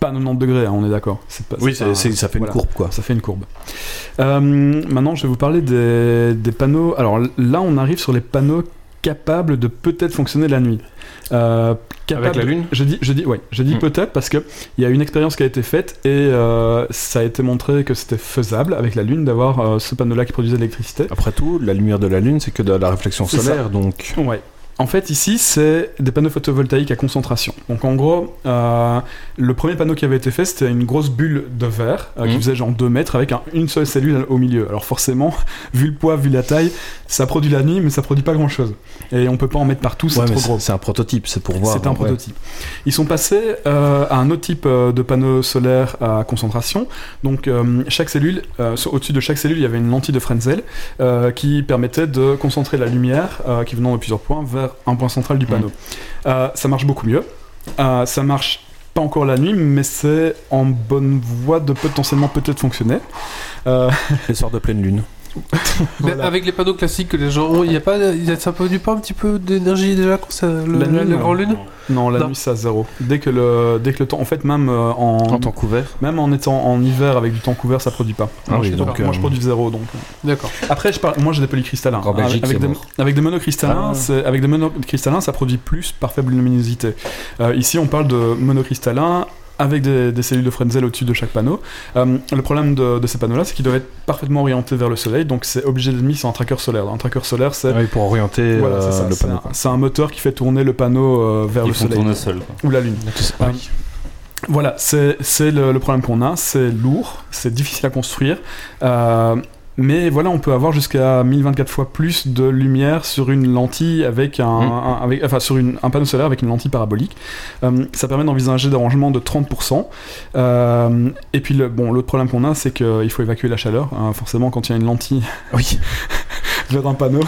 Pas 90 degrés, hein, on est d'accord. C'est pas- Oui, c'est pas- c'est- c'est- ça fait voilà. une courbe, quoi. Ça fait une courbe. Euh, maintenant, je vais vous parler des, des panneaux. Alors l- là, on arrive sur les panneaux capables de peut-être fonctionner la nuit. Euh, capables- lune je dis, je dis, ouais, je dis Hmm. peut-être parce que il y a une expérience qui a été faite et euh, ça a été montré que c'était faisable avec la lune d'avoir euh, ce panneau-là qui produisait de l'électricité. Après tout, la lumière de la lune, c'est que de la réflexion C'est ça. solaire, donc. Ouais. En fait, ici, c'est des panneaux photovoltaïques à concentration. Donc, en gros, euh, le premier panneau qui avait été fait, c'était une grosse bulle de verre euh, qui Mhm. faisait genre 2 mètres avec un- une seule cellule au milieu. Alors, forcément, vu le poids, vu la taille, ça produit la nuit, mais ça produit pas grand chose. Et on peut pas en mettre partout, c'est Ouais, mais trop gros. c'est un prototype, c'est pour voir. C'est un ouais. prototype. Ils sont passés euh, à un autre type euh, de panneau solaire à concentration. Donc, euh, chaque cellule, euh, sur- au-dessus de chaque cellule, il y avait une lentille de Fresnel euh, qui permettait de concentrer la lumière euh, qui venant de plusieurs points vers un point central du panneau. Euh, ça marche beaucoup mieux. Euh, ça marche pas encore la nuit, mais c'est en bonne voie de potentiellement peut-être fonctionner. Euh, Les soirs de pleine lune. Mais Voilà. Avec les panneaux classiques que les gens ont, il y a pas, il y a, ça produit pas un petit peu d'énergie déjà quand c'est le, La la, lune, la non. grande lune non, la Non. nuit, c'est à zéro. Dès que le, dès que le temps, en fait, même euh, en, En temps couvert. Même en étant en hiver avec du temps couvert, ça produit pas. Ah oui, Je- donc, donc, moi euh, je produis zéro donc. D'accord. Après je parle, moi j'ai des polycristallins. En Belgique, avec, c'est des, mort. avec des monocristallins, Ah. c'est- avec des monocristallins, ça produit plus par faible luminosité. Euh, ici on parle de monocristallins avec des, des cellules de Frenzel au-dessus de chaque panneau. Euh, le problème de, de ces panneaux-là, c'est qu'ils doivent être parfaitement orientés vers le soleil, donc c'est obligé d'être mis sur un tracker solaire. Un tracker solaire, c'est Ah Oui, pour orienter voilà, euh, c'est ça, le c'est panneau. un, c'est un moteur qui fait tourner le panneau euh, vers Ils le font soleil tourner seul. quoi. ou la lune. Ouais. Euh, voilà, c'est c'est le, le problème qu'on a, c'est lourd, c'est difficile à construire, euh, mais voilà, on peut avoir jusqu'à 1024 fois plus de lumière sur une lentille avec un, Mm. un- avec, enfin sur une- un panneau solaire avec une lentille parabolique. Euh, ça permet d'envisager des rangements de 30%. Euh, et puis le, bon, l'autre problème qu'on a, c'est qu'il faut évacuer la chaleur. hein. forcément, quand il y a une lentille Oui. vers un panneau,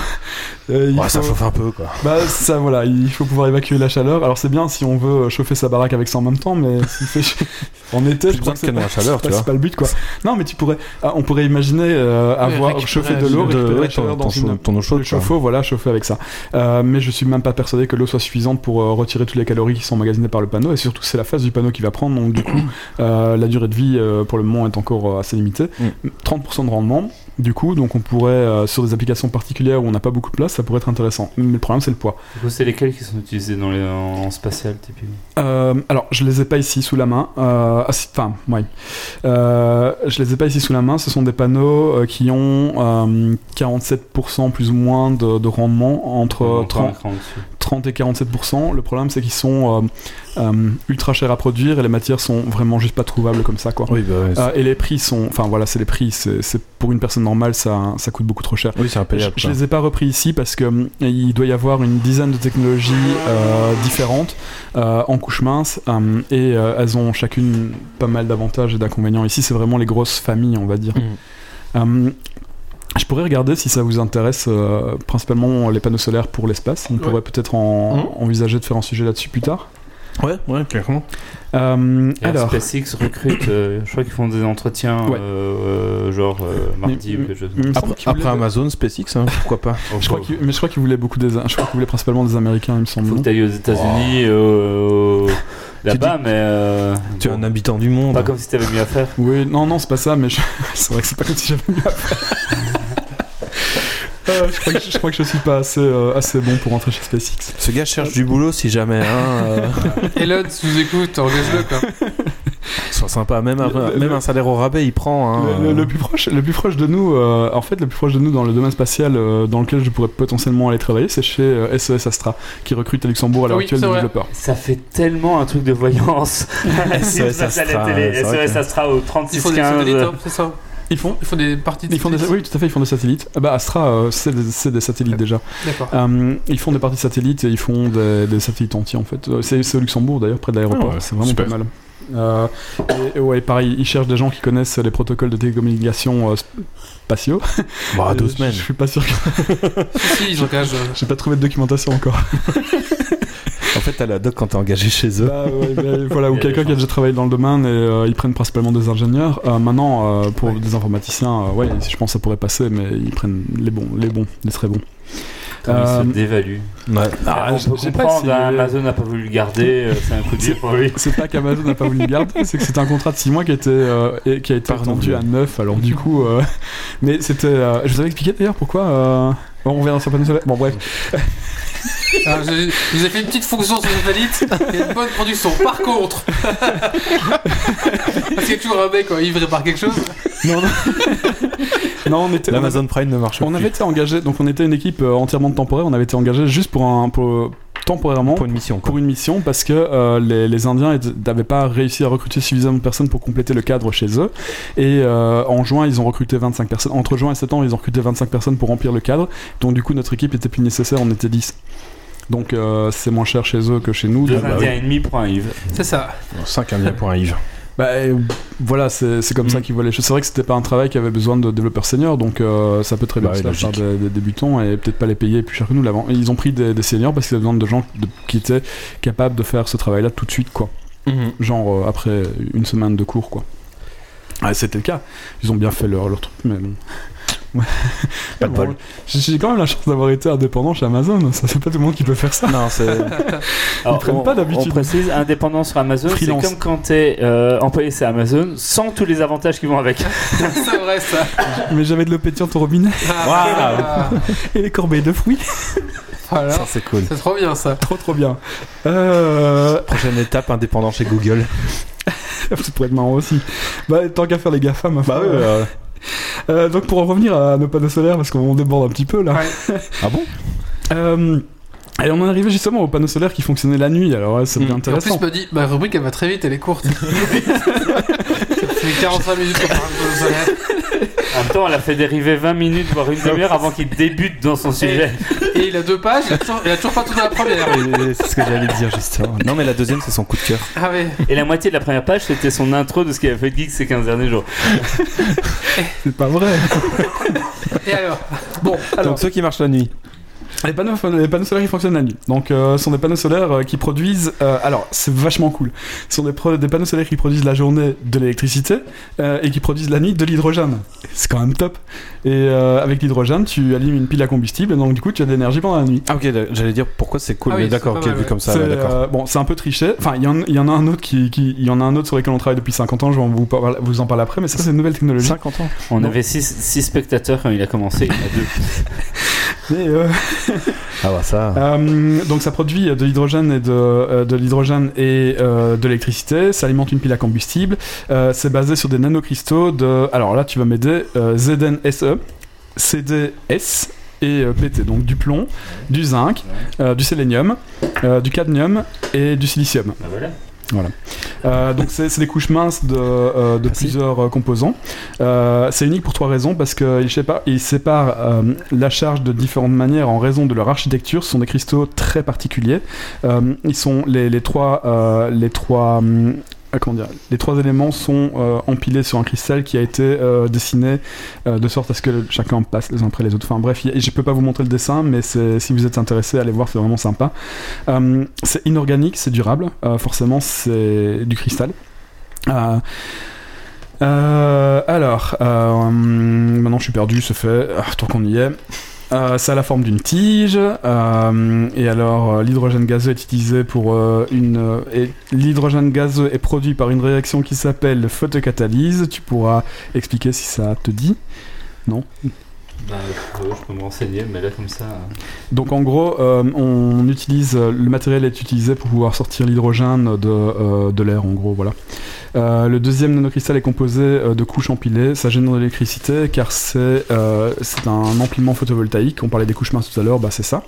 euh, il Ouais, ça faut- chauffe un peu quoi. bah ça voilà, il faut pouvoir évacuer la chaleur. Alors c'est bien si on veut chauffer sa baraque avec ça en même temps, mais s'il fait chaud- en été, Plus je crois que besoin de c'est canon pas, à chaleur, c'est tu vois. pas le but quoi. Non mais tu pourrais, ah, on pourrait imaginer euh, avoir récupérer chauffé la- de l'eau, de- récupérer ouais, la chaleur ton, dans ton chaud- une ton eau chaude. le quoi. chauffe-eau, voilà, chauffer avec ça. Euh, mais je suis même pas persuadé que l'eau soit suffisante pour euh, retirer toutes les calories qui sont magasinées par le panneau. Et surtout, c'est la phase du panneau qui va prendre. Donc, du coup, euh, la durée de vie euh, pour le moment est encore euh, assez limitée. Mm. 30% de rendement, du coup, donc on pourrait, euh, sur des applications particulières où on n'a pas beaucoup de place, ça pourrait être intéressant. Mais le problème, c'est le poids. Du coup, c'est lesquels qui sont utilisés dans les, en, en spatial typiquement Euh, alors, je les ai pas ici sous la main. Euh, ah, si, enfin, ouais. Euh, je les ai pas ici sous la main. Ce sont des panneaux euh, qui ont euh, 47% plus ou moins de, de rendement entre Encore euh, un 30, cran au-dessus. 30 et 47%. Le problème, c'est qu'ils sont euh, euh, ultra chers à produire et les matières sont vraiment juste pas trouvables comme ça, quoi. Oui, bah, ouais, c'est- Euh, et les prix sont, enfin voilà, c'est les prix. C'est c'est- pour une personne normale, ça, ça coûte beaucoup trop cher. oui, c'est Je, impayable. je quoi. les ai pas repris ici parce que hum, il doit y avoir une dizaine de technologies euh, différentes euh, en couche mince hum, et euh, elles ont chacune pas mal d'avantages et d'inconvénients. Ici, c'est vraiment les grosses familles, on va dire. Hum, je pourrais regarder si ça vous intéresse, euh, principalement les panneaux solaires pour l'espace. On pourrait peut-être en- envisager de faire un sujet là-dessus plus tard. Ah, Ouais, ouais, clairement. Hum, Et alors, SpaceX recrute, euh, je crois qu'ils font des entretiens Ouais. Mm. euh, euh, genre euh, mardi. Mais- quelque chose. Oh, il me semble Après, qu'il voulait- après Amazon, SpaceX, hein, pourquoi pas je crois qu'il- mais je crois qu'il voulait beaucoup des, je crois qu'il voulait principalement des Américains, il me semble. faut que non t'ailles aux Oh. États-Unis, euh, là-bas, mais euh, Tu es bon, un habitant du monde. pas comme si t'avais mieux à faire. Oui, non, non, c'est pas ça, mais je- c'est vrai que c'est pas comme si j'avais eu à faire. Euh, je, crois que, je crois que je suis pas assez, euh, assez bon pour rentrer chez SpaceX. Ce gars cherche du boulot si jamais, hein. euh, Elon, si vous écoute, engage-le quoi. sois sympa, même, un, Le- le- même un salaire au rabais, il prend. Hein, Le, le- euh, le plus proche, le plus proche de nous, euh, en fait, le plus proche de nous dans le domaine spatial euh, dans lequel je pourrais potentiellement aller travailler, c'est chez euh, SES Astra, qui recrute à Luxembourg à l'heure Oui, actuelle c'est des vrai. développeurs. Ça fait tellement un truc de voyance. Si SOS vous passez à la Astra, télé, E c'est vrai SOS que- Astra au Ils font des satellites, 3615. hein, c'est ça Ils font, Ils font des parties de ils font des, satellites. oui, tout à fait, ils font des satellites. Ah bah Astra, euh, c'est des, c'est des satellites déjà. D'accord. Euh, ils font des parties de satellites et ils font des, des satellites entiers en fait. Euh, C'est c'est au Luxembourg d'ailleurs, près de l'aéroport. Ah ouais, c'est vraiment super. pas mal. Euh, et, et ouais, pareil, ils cherchent des gens qui connaissent les protocoles de télécommunication euh, spatiaux. Bah, deux Euh, semaines. Je suis pas sûr. que- Si, si, ils engagent. euh, J'ai pas trouvé de documentation encore. En fait, t'as la doc quand t'es engagé chez eux. Bah, ouais, bah, voilà, ou Il y a quelqu'un des qui a déjà travaillé dans le domaine et euh, ils prennent principalement des ingénieurs. Euh, maintenant, euh, pour des informaticiens, euh, ouais, je pense que ça pourrait passer, mais ils prennent les bons, les bons, les très bons. Ils Euh, se dévaluent. Ouais. Ah, on je- peut je sais pas comprendre, si- hein, Amazon n'a pas voulu le garder, euh, c'est un coup dur pour lui. C'est pas qu'Amazon n'a pas voulu le garder, c'est que c'était un contrat de 6 mois qui, était, euh, et qui a été Pardon. rendu à 9, alors du coup. euh, mais c'était. euh, je vous avais expliqué d'ailleurs pourquoi. euh, bon, on revient sur le panneau solaire. Bon, bref. Alors, Ah, je, je vous ai fait une petite fonction sur satellite et une bonne production. Par contre, parce qu'il y a toujours un mec euh, ivré par quelque chose. Non, on était. on avait- L'Amazon Prime ne marche On plus. avait été engagé, donc on était une équipe euh, entièrement de temporaire. On avait été engagé juste pour un pour- temporairement Pour une mission, quoi. pour une mission parce que euh, les, les Indiens étaient- n'avaient pas réussi à recruter suffisamment de personnes pour compléter le cadre chez eux. Et euh, en juin, ils ont recruté 25 personnes. Entre juin et septembre, ils ont recruté 25 personnes pour remplir le cadre. Donc du coup, notre équipe était plus nécessaire, on était 10. Donc euh, c'est moins cher chez eux que chez nous. Deux Donc, bah, Indiens et demi pour un Yves. C'est ça. 5 indiens pour un Yves. bah, euh, voilà, c'est c'est comme Mm. ça qu'ils voient les choses. C'est vrai que c'était pas un travail qui avait besoin de développeurs seniors, donc euh, ça peut très bien Bah se oui, faire logique. par des, des débutants et peut-être pas les payer plus cher que nous l'avant. Ils ont pris des, des seniors parce qu'ils avaient besoin de gens de- qui étaient capables de faire ce travail-là tout de suite, quoi. Mhm. Genre euh, après une semaine de cours, quoi. Ouais, c'était le cas. Ils ont bien fait leur, leur truc, mais bon. Ouais. Pas de Bon, bol. J'ai j'ai quand même la chance d'avoir été indépendant chez Amazon. Ça, c'est pas tout le monde qui peut faire ça. Non, c'est. Alors, prennent Ah, on- pas d'habitude. On précise, indépendant sur Amazon, c'est Freelance. comme quand t'es euh, employé chez Amazon, sans tous les avantages qui vont avec. C'est vrai ça. Mais j'avais de l'eau pétillante au robinet Ah, et les corbeilles de fruits. Ah. voilà. Ça, c'est cool. C'est trop bien ça. Trop, trop bien. Euh, Prochaine étape, indépendant chez Google. Ça pourrait être marrant aussi. Bah, tant qu'à faire les GAFAM. ma foi. ouais, euh, Euh, donc, pour en revenir à nos panneaux solaires, parce qu'on déborde un petit peu là. Ouais. Ah bon Euh, et on en est arrivé justement aux panneaux solaires qui fonctionnaient la nuit, alors ouais, ça devient Mm. Et en plus, intéressant. il m'a dit ma rubrique elle va très vite, elle est courte. C'est 45 minutes qu'on parle de solaire. En même temps, elle a fait dériver 20 minutes, voire une demi-heure avant qu'il débute dans son sujet. Et il a deux pages, il a toujours, il a toujours pas tourné la première. Et C'est ce que j'allais dire justement. Non, mais la deuxième, c'est son coup de cœur. Ah ouais. Et la moitié de la première page, c'était son intro de ce qu'il a fait de Geek ces 15 derniers jours. C'est pas vrai. Et alors Bon, alors, Donc ceux qui marchent la nuit. les panneaux, les panneaux solaires qui fonctionnent la nuit. Donc, euh, ce sont des panneaux solaires euh, qui produisent. euh, alors, c'est vachement cool. Ce sont des, pro- des panneaux solaires qui produisent la journée de l'électricité euh, et qui produisent la nuit de l'hydrogène. C'est quand même top. Et euh, avec l'hydrogène, tu allumes une pile à combustible et donc, du coup, tu as de l'énergie pendant la nuit. Ah ok, j'allais dire pourquoi c'est cool. Ah oui, mais d'accord, c'est ok, pas mal, vu ouais. comme ça, C'est, ouais, d'accord. euh, bon, c'est un peu triché. Enfin, il y, en- il y en a un autre qui, qui- il y en a un autre sur lequel on travaille depuis 50 ans. Je vais vous, parler- vous en parler après, mais ça c'est une nouvelle technologie. 50 ans. On Non. avait 6 spectateurs quand il a commencé, il y en a deux. Et, euh, Ah bah ça. euh, donc ça produit de l'hydrogène et de, euh, de l'hydrogène et euh, de l'électricité. Ça alimente une pile à combustible. Euh, c'est basé sur des nanocristaux de. Alors là, tu vas m'aider. euh, ZnSe, CdS et euh, PT. Donc du plomb, du zinc, euh, du sélénium, euh, du cadmium et du silicium. Bah voilà. Euh, donc c'est c'est des couches minces de, euh, de plusieurs euh, composants. Euh, c'est unique pour trois raisons parce qu'ils séparent, ils séparent euh, la charge de différentes manières en raison de leur architecture. Ce sont des cristaux très particuliers. Euh, ils sont les, les trois euh, les trois hum, ah, comment dire, les trois éléments sont euh, empilés sur un cristal qui a été euh, dessiné euh, de sorte à ce que chacun passe les uns après les autres. Enfin bref, il y a- je peux pas vous montrer le dessin, mais c'est- si vous êtes intéressé, allez voir, c'est vraiment sympa. Euh, c'est inorganique, c'est durable, euh, forcément c'est du cristal. Euh, euh, alors, euh, maintenant je suis perdu, ce fait, Ah, tant qu'on y est. Euh, ça a la forme d'une tige, euh, et alors euh, l'hydrogène gazeux est utilisé pour euh, une. euh, et l'hydrogène gazeux est produit par une réaction qui s'appelle photocatalyse. Tu pourras expliquer si ça te dit. Bah, euh, je peux me renseigner, mais là, comme ça. euh, Donc en gros, euh, on utilise le matériel est utilisé pour pouvoir sortir l'hydrogène de, euh, de l'air. En gros, voilà. Euh, le deuxième nanocristal est composé euh, de couches empilées. Ça génère de l'électricité car c'est euh, c'est un empilement photovoltaïque. On parlait des couches minces tout à l'heure, bah c'est ça.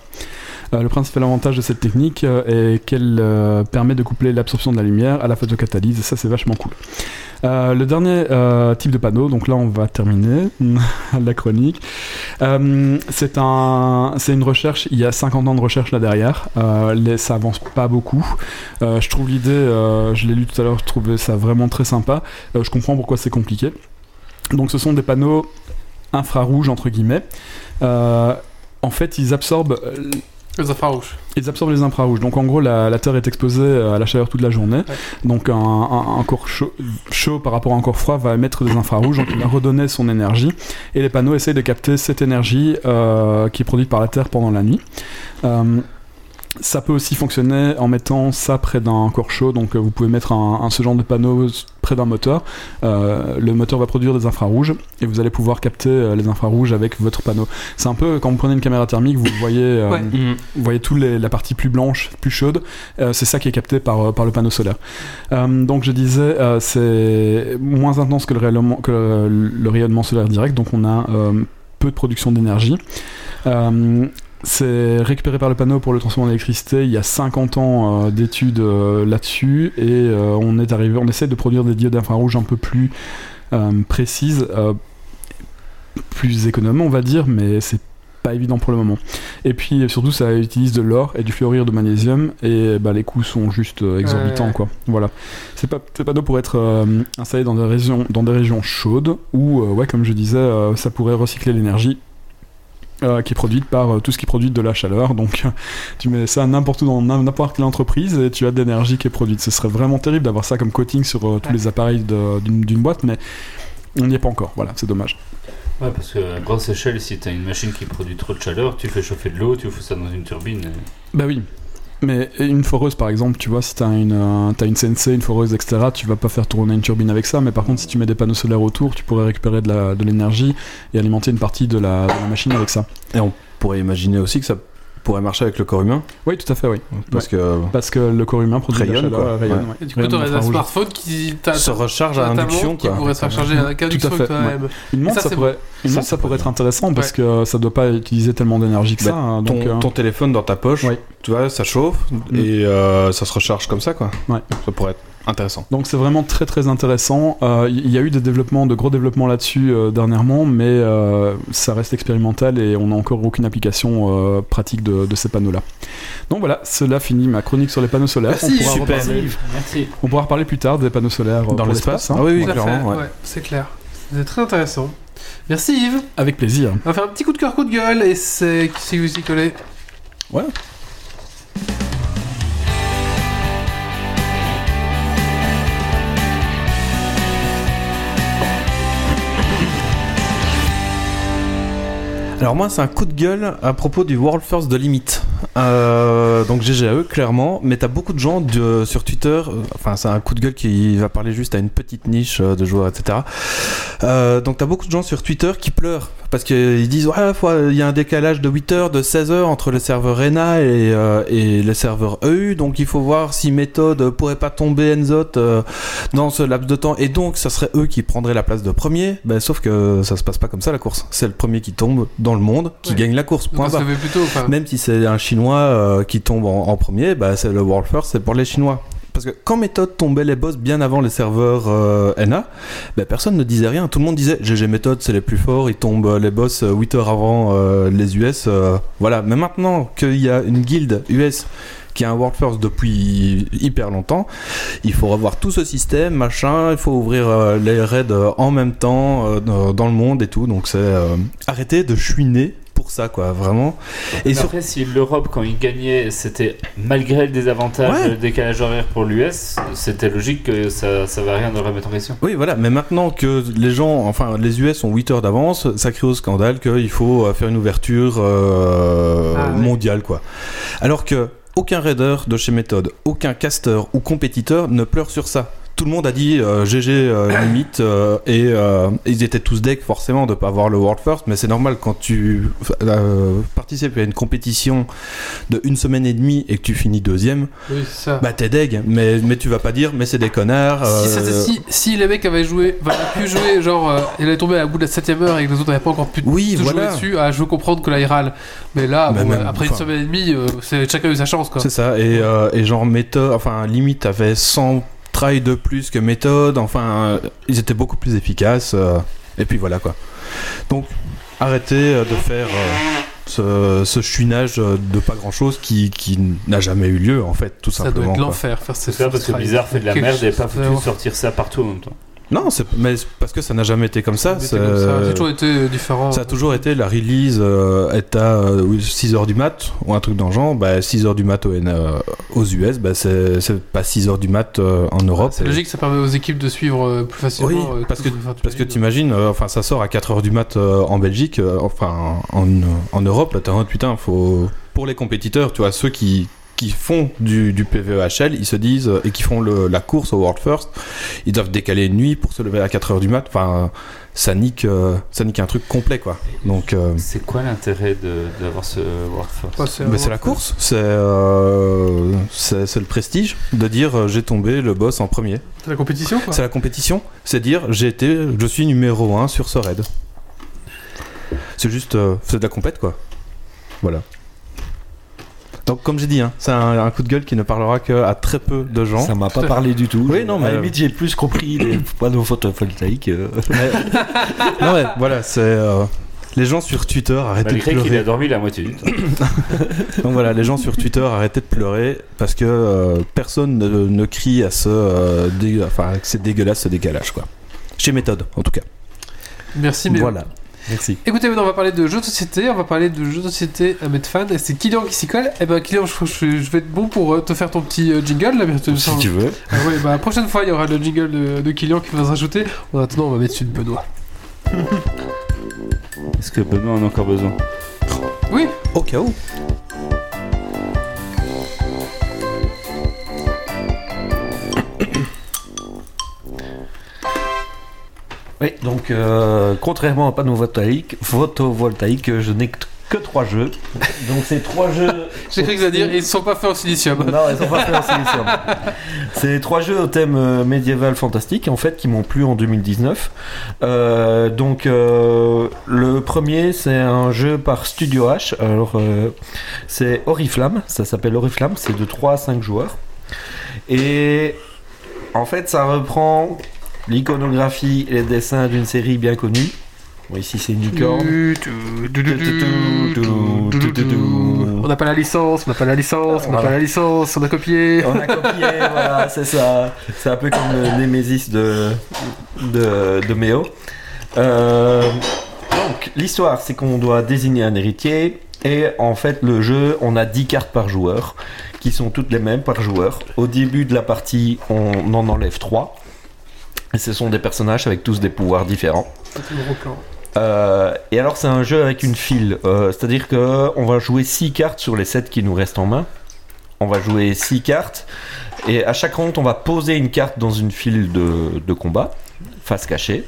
Euh, le principal avantage de cette technique euh, est qu'elle euh, permet de coupler l'absorption de la lumière à la photocatalyse. Et ça, c'est vachement cool. Euh, le dernier euh, type de panneau, donc là on va terminer la chronique. Euh, c'est un, c'est une recherche. Il y a 50 ans de recherche là derrière. Euh, les- ça avance pas beaucoup. Euh, je trouve l'idée, euh, je l'ai lu tout à l'heure, je trouvais ça vraiment très sympa. Euh, je comprends pourquoi c'est compliqué. Donc ce sont des panneaux infrarouges entre guillemets. Euh, en fait, ils absorbent euh, Les infrarouges. ils absorbent les infrarouges. Donc en gros, la, la Terre est exposée euh, à la chaleur toute la journée. Donc un, un- un corps chaud, chaud par rapport à un corps froid va émettre des infrarouges, donc il va redonner son énergie. Et les panneaux essayent de capter cette énergie euh, qui est produite par la Terre pendant la nuit. Euh, ça peut aussi fonctionner en mettant ça près d'un corps chaud, donc euh, vous pouvez mettre un, un- ce genre de panneau près d'un moteur. Euh, le moteur va produire des infrarouges et vous allez pouvoir capter euh, les infrarouges avec votre panneau. C'est un peu quand vous prenez une caméra thermique, vous voyez, euh, Ouais. Mm. vous voyez toute la partie plus blanche, plus chaude. Euh, c'est ça qui est capté par, euh, par le panneau solaire. Euh, donc je disais, euh, c'est moins intense que le rayonnement, que le, le rayonnement solaire direct, donc on a euh, peu de production d'énergie. Euh, c'est récupéré par le panneau pour le transformer en électricité. Il y a 50 ans euh, d'études euh, là-dessus et euh, on est arrivé, on essaie de produire des diodes infrarouges un peu plus euh, précises, euh, plus économes on va dire, mais c'est pas évident pour le moment. Et puis surtout ça utilise de l'or et du fluorure de magnésium et bah, les coûts sont juste euh, exorbitants Ouais. quoi. Voilà. C'est pas ces panneaux pour être euh, installés dans des régions dans des régions chaudes où euh, ouais comme je disais euh, ça pourrait recycler l'énergie euh, qui est produite par euh, tout ce qui est produit de la chaleur. Donc, tu mets ça n'importe où dans n'im- n'importe quelle entreprise et tu as de l'énergie qui est produite. Ce serait vraiment terrible d'avoir ça comme coating sur euh, tous les appareils de- d'une d'une boîte, mais on n'y est pas encore. Voilà, c'est dommage. Ouais, parce que à grosse échelle, si t'as une machine qui produit trop de chaleur, tu fais chauffer de l'eau, tu fous ça dans une turbine. et- Bah oui. Mais une foreuse, par exemple, tu vois, si t'as une, euh, t'as une CNC, une foreuse, etc., tu vas pas faire tourner une turbine avec ça. Mais par contre, si tu mets des panneaux solaires autour, tu pourrais récupérer de la- de l'énergie et alimenter une partie de la, de la machine avec ça. pourrait imaginer aussi que ça pourrait marcher avec le corps humain. Oui, tout à fait, oui. Parce que euh, Parce que le corps humain produit de la Rayonne, chaleur, quoi. euh, rayonne, ouais. Et du coup, Rayonne t'aurais un infrarouge. smartphone qui t'a- se recharge t'a- à ta induction, montre qui quoi. pourrait se faire charger à induction Tout à fait, toi-même. Une montre, Et ça, ça, c'est pourrait, une Ça, montre, ça c'est pourrait bon. être intéressant parce Ouais. que euh, ça doit pas utiliser tellement d'énergie que Bah, ça. hein, Ton, donc, euh, ton téléphone dans ta poche, Ouais. tu vois, ça chauffe Mm. et euh, ça se recharge comme ça, quoi. Ouais. Ça pourrait être intéressant. donc c'est vraiment très très intéressant. Euh, Il y a eu des développements, de gros développements là-dessus euh, dernièrement, mais euh, ça reste expérimental et on n'a encore aucune application euh, pratique de, de ces panneaux-là. Donc voilà, cela finit ma chronique sur les panneaux solaires. Merci, on, pourra super. reparler, Merci. on pourra reparler plus tard des panneaux solaires euh, Dans pour l'espace, hein. ah oui, oui, Tout à fait, clairement. ouais. ouais, c'est clair. C'est très intéressant. Merci Yves. Avec plaisir. On va faire un petit coup de cœur, coup de gueule et c'est si vous y collez. Ouais. Alors moi, c'est un coup de gueule à propos du World First de Limite. Euh, donc GGAE, clairement. Mais t'as beaucoup de gens de- sur Twitter. euh, Enfin, c'est un coup de gueule qui va parler juste à une petite niche euh, de joueurs, etc. Euh, donc t'as beaucoup de gens sur Twitter qui pleurent parce qu'ils disent ouais, faut- il y a un décalage de 8 heures, de 16 heures entre le serveur RENA et, euh, et le serveur EU. Donc il faut voir si méthode pourrait pas tomber Enzot euh, dans ce laps de temps. Et donc, ça serait eux qui prendraient la place de premier. Ben, sauf que ça se passe pas comme ça la course. C'est le premier qui tombe dans le monde qui Ouais. gagne la course. On Point se barre. lever plus tôt. enfin. Même si c'est un chinois euh, qui tombe en, en premier, bah, c'est le World First, c'est pour les chinois. Parce que quand méthode tombait les boss bien avant les serveurs euh, NA, bah, personne ne disait rien. Tout le monde disait GG méthode, c'est les plus forts, ils tombent euh, les boss 8 heures avant euh, les US. euh, voilà. Mais maintenant qu'il y a une guilde US qui a un World First depuis hyper longtemps, il faut revoir tout ce système, machin, il faut ouvrir euh, les raids euh, en même temps euh, dans dans le monde et tout. Donc c'est euh, arrêter de chouiner pour ça, quoi, vraiment. Et Et surtout après, si l'Europe, quand ils gagnaient, c'était malgré le désavantage, Ouais. le décalage horaire pour l'US, c'était logique que ça, ça va rien de remettre en question. Oui, voilà, mais maintenant que les gens, enfin les US ont 8 heures d'avance, ça crie au scandale qu'il faut euh, faire une ouverture euh, Ah, ouais. mondiale, quoi. Alors que aucun raider de chez Method, aucun caster ou compétiteur ne pleure sur ça. Tout le monde a dit euh, GG euh, limite euh, et euh, ils étaient tous deck forcément de pas avoir le World First, mais c'est normal quand tu euh, participes à une compétition de une semaine et demie et que tu finis deuxième, Oui, c'est ça. bah t'es deg, mais, mais tu vas pas dire mais c'est des connards. Si, c'était- euh, si, si les mecs avaient joué, enfin, avaient pu jouer, genre, euh, il est tombé à bout de la 7ème heure et que les autres n'avaient pas encore pu Oui, tout jouer voilà. dessus, ah, je veux comprendre que là il râle. Mais là, Mais bon, même, après une enfin. semaine et demie, euh, c'est- chacun a eu sa chance quoi. C'est ça, et, euh, et genre méthode, enfin limite avait 100 try de plus que méthode, enfin euh, ils étaient beaucoup plus efficaces, euh, et puis voilà quoi. Donc arrêtez euh, de faire euh, ce, ce chuinage euh, de pas grand chose qui, qui n'a jamais eu lieu en fait, tout Ça doit simplement. être quoi. l'enfer faire ces C'est ça, parce que Bizarre fait de la Quelque merde et chose pas de foutu vraiment- de sortir ça partout en même temps. Non, c'est, mais c'est parce que ça n'a jamais été comme ça. C'était c'est- comme ça. C'est toujours été euh, différent. Ça a toujours été la release euh, est à 6h du mat ou un truc dans le genre. Bah, 6h du mat au N, euh, aux US, bah, c'est, c'est pas 6h du mat euh, en Europe. C'est logique, ça permet aux équipes de suivre euh, plus facilement. Oui, euh, parce tout- que- enfin, tu Parce que imagines, t'imagines, euh, enfin ça sort à 4h du mat euh, en Belgique, euh, enfin en, en Europe, là, t'as un putain, faut pour les compétiteurs, tu vois, ceux qui qui font du, du PVEHL, ils se disent, euh, et qui font le- la course au World First, ils doivent décaler une nuit pour se lever à 4h du mat. Enfin, euh, ça nique, euh, ça nique un truc complet, quoi. Donc, euh, C'est quoi l'intérêt de- d'avoir ce World First Ouais, c'est mais c'est la course, c'est euh, c'est c'est le prestige de dire euh, j'ai tombé le boss en premier. C'est la compétition quoi. C'est la compétition, c'est dire j'ai été, je suis numéro 1 sur ce raid. C'est juste, euh, c'est de la compète quoi. Voilà. Donc comme j'ai dit, hein, c'est un, un coup de gueule qui ne parlera qu'à très peu de gens. Ça m'a Tout à pas fait. parlé du tout. Oui, Je- non, À mais- la limite, j'ai plus compris les panneaux photovoltaïques. euh. non ouais, voilà, c'est euh, les gens sur Twitter arrêtez de Malgré qu'il a pleurer. dormi la moitié du temps. Donc voilà, les gens sur Twitter arrêtez de pleurer parce que euh, personne ne, ne crie à ce, euh, dé- enfin, que c'est dégueulasse ce décalage quoi. Chez méthode en tout cas. Merci, mais Voilà. Merci. Écoutez, maintenant on va parler de jeux de société, on va parler de jeux de société à mettre fan, et c'est Kylian qui s'y colle. Et ben Kylian, je, je- je vais être bon pour euh, te faire ton petit euh, jingle là, bientôt. il me Si semble. tu veux. Ah ouais, bah la prochaine fois il y aura le jingle de, de Kylian qui va se rajouter. En attendant, on va mettre celui de Benoît. Est-ce que Benoît en a encore besoin Oui, Au cas où. Oui, donc euh, contrairement à panneau photovoltaïque, photovoltaïque, euh, je n'ai que- que trois jeux. Donc ces trois jeux. j'ai cru que ça dire, ils sont pas faits en silicium. Non, elles sont pas faites en silicium. C'est trois jeux au thème euh, médiéval fantastique en fait qui m'ont plu en 2019. Euh, donc euh, le premier c'est un jeu par Studio H. Alors euh, c'est Oriflamme, ça s'appelle Oriflamme, c'est de 3 à 5 joueurs. Et en fait ça reprend l'iconographie et les dessins d'une série bien connue. Bon, ici c'est une licorne. On n'a pas la licence, on n'a pas la licence, on n'a Voilà. pas la licence, on a copié. On a copié, voilà, c'est ça. C'est un peu comme le Némésis de, de, de Méo. Euh, donc, l'histoire, c'est qu'on doit désigner un héritier. Et en fait, le jeu, on a 10 cartes par joueur, qui sont toutes les mêmes par joueur. Au début de la partie, on en enlève 3. Et ce sont des personnages avec tous des pouvoirs différents. Euh, et alors c'est un jeu avec une file, Euh, c'est-à-dire que on va jouer 6 cartes sur les 7 qui nous restent en main. On va jouer 6 cartes et à chaque ronde on va poser une carte dans une file de, de combat, face cachée.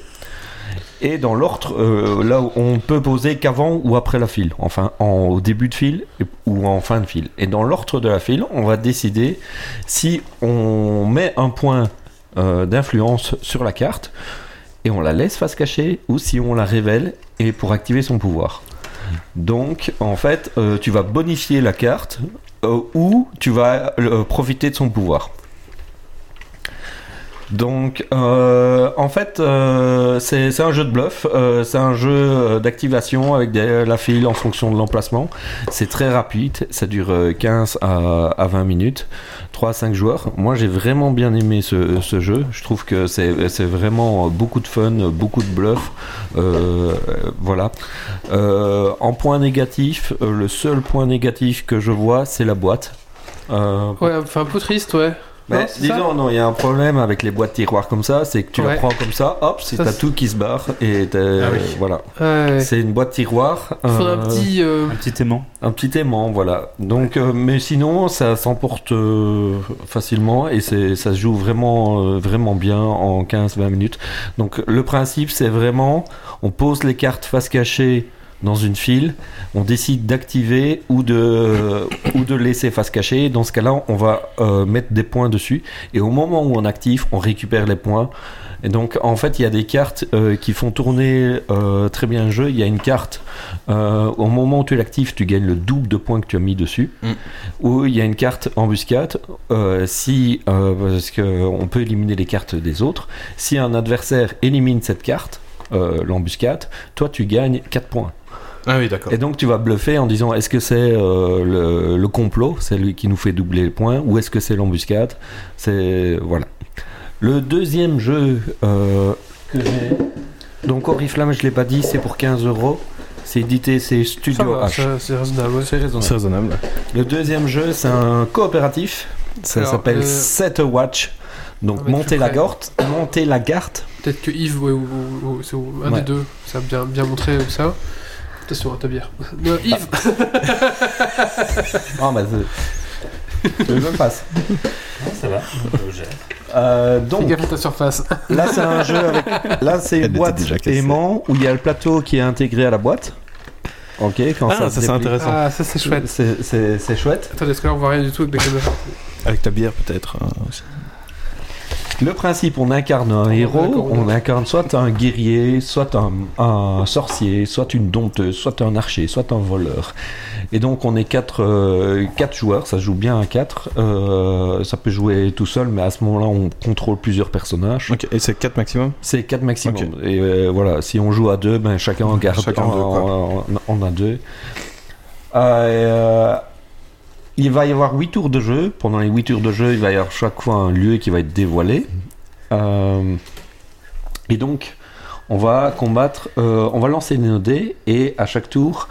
Et dans l'ordre, euh, là où on peut poser qu'avant ou après la file, enfin en, au début de file et- ou en fin de file. Et dans l'ordre de la file, on va décider si on met un point euh, d'influence sur la carte et on la laisse face cachée ou si on la révèle et pour activer son pouvoir. Donc en fait, euh, tu vas bonifier la carte euh, ou tu vas euh, profiter de son pouvoir. Donc euh, en fait, euh, c'est c'est un jeu de bluff, euh, c'est un jeu euh, d'activation avec des- la file en fonction de l'emplacement. C'est très rapide, ça dure euh, 15 à, à 20 minutes, 3 à 5 joueurs. Moi j'ai vraiment bien aimé ce, ce jeu, je trouve que c'est c'est vraiment euh, beaucoup de fun, euh, beaucoup de bluff. Euh, euh, voilà. Euh, en point négatif, euh, le seul point négatif que je vois, c'est la boîte. Euh, Ouais, enfin un peu triste, ouais. mais Non, c'est ça disons, non, il y a un problème avec les boîtes tiroirs comme ça, c'est que tu Ouais. la prends comme ça, hop, c'est Ça, t'as c'est- tout qui se barre et t'as- euh, Ah oui. voilà. Ouais. C'est une boîte tiroir. Il faudrait euh, un petit. euh, Un petit aimant. un petit aimant, voilà. Donc, euh, mais sinon, ça s'emporte euh, facilement et c'est- ça se joue vraiment, euh, vraiment bien en 15-20 minutes. Donc, le principe, c'est vraiment, on pose les cartes face cachée dans une file, on décide d'activer ou de, ou de laisser face cachée. Dans ce cas-là, on va euh, mettre des points dessus et au moment où on active, on récupère les points. Et donc, en fait, il y a des cartes euh, qui font tourner euh, très bien le jeu. Il y a une carte euh, au moment où tu l'actives, tu gagnes le double de points que tu as mis dessus. Mm. Ou il y a une carte embuscade. euh, si, euh, parce qu'on peut éliminer les cartes des autres. Si un adversaire élimine cette carte, euh, l'embuscade, toi tu gagnes 4 points. Ah oui d'accord. Et donc tu vas bluffer en disant est-ce que c'est euh, le, le complot, c'est lui qui nous fait doubler le point, ou est-ce que c'est l'embuscade C'est voilà. Le deuxième jeu euh, que j'ai, donc Oriflamme, je l'ai pas dit, c'est pour 15 euros. C'est édité, c'est ça Studio va, H. ça- C'est raisonnable, ouais. C'est raisonnable. C'est raisonnable. Le deuxième jeu, c'est un coopératif. Ça Alors, s'appelle euh, Set a Watch. Ah, Donc mais tu monter la ferais- garde, monter la garde. Peut-être que Yves, ouais, ou, ou- ou- c'est ou- un Ouais. des deux, ça a bien, bien montré euh, ça. Attention à ta bière. Non, Yves, Ah, bah, c'est- Le jeu passe. Ça va, je gère. Euh, Fais donc, gaffe à ta surface. là, c'est un jeu avec. Là, c'est Elle une était boîte déjà cassée. aimant où il y a le plateau qui est intégré à la boîte. Ok, quand Ah, ça, se c'est déplie. intéressant. Ah, ça c'est chouette. C'est- C'est c'est chouette. Attendez, parce que là on voit rien du tout avec Bah, Beckham. Avec ta bière, peut-être. hein. Le principe, on incarne un héros, d'accord, on oui. incarne soit un guerrier, soit un, un sorcier, soit une dompteuse, soit un archer, soit un voleur. Et donc on est quatre, euh, quatre joueurs, ça se joue bien à quatre. euh, ça peut jouer tout seul, mais à ce moment-là on contrôle plusieurs personnages. Ok, et c'est 4 maximum C'est quatre maximum. Et euh, voilà, si on joue à deux, ben chacun en garde. Chacun en- deux, quoi. en- en- en a deux. Euh, et, euh, il va y avoir huit tours de jeu. Pendant les huit tours de jeu, il va y avoir chaque fois un lieu qui va être dévoilé. Euh, et donc, on va combattre, euh, on va lancer nos dés et à chaque tour,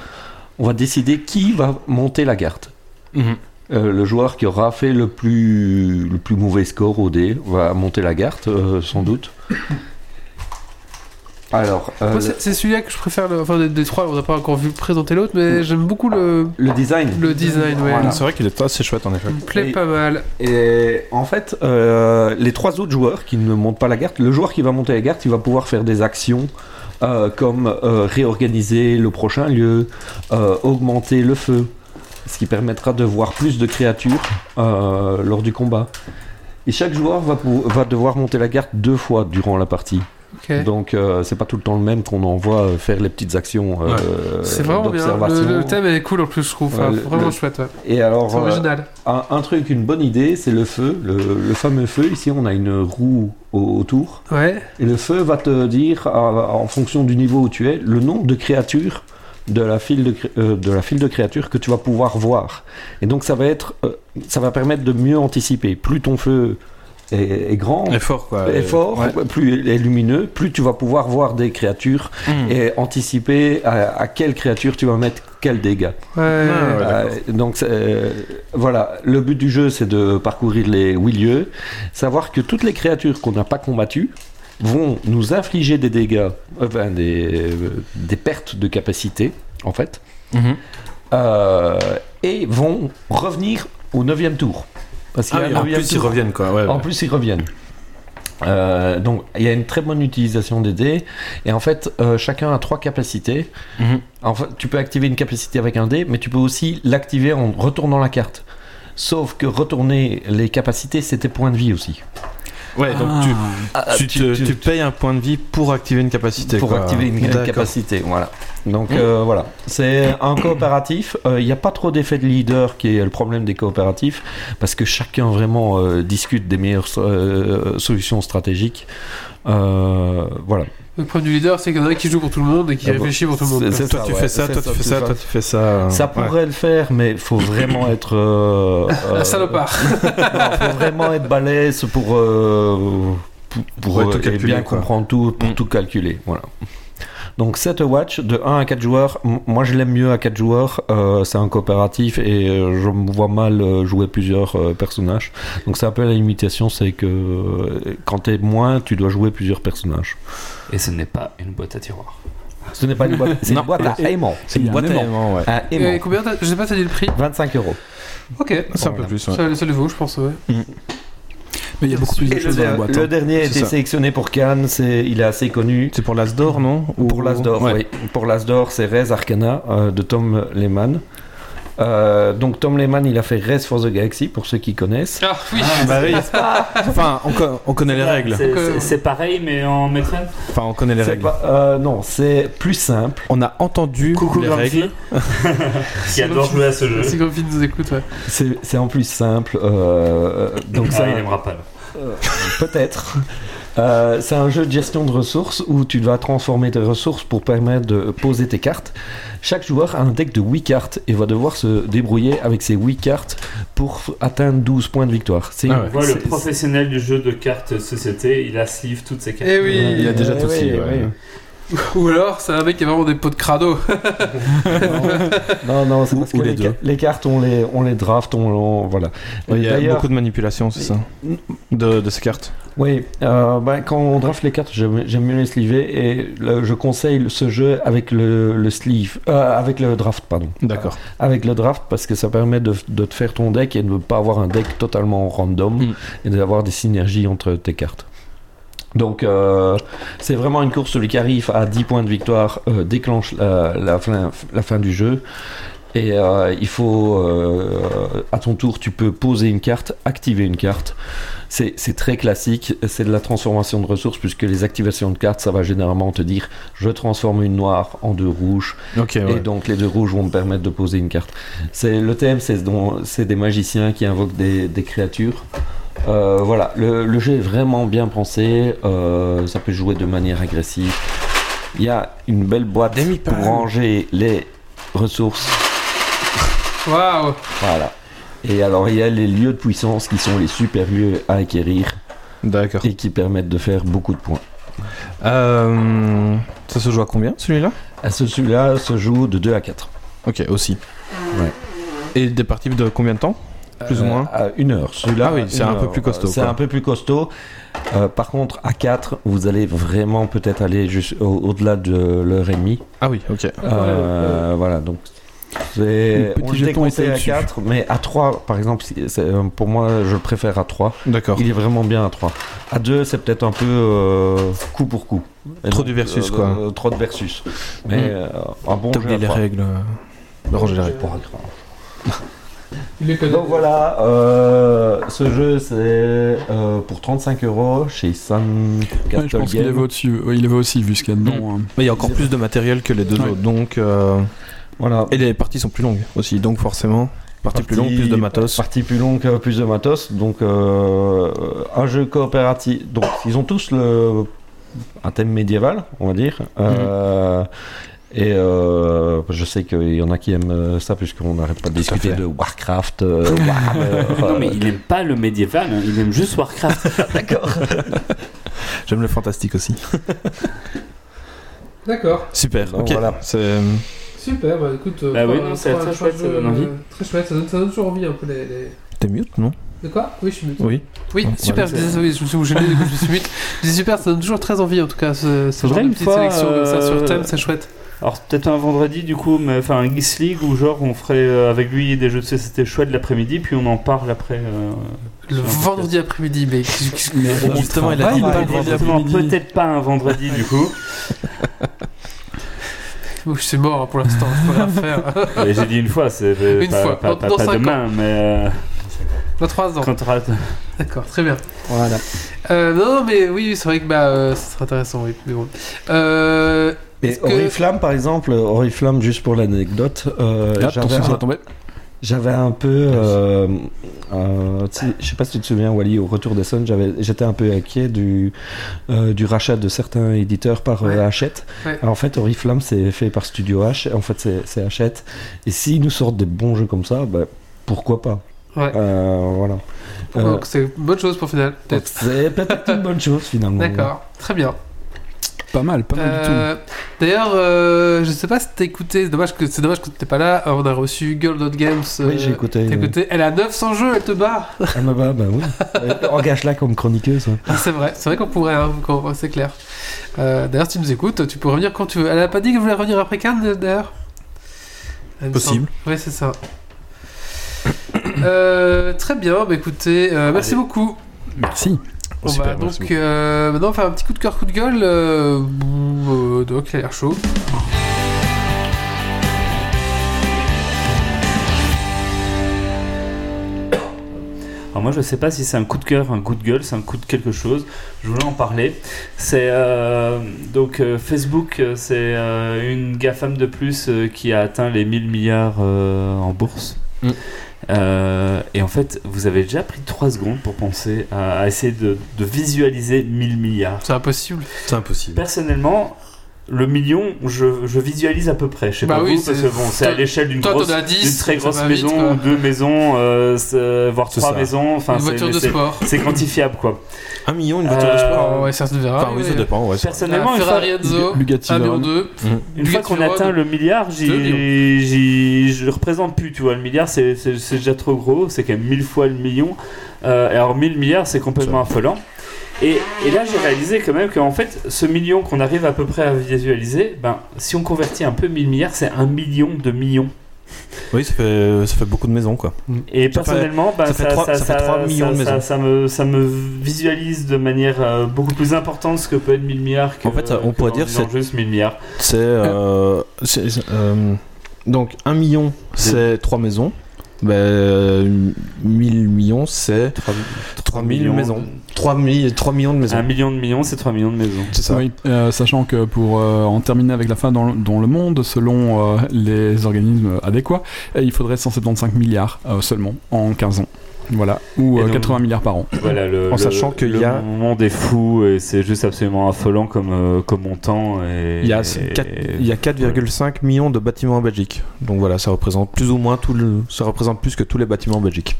on va décider qui va monter la garde. Mhm. Euh, le joueur qui aura fait le plus, le plus mauvais score au dé va monter la garde, euh, sans doute. Alors, euh, Moi, c'est c'est celui-là que je préfère, le... enfin des, des trois, on n'a pas encore vu présenter l'autre, mais j'aime beaucoup le, le design. le design, ouais. Mm. Ah, Voilà. C'est vrai qu'il est assez chouette en effet. Il me plaît Et- pas mal. Et en fait, euh, les trois autres joueurs qui ne montent pas la garde, le joueur qui va monter la garde, il va pouvoir faire des actions euh, comme euh, réorganiser le prochain lieu, euh, augmenter le feu, ce qui permettra de voir plus de créatures euh, lors du combat. Et chaque joueur va, pou- va devoir monter la garde deux fois durant la partie. Ok. Donc euh, c'est pas tout le temps le même qu'on envoie euh, faire les petites actions euh, C'est vraiment bien. d'observation. Le, le thème est cool en plus, je trouve. Ouais, Enfin, le- vraiment le- chouette. ouais. Et C'est alors, euh, original. un, un truc, une bonne idée, c'est le feu, le, le fameux feu. Ici, on a une roue au- autour. Ouais. Et le feu va te dire, euh, en fonction du niveau où tu es, le nombre de créatures de la file de, cré- euh, de la file de créatures que tu vas pouvoir voir. Et donc, ça va, être, euh, ça va permettre de mieux anticiper. Plus ton feu est, est grand, L'effort quoi. est fort, plus il est lumineux, plus tu vas pouvoir voir des créatures et anticiper à, à quelle créature tu vas mettre quel dégât. Ouais. Ah, ouais. Euh, donc c'est- euh, voilà, le but du jeu c'est de parcourir les huit lieux, savoir que toutes les créatures qu'on n'a pas combattues vont nous infliger des dégâts, enfin des, euh, des pertes de capacité en fait, Mhm. Euh, et vont revenir au neuvième tour. Parce qu'il Ah, y a un Ah en neuvième plus ils tour. reviennent quoi. Ouais, En plus, ils reviennent. Euh, donc, il y a une très bonne utilisation des dés. Et en fait, euh, chacun a trois capacités. Mhm. En fait, tu peux activer une capacité avec un dé, mais tu peux aussi l'activer en retournant la carte. Sauf que retourner les capacités, c'est tes points de vie aussi. ouais donc Ah. tu, tu, tu- te- tu- tu payes un point de vie pour activer une capacité. Pour quoi. activer une D'accord. Mhm. capacité, voilà. Donc euh, voilà, c'est un coopératif. Euh, Il n'y a pas trop d'effet de leader qui est le problème des coopératifs, parce que chacun vraiment euh, discute des meilleures euh, solutions stratégiques. Euh, voilà. Le problème du leader, c'est qu'il y en a un qui joue pour tout le monde et qui Ah bon. réfléchit pour tout le monde. C'est- Toi, c'est ça, tu ouais, fais ça, c'est toi ça, tu fais c'est ça, ça. toi tu fais hein. ça. Ça Ouais. pourrait le faire, mais faut vraiment être. Euh, euh, Un salopard. non, faut vraiment être balèze pour. euh, pour, pour, Ouais, tout euh, calculer, bien quoi. Mm. comprendre tout, pour tout calculer. Voilà. Donc, cette watch de 1 à 4 joueurs, m- moi je l'aime mieux à 4 joueurs. euh, c'est un coopératif et euh, je me vois mal euh, jouer plusieurs euh, personnages. Donc, c'est un peu la limitation c'est que euh, quand t'es moins, tu dois jouer plusieurs personnages. Et ce n'est pas une boîte à tiroir. Ce n'est pas une boîte, c'est une Non. boîte à aimant. C'est Il y une a un boîte à aimant. aimants, ouais. À aimant. Et combien t'as- Je sais pas, t'as dit le prix. 25 euros. Ok. C'est un peu plus. ouais. Ça, ça le vaut, je pense, ouais. Mais il y a beaucoup plus Et de le, choses dans la der- boîte. le hein. dernier a C'est été ça. sélectionné pour Cannes, c'est, il est assez connu. C'est pour l'Asdor, non Ou- Pour l'Asdor, Ouais. oui. Pour l'Asdor, c'est Res Arcana euh, de Tom Lehman. Euh, donc Tom Lehman, il a fait Res for the Galaxy, pour ceux qui connaissent. Ah oui. Bah oui. enfin, on, co- on connaît les règles. C'est- Que- C'est c'est pareil, mais en médecine. Enfin, on connaît les C'est règles. pas- euh, non, c'est plus simple. On a entendu Coucou les Grumpy, règles. qui adore jouer à ce jeu. Si Grumpy nous écoute, ouais. C'est, c'est en plus simple. euh, donc Ah, ça, il aimera pas. là. peut-être. Euh, c'est un jeu de gestion de ressources où tu vas transformer tes ressources pour permettre de poser tes cartes. Chaque joueur a un deck de 8 cartes et va devoir se débrouiller avec ses 8 cartes pour atteindre 12 points de victoire. C'est Ah ouais. On voit le c'est- professionnel du jeu de cartes société, il a sleeve toutes ses cartes. Eh oui. Il y a déjà tout Ouais, ci, ouais, ouais. ouais. Ou alors, c'est un mec qui a vraiment des pots de crado. Non, non, c'est parce ou que les les, deux. ca- les cartes, on les, on les draft, on, on- voilà. Il y a D'ailleurs- beaucoup de manipulation, c'est ça de, de ces cartes. Oui, euh, bah, quand on draft les cartes, j'aime j'aime mieux les sliver et le- je conseille ce jeu avec le, le sleeve, euh, avec le draft, pardon. D'accord. Avec le draft parce que ça permet de, de te faire ton deck et de ne pas avoir un deck totalement random Mm. et d'avoir des synergies entre tes cartes. Donc euh, c'est vraiment une course, celui qui arrive à 10 points de victoire euh, déclenche la, la fin, la fin du jeu. Et euh, il faut, euh, à ton tour, tu peux poser une carte, activer une carte. C'est c'est très classique, c'est de la transformation de ressources, puisque les activations de cartes, ça va généralement te dire, je transforme une noire en deux rouges, Ok, et donc les deux rouges vont me permettre de poser une carte. C'est le thème, c'est dont- c'est des magiciens qui invoquent des, des créatures. Euh, voilà, le, le jeu est vraiment bien pensé. euh, ça peut se jouer de manière agressive. Il y a une belle boîte pour ranger les ressources. Waouh Voilà. Et alors il y a les lieux de puissance qui sont les super lieux à acquérir D'accord. et qui permettent de faire beaucoup de points. Euh, ça se joue à combien celui-là À ce- Celui-là se joue de 2 à 4. Ok, aussi. Ouais. Et des parties de combien de temps Plus ou Euh, moins. à Une heure. Celui-là, Ah oui, c'est une un peu heure. plus costaud, C'est quoi. un peu plus costaud. Euh, par contre, à 4, vous allez vraiment peut-être aller jus- au- au-delà de l'heure et demie. Ah oui, ok. Euh, Voilà, donc. c'est- Le petit On le jeton déconseille était à dessus. 4, mais à 3, par exemple, si- c'est- euh, pour moi, je le préfère à 3. D'accord. Il est vraiment bien à 3. À 2, c'est peut-être un peu euh, coup pour coup. Et Trop du versus, euh, quoi. euh, trop de versus. Mais Mm. euh, un bon jeu. T'oublies à les trois. règles. euh, Ranger les règles. Pas grave. Il est Donc voilà, euh, ce jeu c'est euh, pour 35 euros chez Sam Ouais, je Castle pense qu'il Game. avait au-dessus. ouais, il avait aussi vu ce qu'il y a dedans. hein. Mais il y a encore plus de matériel que les deux Ouais. autres, donc. euh, Voilà. Et les parties sont plus longues aussi, donc forcément. Parties plus longues, plus de matos. Partie plus longue, euh, plus de matos. Donc euh, un jeu coopératif. Donc ils ont tous le un thème médiéval, on va dire. Euh, Mhm. Et euh, je sais qu'il y en a qui aiment euh, ça puisqu'on n'arrête pas de discuter fait. de Warcraft. euh, Warhammer, Non, mais euh, il aime pas le médiéval, hein, il aime juste Warcraft. J'aime le fantastique aussi. D'accord, Super, Donc ok. voilà. C'est- euh, super, bah écoute. euh, Bah oui, pour un- non, c'est pour un- très pour un chouette, ça jeu, donne envie. euh, Très chouette, ça donne, ça donne toujours envie un peu les. les- T'es mute, non De quoi Oui, je suis mute. Oui. Oui, Donc, super, je voilà. disais, oui, je me suis gêné, du coup, je me suis mute. Je disais super, ça donne toujours très envie en tout cas, ce, ce Faudrait genre de une petite fois, sélection comme ça sur euh, thème, c'est chouette. Alors peut-être un vendredi du coup, mais enfin un Geeks League où genre on ferait euh, avec lui des jeux de société chouettes l'après-midi, puis on en parle après. euh, Le sur un vendredi après-midi, mais. on Justement, il a travaille dit pas podcast. le vendredi Exactement, peut-être pas un vendredi du coup. Je suis mort hein, pour l'instant, je peux rien faire. Et J'ai dit une fois, c'est euh, Une pas, fois, pas, dans- pas- dans pas cinq demain, mais euh, Dans 3 ans. quand t'auras- D'accord, très bien. Voilà. Euh, non, non, mais oui, c'est vrai que bah, euh, ça serait intéressant, oui. Mais bon. Euh, Et Est-ce que- Oriflamme par exemple, Oriflamme juste pour l'anecdote, euh, Ah, Attention, j'avais ça un- va tomber. J'avais un peu. euh, euh, tu sais- je sais pas si tu te souviens, Wally, au retour des Sons, j'avais- j'étais un peu inquiet du, euh, du rachat de certains éditeurs par euh, Ouais. Hachette. Ouais. Alors, en fait, Oriflamme, c'est fait par Studio H. En fait, c'est c'est Hachette. Et s'ils nous sortent des bons jeux comme ça, bah, pourquoi pas Ouais. Euh, Voilà. pourquoi- Euh, c'est une bonne chose pour final, donc peut-être. C'est peut-être une bonne chose finalement. D'accord, très bien. Pas mal, pas mal du tout. Euh, D'ailleurs, euh, je sais pas si t'as écouté, c'est dommage que c'est dommage que t'étais pas là. euh, On a reçu Girl Dot Games. euh, Oui, j'ai écouté. t'as écouté. Elle a 900 jeux, elle te bat. Ah, bah, bah, bah oui. Euh, Engage-la comme chroniqueuse. hein. Ah, c'est vrai, c'est vrai qu'on pourrait, hein, qu'on- c'est clair. Euh, d'ailleurs, si tu nous écoutes, tu peux revenir quand tu veux. Elle a pas dit qu'elle voulait revenir après Cannes, d'ailleurs Elle me semble. Possible. Oui, c'est ça. Euh, très bien, bah écoutez, euh, merci Allez. beaucoup. Merci. On Super, va merci donc beaucoup. euh, maintenant faire un petit coup de cœur, coup de gueule. Euh, bouh, euh, donc, il a l'air chaud. Alors moi je sais pas si c'est un coup de cœur, un coup de gueule, c'est un coup de quelque chose. Je voulais en parler. C'est euh, donc euh, Facebook, euh, c'est euh, une gafame de plus euh, qui a atteint les 1000 milliards euh, en bourse. Mm. Euh, et en fait, vous avez déjà pris 3 secondes pour penser à, à essayer de, de visualiser 1000 milliards. C'est impossible. C'est impossible. Personnellement, le million, je, je visualise à peu près. Je sais Bah pas oui, vous, parce c'est- que bon, c'est à toi- l'échelle d'une toi, t'en grosse, as 10, d'une très ça grosse va vite, maison, quoi. ou deux maisons, euh, c'est- voire C'est trois ça. maisons. Enfin, une c'est- voiture mais de c'est- sport. C'est quantifiable, quoi. Un million, une voiture de Euh, sport. Oh, ouais, certes, verra. Enfin, oui, ça dépend, Ah, ouais. ça- Personnellement, une fois, Ferrari Enzo, Bugatti un million Veyron. deux. une fois Bugatti qu'on Veyron. atteint le milliard, j'y- Deux j'y- je le représente plus, tu vois. Le milliard, c'est c'est- c'est déjà trop gros, c'est quand même mille fois le million. Euh, et alors, mille milliards, c'est complètement affolant. Et, et là, j'ai réalisé quand même qu'en fait, ce million qu'on arrive à peu près à visualiser, ben, si on convertit un peu mille milliards, c'est un million de millions. Oui, ça fait, ça fait beaucoup de maisons, quoi. Et Ça fait- personnellement, bah, ça fait trois- ça fait trois millions de ça- maisons. ça me, ça me visualise de manière euh, beaucoup plus importante ce que peut être 1000 milliards. Que, En fait, ça- on que pourrait en dire disant c'est- juste 1000 milliards. C'est. euh, c'est- c'est, euh, donc, un million, c'est trois maisons. Ben, 1000 millions, c'est 3000 maisons. 3, millions de maisons. Un million de millions, c'est 3 millions de maisons. C'est ça. Oui, euh, sachant que pour euh, en terminer avec la fin dans, le- dans le monde, selon euh, les organismes adéquats, euh, il faudrait 175 milliards euh, seulement en 15 ans. Voilà, ou Et euh, donc- 80 milliards par an. Voilà, le, le- En sachant qu'il le y a- monde est fou et c'est juste absolument affolant comme, euh, comme montant. Et, Il y a et- quatre- Il y a 4,5 millions de bâtiments en Belgique. Donc voilà, ça représente plus ou moins tout le, ça représente plus que tous les bâtiments en Belgique.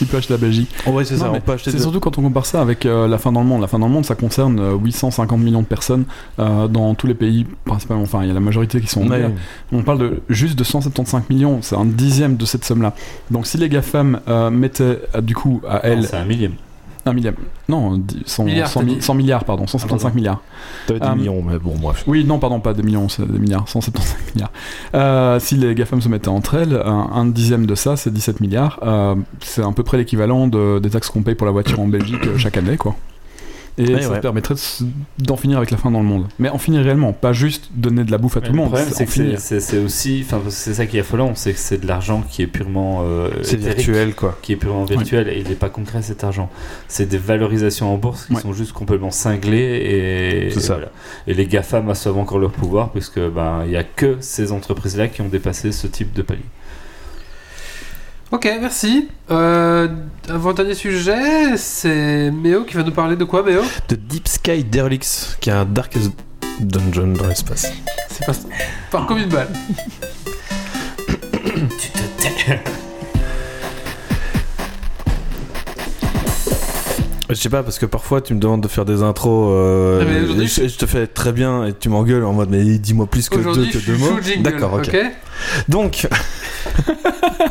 Il peut acheter la Belgique. Oh ouais, c'est Non, ça, mais on peut acheter C'est de- surtout quand on compare ça avec euh, la fin dans le monde. La fin dans le monde, ça concerne euh, 850 millions de personnes euh, dans tous les pays, principalement. Enfin, il y a la majorité qui sont en Ouais. guerre. On parle de juste de 175 millions, c'est un dixième de cette somme-là. Donc si les GAFAM euh, mettaient euh, du coup à Non, elles C'est un millième. un millième, non, dix- cent- Milliards, cent t'as mi- dit. 100 milliards, pardon, 175 milliards. T'avais dit Euh, millions, mais bon, bref. Oui, non, pardon, pas des millions, c'est des milliards, 175 milliards. Euh, si les GAFAM se mettaient entre elles, un, un dixième de ça, c'est 17 milliards. Euh, c'est à peu près l'équivalent de- des taxes qu'on paye pour la voiture en Belgique euh, chaque année, quoi. Et Ouais, ça ouais. permettrait de s- d'en finir avec la faim dans le monde. Mais en finir réellement, pas juste donner de la bouffe à tout le monde. problème, c'est en que finir. c'est- c'est c'est aussi. Enfin, c'est ça qui est affolant, c'est que c'est de l'argent qui est purement. euh, C'est éthérique. virtuel, quoi. qui est purement virtuel et il n'est pas concret cet argent. C'est des valorisations en bourse qui Ouais. sont juste complètement cinglées et, C'est et ça. voilà. Et les GAFAM assoivent encore leur pouvoir puisque ben il n'y a que ces entreprises-là qui ont dépassé ce type de palier. Ok, merci. Euh, Avant-dernier sujet, c'est Méo qui va nous parler de quoi, Méo The Deep Sky Derelict, qui est un Darkest Dungeon dans l'espace. C'est pas... Par comme une balle. Tu te tais. Je sais pas, parce que parfois tu me demandes de faire des intros. euh, Ah, mais aujourd'hui, et je, je te fais très bien et tu m'engueules en mode, mais dis-moi plus que deux, Aujourd'hui, que je deux suis mots. sous jingle. D'accord, ok. Donc,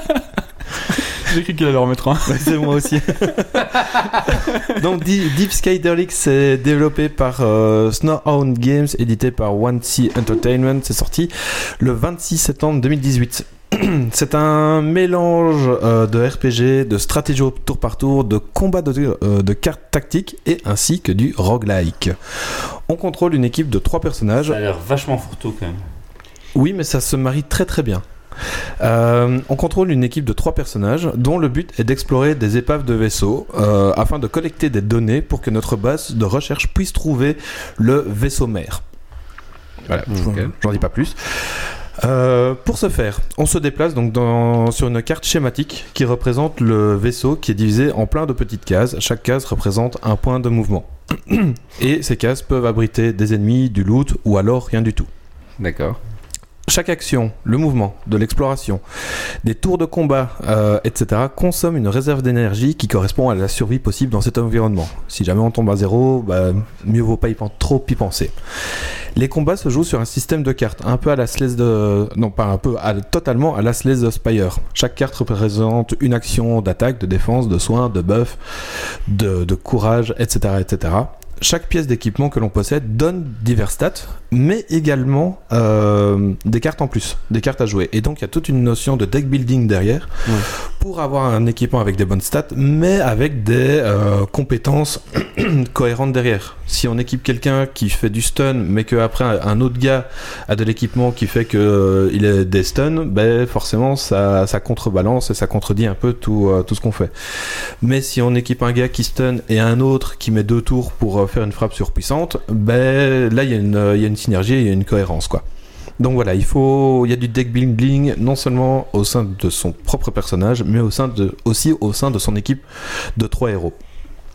J'ai cru qu'il allait en mettre un. Ouais, c'est moi aussi. Donc Di- Deep Sky Derelict, c'est développé par euh, Snowhound Games, édité par One Sea Entertainment. C'est sorti le 26 septembre 2018. C'est un mélange euh, de RPG, de stratégie au tour par tour, de combat de, euh, de cartes tactiques et ainsi que du roguelike. On contrôle une équipe de trois personnages Ça a l'air vachement fourre-tout quand même. oui, mais ça se marie très très bien. Euh, on contrôle une équipe de trois personnages dont le but est d'explorer des épaves de vaisseaux euh, afin de collecter des données pour que notre base de recherche puisse trouver le vaisseau mère. Voilà, j'en dis pas plus. Euh, pour ce faire, on se déplace donc dans- sur une carte schématique qui représente le vaisseau qui est divisé en plein de petites cases. Chaque case représente un point de mouvement. Et ces cases peuvent abriter des ennemis, du loot ou alors rien du tout. D'accord. Chaque action, le mouvement, de l'exploration, des tours de combat, euh, etc., consomme une réserve d'énergie qui correspond à la survie possible dans cet environnement. Si jamais on tombe à zéro, bah, mieux vaut pas y pen- trop y penser. Les combats se jouent sur un système de cartes, un peu à la Slay de... Non, pas un peu, à- totalement à la Slay the Spire. Chaque carte représente une action d'attaque, de défense, de soin, de buff, de, de courage, etc., etc. Chaque pièce d'équipement que l'on possède donne divers stats, mais également euh, des cartes en plus, des cartes à jouer. Et donc il y a toute une notion de deck building derrière Ouais. pour avoir un équipement avec des bonnes stats, mais avec des euh, compétences cohérentes derrière. Si on équipe quelqu'un qui fait du stun, mais que après un autre gars a de l'équipement qui fait que euh, il est des stuns, ben forcément ça, ça contrebalance et ça contredit un peu tout, euh, tout ce qu'on fait. Mais si on équipe un gars qui stun et un autre qui met deux tours pour euh, faire une frappe surpuissante, ben là il y, a une, euh, il y a une synergie, et il y a une cohérence quoi. Donc voilà, il faut, il y a du deck building non seulement au sein de son propre personnage, mais au sein de, aussi au sein de son équipe de trois héros.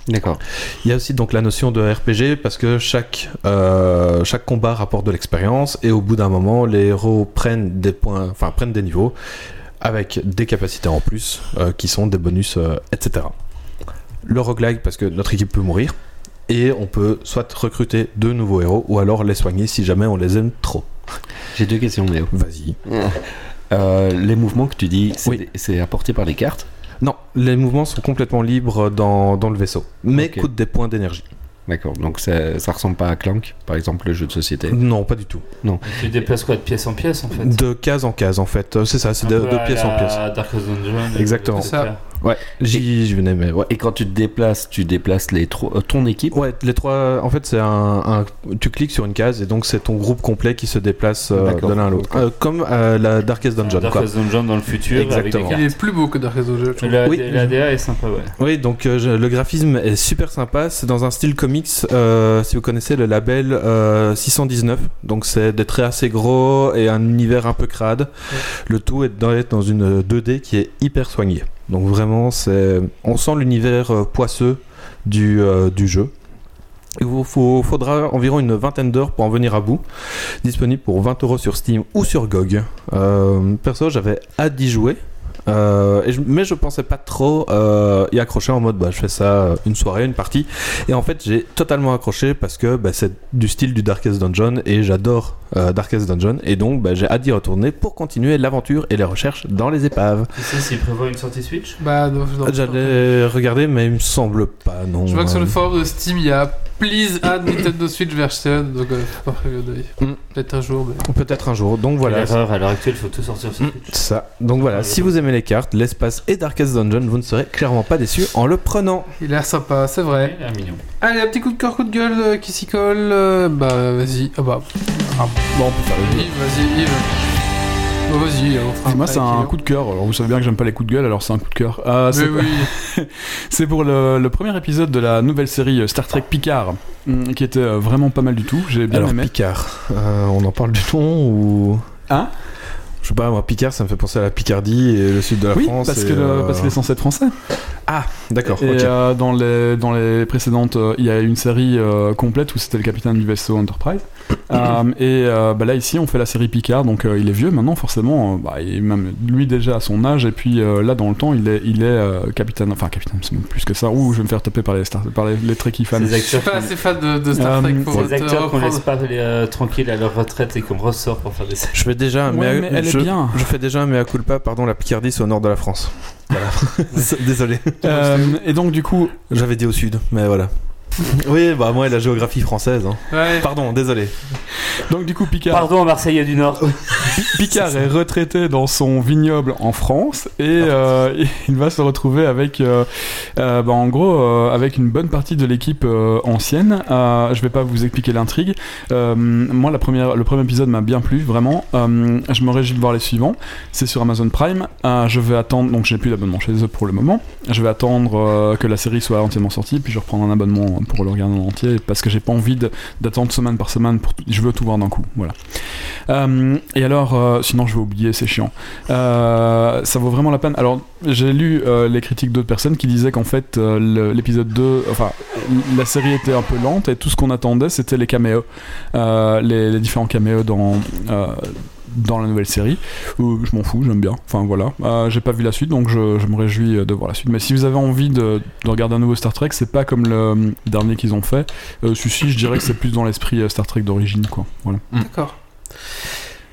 D'accord. Il y a aussi donc la notion de RPG parce que chaque, euh, chaque combat rapporte de l'expérience et au bout d'un moment, les héros prennent des points, enfin prennent des niveaux avec des capacités en plus euh, qui sont des bonus, euh, etc. Le roguelike parce que notre équipe peut mourir et on peut soit recruter deux nouveaux héros ou alors les soigner si jamais on les aime trop. J'ai deux questions, Méo. Vas-y. Euh, les mouvements que tu dis, c'est Oui. des- c'est apporté par les cartes. Non, les mouvements sont complètement libres dans, dans le vaisseau, mais Ok. coûtent des points d'énergie. D'accord. Donc ça, ça ressemble pas à Clank, par exemple, le jeu de société. Non, pas du tout. Tu déplaces quoi de pièce en pièce en fait De case en case en fait, Euh, c'est ça, c'est Un de, peu de à pièce la en pièce. Darkest Dungeon. Exactement. etc. Ça. Ouais, j'y j'y venais, mais ouais. Et quand tu te déplaces, tu déplaces les trois- euh, ton équipe. Ouais, les trois. En fait, c'est un, un- Tu cliques sur une case et donc c'est ton groupe complet qui se déplace euh, D'accord. de l'un à l'autre. Euh, comme euh, la Darkest Dungeon, quoi. Darkest Dungeon dans le futur. Exactement. Avec Il des est plus beau que Dark Souls, je cartes. trouve. La, Oui. la DA est sympa, ouais. Oui, donc euh, je- le graphisme est super sympa. C'est dans un style comics. euh, si vous connaissez le label euh, 619, donc c'est des traits assez gros et un univers un peu crade. Le tout est dans, est dans une 2D qui est hyper soignée. Donc vraiment, c'est on sent l'univers euh, poisseux du, euh, du jeu. Il vous faut- faudra environ une vingtaine d'heures pour en venir à bout. Disponible pour 20 euros sur Steam ou sur GOG. Euh, perso, j'avais hâte d'y jouer. Euh, et je- mais je pensais pas trop euh, y accrocher en mode bah, je fais ça euh, une soirée, une partie. Et en fait, j'ai totalement accroché parce que bah, c'est du style du Darkest Dungeon et j'adore euh, Darkest Dungeon. Et donc, bah, j'ai hâte d'y retourner pour continuer l'aventure et les recherches dans les épaves. Tu sais s'il prévoit une sortie Switch Bah, non, non. Ah, J'allais regarder, mais il me semble pas, non. Je vois que sur le Euh, forum de Steam, il y a Please add Nintendo Switch version. Donc, euh, faut pas prévu d'œil. Mm. Peut-être un jour, mais. Peut-être un jour. Donc voilà. Quelle erreur, à l'heure actuelle, il faut tout sortir sur Mm, Switch. Ça. Donc voilà, si vous aimez les cartes, l'espace et Darkest Dungeon, vous ne serez clairement pas déçus en le prenant. Il a l'air sympa, c'est vrai. Il est mignon. Allez, un petit coup de cœur, coup de gueule euh, qui s'y colle. euh, bah, vas-y. Ah, bah, Bon, on peut faire le Yves, vas-y, Yves. Bah, vas-y, on fera Et moi, c'est break, un Yves. coup de cœur. Alors, vous savez bien que j'aime pas les coups de gueule, alors c'est un coup de cœur. Ah, c'est Mais pas- oui, C'est pour le, le premier épisode de la nouvelle série euh, Star Trek Picard, mm, qui était euh, vraiment pas mal du tout. J'ai bien Alors aimé. Picard, euh, on en parle du nom ou Hein Je sais pas, moi Picard, ça me fait penser à la Picardie et le sud de la oui, France. parce et, que le- euh, parce qu'il est censé être français. D'accord. Et ok. euh, dans, les, dans les précédentes, euh, il y a une série euh, complète où c'était le capitaine du vaisseau Enterprise. Euh, et euh, bah, là, ici, on fait la série Picard, donc euh, il est vieux maintenant, forcément. euh, bah, il est même lui déjà à son âge, et puis euh, là, dans le temps, il est, il est euh, capitaine, enfin capitaine, c'est même plus que ça. Ouh, je vais me faire taper par les, Star- par les, les Trekkie fans. Ces je suis acteurs pas qu'on- assez fan de, de Star Euh, Trek pour ces te acteurs qu'on laisse reprendre. pas euh, tranquille à leur retraite et qu'on ressort pour faire des séries. Je fais déjà un Ouais, mea- mais elle est je, bien. je fais déjà un mea culpa, pardon, la Picardie c'est au nord de la France. Voilà. Désolé. Euh, et donc, du coup, J'avais dit au sud, mais voilà. oui, bah moi et la géographie française. hein. Ouais. Pardon, désolé. donc, du coup Picard. Pardon, Marseillais du Nord. Picard est retraité dans son vignoble en France et euh, il va se retrouver avec, euh, euh, bah, en gros, euh, avec une bonne partie de l'équipe euh, ancienne. Euh, je vais pas vous expliquer l'intrigue. Euh, moi, la première, le premier épisode m'a bien plu, vraiment. Euh, je me réjouis de voir les suivants. C'est sur Amazon Prime. Euh, je vais attendre, donc j'ai plus d'abonnement chez eux pour le moment. Je vais attendre euh, que la série soit entièrement sortie, puis je vais reprendre un abonnement pour le regarder en entier parce que j'ai pas envie de- d'attendre semaine par semaine. Pour tout- je veux tout voir d'un coup, voilà. Euh, et alors, euh, sinon je vais oublier, c'est chiant. Euh, ça vaut vraiment la peine. Alors, j'ai lu euh, les critiques d'autres personnes qui disaient qu'en fait, euh, le- l'épisode 2, enfin, la série était un peu lente et tout ce qu'on attendait, c'était les caméos. Euh, les, les différents caméos dans. euh, dans la nouvelle série, Où je m'en fous, j'aime bien. Enfin voilà, Euh, j'ai pas vu la suite, donc je, je me réjouis euh, de voir la suite. Mais si vous avez envie de, de regarder un nouveau Star Trek, c'est pas comme le euh, dernier qu'ils ont fait. Euh, Celui-ci, je dirais que c'est plus dans l'esprit euh, Star Trek d'origine, quoi. Voilà. D'accord.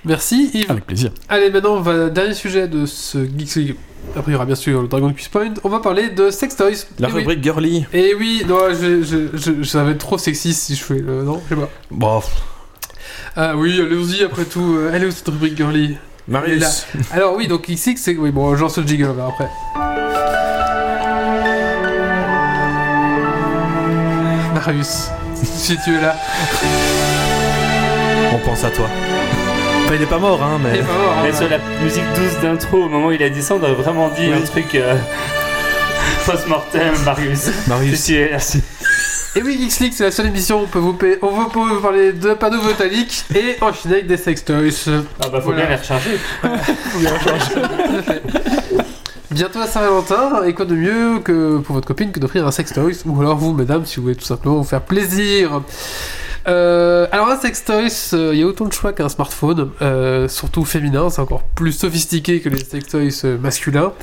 Merci Yves. Avec plaisir. Allez, maintenant, on va dernier sujet de ce Geeks League. Après, il y aura bien sûr le Dragon Quiz Point. On va parler de sextoys. La Eh oui. rubrique girly. Et oui, non, je, je, je, ça va être trop sexiste si je fais le. Non, je sais pas. Bon, Ah oui, allez-y après tout. euh, Allez où cette rubrique girly Marius. là. Alors oui, donc XX, c'est... Oui, bon, je lance le jiggle là, après. Marius, si tu es là. On pense à toi. Enfin, il est pas mort, hein, Il mais. est pas mort, hein. Mais sur la musique douce d'intro, au moment où il a dit ça, on a vraiment dit un truc euh, post-mortem, Marius. Marius. Si tu es- Et oui, Geeks League, c'est la seule émission où on peut vous, pa- on vous, peut vous parler de panneaux botaniques et enchaîner avec des sextoys. Ah bah faut Voilà. bien les recharger. Bien, Bientôt à Saint-Valentin, et quoi de mieux que pour votre copine que d'offrir un sextoy, ou alors vous, mesdames, si vous voulez tout simplement vous faire plaisir. Euh, alors un sextoy, euh, il y a autant de choix qu'un smartphone, euh, surtout féminin, c'est encore plus sophistiqué que les sextoys euh, masculins.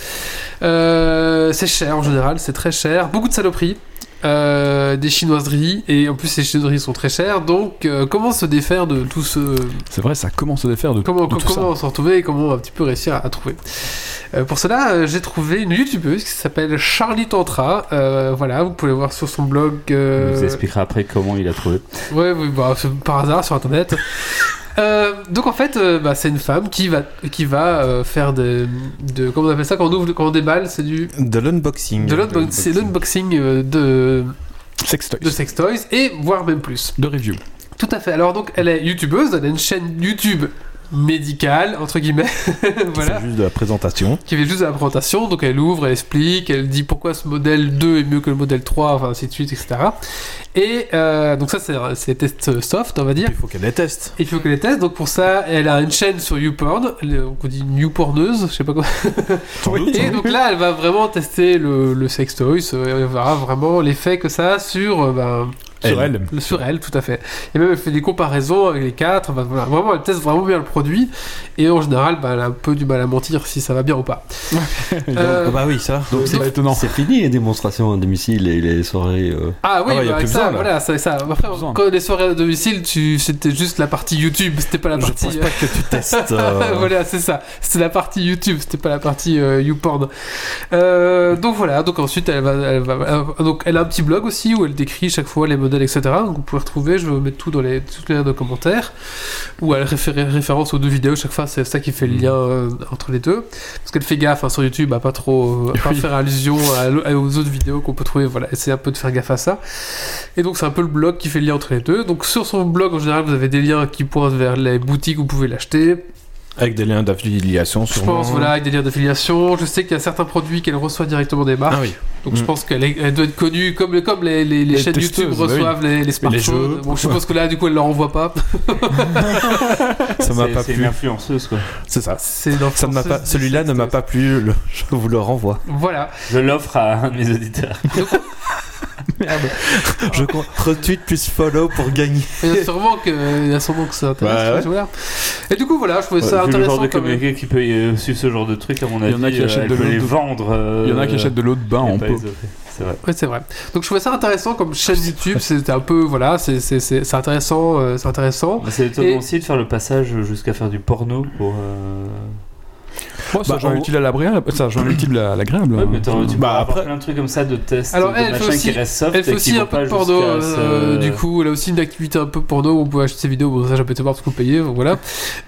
Euh, c'est cher en général, c'est très cher, beaucoup de saloperies. euh, des chinoiseries et en plus ces chinoiseries sont très chères donc euh, comment se défaire de tout ce C'est vrai, ça commence à défaire de, comment, de tout ça. comment s'en retrouver et comment un petit peu réussir à, à trouver. Euh, pour cela, euh, j'ai trouvé une youtubeuse qui s'appelle Charlie Tantra. Euh, voilà, vous pouvez voir sur son blog. On vous Euh... expliquera après comment il a trouvé. Ouais, oui, bah, c'est par hasard sur internet. Euh, donc en fait, euh, bah, c'est une femme qui va qui va euh, faire de, de comment on appelle ça quand on ouvre quand on déballe, c'est du De l'unboxing. de euh, l'unbox- c'est l'unboxing euh, de Sextoy. de sex toys et voire même plus. De review. Tout à fait. Alors donc elle est youtubeuse, elle a une chaîne YouTube médicale entre guillemets. voilà. C'est juste de la présentation. qui fait juste la présentation. Donc elle ouvre, elle explique, elle dit pourquoi ce modèle 2 est mieux que le modèle 3, enfin ainsi de suite, etc. Et euh, donc ça, c'est c'est des tests soft, on va dire. Il faut qu'elle déteste. Et il faut que les tests. Donc pour ça, elle a une chaîne sur YouPorn, le- donc on dit une YouPorneuse, je sais pas quoi. Et hein. donc là, elle va vraiment tester le, le sex toys, euh, elle verra vraiment l'effet que ça a sur euh, ben, Sur elle. le- Sur elle, tout à fait. Et même elle fait des comparaisons avec les quatre. Enfin, voilà, vraiment, elle teste vraiment bien le produit. Et en général, ben, elle a un peu du mal à mentir si ça va bien ou pas. Euh, Ah bah oui, ça. Donc c'est donc- pas étonnant. C'est fini les démonstrations à domicile et les soirées. euh. Ah oui, Ah ouais, y a bah, avec plus ça, besoin, là. voilà, c'est ça. Après, besoin. quand les soirées à domicile, tu... c'était juste la partie YouTube, c'était pas la Je partie. pense pas que tu testes. hein. euh, voilà, c'est ça. C'était la partie YouTube, c'était pas la partie euh, YouPorn. Euh, donc voilà, donc ensuite elle va, elle va- euh, donc elle a un petit blog aussi où elle décrit chaque fois les modèles, etc. Donc vous pouvez retrouver, je vais vous mettre tout dans les toutes les liens de commentaires où elle fait ré- référence aux deux vidéos chaque fois. C'est ça qui fait Mm. le lien euh, entre les deux parce qu'elle fait gaffe hein, sur YouTube à pas trop euh, à pas Oui. faire allusion à l'o- aux autres vidéos qu'on peut trouver. Voilà, essayez un peu de faire gaffe à ça. Et donc c'est un peu le blog qui fait le lien entre les deux. Donc sur son blog en général vous avez des liens qui pointent vers les boutiques où vous pouvez l'acheter. Avec des liens d'affiliation, Je pense, voilà, avec des liens d'affiliation. Je sais qu'il y a certains produits qu'elle reçoit directement des marques. Ah oui. Donc je Mm. pense qu'elle est- elle doit être connue comme, comme les, les- les Les chaînes testeuses, YouTube bah oui. reçoivent les, les smartphones. jeux. Bon, je suppose que là, du coup, elle leur envoie pas. Ça m'a C'est- pas C'est une plu. influenceuse quoi. C'est ça. C'est une Ça ne m'a pas. influenceuse Celui-là ne m'a digitale. pas plu. le- Je vous le renvoie. Voilà. Je l'offre à un de mes auditeurs. Ah Je compte retweet plus follow pour gagner. Il y a sûrement que, il y a sûrement que ça intéresse. Bah ouais. voilà. Et du coup, voilà, je trouvais ça Vu le intéressant. genre de quand même. communiqué qui peut euh, suivre ce genre de truc, à mon Il avis, y en a qui euh, achètent elle de peut l'eau les de- vendre. euh, Il y en a qui achètent de l'eau de bain et en pas pot. les offrir. C'est vrai. Ouais, c'est vrai. Donc je trouvais ça intéressant comme chaîne YouTube. C'était un peu, voilà, c'est c'est- c'est- c'est intéressant. euh, c'est intéressant. Bah, C'est étonnant Et- aussi de faire le passage jusqu'à faire du porno pour. euh, Moi, Oh, ça Bah, j'en en- utile à l'agréable. Ça j'en utile à l'agréable. Ouais, mais t'aurais- tu Bah, pourrais avoir après- plein de trucs comme ça de tests, Alors, de elle, elle fait machins aussi- qui restent soft. Elle fait et qui aussi vont un peu pas de porno, jusqu'à ce- euh, du coup, elle a aussi une activité un peu porno où on peut acheter ses vidéos, bon ça je pas parce qu'on payait, donc voilà.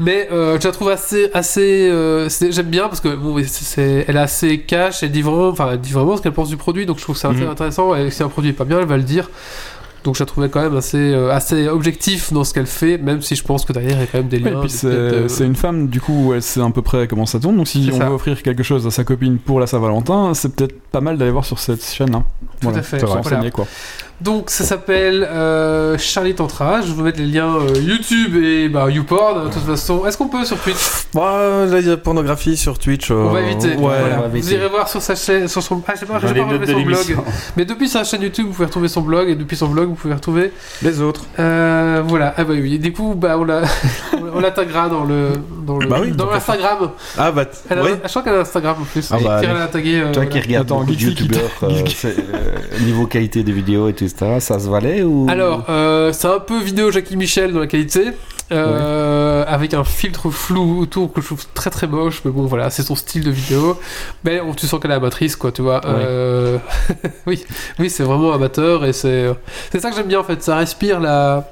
Mais euh, je la trouve assez, assez, euh, c'est- j'aime bien parce que bon, c'est- c'est- elle a assez cash, elle dit vraiment, enfin, elle dit vraiment ce qu'elle pense du produit, donc je trouve ça assez Mhm. intéressant. Et si un produit est pas bien, elle va le dire. Donc je la trouvais quand même assez, euh, assez objectif dans ce qu'elle fait, même si je pense que derrière il y a quand même des Ouais, liens. et puis des peut-être, c'est euh, c'est une femme, du coup, elle sait à peu près comment ça tourne. Donc si C'est on ça. veut offrir quelque chose à sa copine pour la Saint-Valentin, c'est peut-être pas mal d'aller voir sur cette chaîne. Hein. Tout à fait, se voilà. renseigner, quoi. Donc ça s'appelle euh, Charlie Tantra. Je vous mets les liens euh, YouTube et bah, YouPorn. hein, De toute façon, est-ce qu'on peut sur Twitch Bah, la pornographie sur Twitch. euh, On Euh, va éviter. Ouais. Voilà. on va Vous éviter. irez voir sur sa chaîne, sur son. Ah, j'ai pas, dans j'ai les pas notes relevé de son blog. l'émission. Mais depuis sa chaîne YouTube, vous pouvez retrouver son blog et depuis son blog, vous pouvez retrouver. Les autres. Euh, voilà. Ah bah oui. Et du coup, bah on la, on l'attaquera dans le, dans le, Bah oui, dans donc, l'Instagram. Ah bah. Elle a- Ouais. Je crois qu'elle a Instagram en plus. Ah Et bah, puis elle allez. a tagué. euh, Toi voilà. qui regardes Attends, beaucoup de Geek Geek, youtubeurs, euh, Geek. c'est, euh, niveau qualité des vidéos et tout ça, ça se valait ou Alors, euh, c'est un peu vidéo Jackie Michel dans la qualité, euh, avec un filtre flou autour que je trouve très très moche, mais bon voilà, c'est son style de vidéo. Mais on, tu sens qu'elle est amatrice, quoi, tu vois. Euh, Oui, oui, c'est vraiment amateur et c'est c'est ça que j'aime bien en fait, ça respire la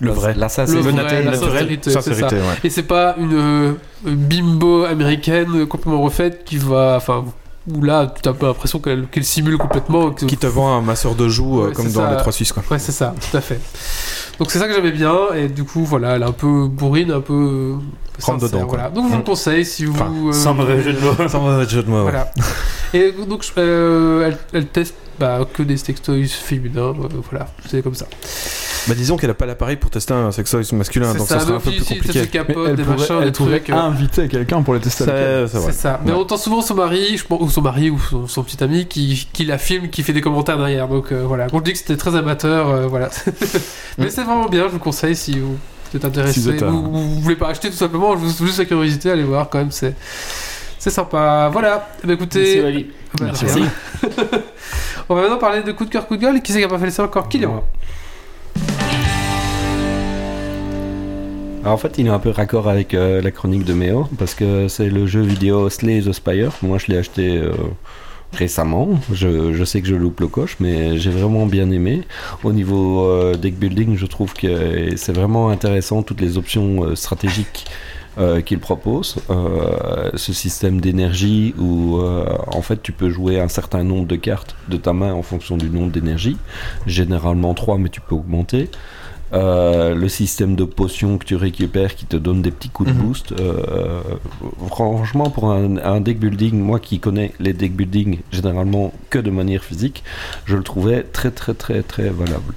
le vrai, là ça le c'est vrai, Natel. la sincérité, c'est ça. Sincérité, ouais. Et c'est pas une euh, bimbo américaine complètement refaite qui va, enfin, où là, tu as un peu l'impression qu'elle qu'elle simule complètement, que- Qui te vend un masseur de joues euh, Ouais, comme c'est dans ça. les 3 Suisses quoi. Ouais, c'est ça, tout à fait. Donc c'est ça que j'aimais bien, et du coup, voilà, elle est un peu bourrine, un peu. euh, Rentre sincère, dedans, quoi. Mm. Voilà. Donc je vous le conseille si vous. Enfin, euh, Sans mauvais jeu de mots. Sans mauvais jeu de mots. ouais. Voilà. Et donc, je- euh, elle, elle teste bah, que des sextoys féminins, euh, voilà, c'est comme ça. Bah, disons qu'elle a pas l'appareil pour tester un sextoy C'est masculin, Ah, donc ça, ça sera mais un peu aussi, plus tu sais, compliqué. des capotes, elle des pourrait, machins, elle des pourrait trucs. euh, inviter quelqu'un pour les tester. avec elle. Ça, ça va. C'est ça. Mais Ouais. on entend souvent son mari, je pense- ou son mari, ou son, son petit ami qui, qui la filme, qui fait des commentaires derrière. Donc euh, voilà, on dit que c'était très amateur, euh, voilà. Mais c'est vraiment bien, je vous conseille si vous êtes intéressé, Mm. Si vous êtes un- ou vous, vous voulez pas acheter tout simplement, juste, juste la curiosité, allez voir quand même, c'est c'est sympa. Voilà, Eh ben, écoutez, Merci, Wally. Ah bah, rien. on va maintenant parler de coup de cœur, coup de gueule. Qui c'est qui a pas fait ça encore Kylian. Alors, en fait, il est un peu raccord avec euh, la chronique de Méo, parce que c'est le jeu vidéo Slay the Spire. Moi, je l'ai acheté euh, récemment. Je, je sais que je loupe le coche, mais j'ai vraiment bien aimé. Au niveau euh, deck building, je trouve que c'est vraiment intéressant toutes les options euh, stratégiques. euh, qu'il propose, Euh, ce système d'énergie où euh, en fait tu peux jouer un certain nombre de cartes de ta main en fonction du nombre d'énergie, généralement 3 mais tu peux augmenter. Euh, le système de potions que tu récupères qui te donne des petits coups de Mhm. boost. Euh, franchement, pour un, un deck building, moi qui connais les deck building généralement que de manière physique, je le trouvais très très très très valable.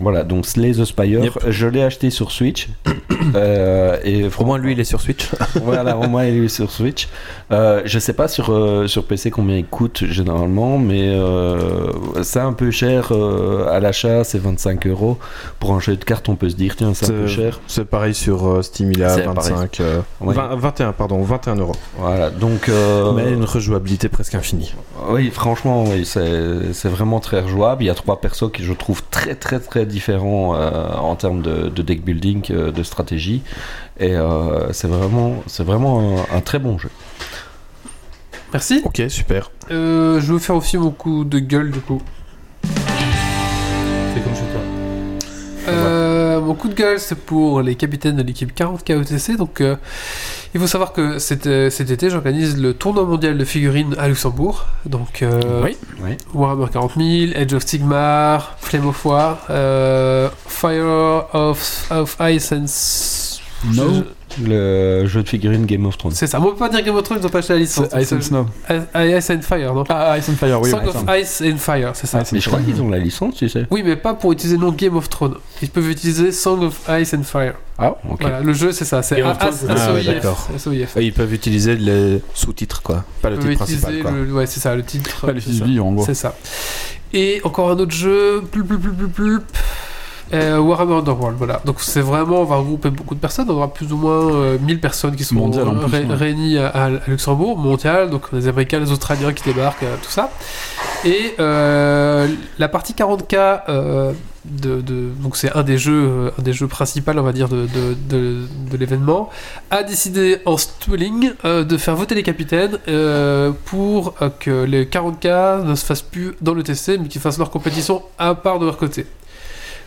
Voilà, donc Slay the Spire, Yep. je l'ai acheté sur Switch. euh, et Pour moi, lui, il est sur Switch. voilà, au moins il est sur Switch. Euh, je sais pas sur, euh, sur PC combien il coûte généralement, mais euh, c'est un peu cher euh, à l'achat, c'est 25 euros. Pour un jeu de cartes, on peut se dire, tiens, c'est un peu C'est- cher. Euh, C'est pareil sur euh, Steam, il est à C'est pareil. 25. euh, Ouais. 20 21, pardon, 21 euros. Voilà, donc. euh, Mais une rejouabilité presque infinie. Oui, franchement, oui, c'est c'est vraiment très rejouable. Il y a trois persos qui je trouve très très très différents euh, en termes de, de deck building, euh, de stratégie, et euh, c'est vraiment c'est vraiment un, un très bon jeu. Merci. Ok, super. Euh, je vais faire aussi mon coup de gueule du coup. C'est comme chez toi. Euh, mon coup de gueule, c'est pour les capitaines de l'équipe 40 KOTC. Donc, euh, il faut savoir que cet, euh, cet été, j'organise le tournoi mondial de figurines à Luxembourg. Donc, euh, Oui, oui. Warhammer 40 000, Edge of Sigmar, Flame of War, euh, Fire of, of Ice and. S- No. Je- Le jeu de figurines Game of Thrones. C'est ça, mais on peut pas dire Game of Thrones, ils ont pas acheté la licence. C'est Ice and Snow. I- Ice and Fire, non Ah, Ice and Fire, oui. Song oui, of attends. Ice and Fire, c'est ça. Ice and Mais Ah, je crois Fire. qu'ils ont la licence, tu sais. Oui, mais pas pour utiliser le nom Game of Thrones. Ils peuvent utiliser Song of Ice and Fire. Ah, ok. Voilà, le jeu, c'est ça. C'est Game of Thrones, As- c'est- Ah, ouais, SOIF, d'accord. SOIF. Euh, Et ils peuvent utiliser les sous-titres, quoi. Ah, Pas le Ils peuvent titre principal, utiliser quoi. le, ouais, c'est ça, le titre. Pas les fils du livre, en gros. c'est ça. Et encore un autre jeu, plup, plup, plup, plup, plup. Euh, Warhammer Underworld, voilà. Donc c'est vraiment, on va regrouper beaucoup de personnes, on aura plus ou moins euh, 1000 personnes qui sont Mondial en plus, ré- ouais. réunies à, à- à Luxembourg, mondial, donc les Américains, les Australiens qui débarquent, euh, tout ça. Et euh, la partie 40K, euh, de, de- donc c'est un des jeux, euh, un des jeux principaux, on va dire, de, de, de- de l'événement, a décidé en stooling euh, de faire voter les capitaines euh, pour euh, que les 40K ne se fassent plus dans le TC, mais qu'ils fassent leur compétition à part de leur côté.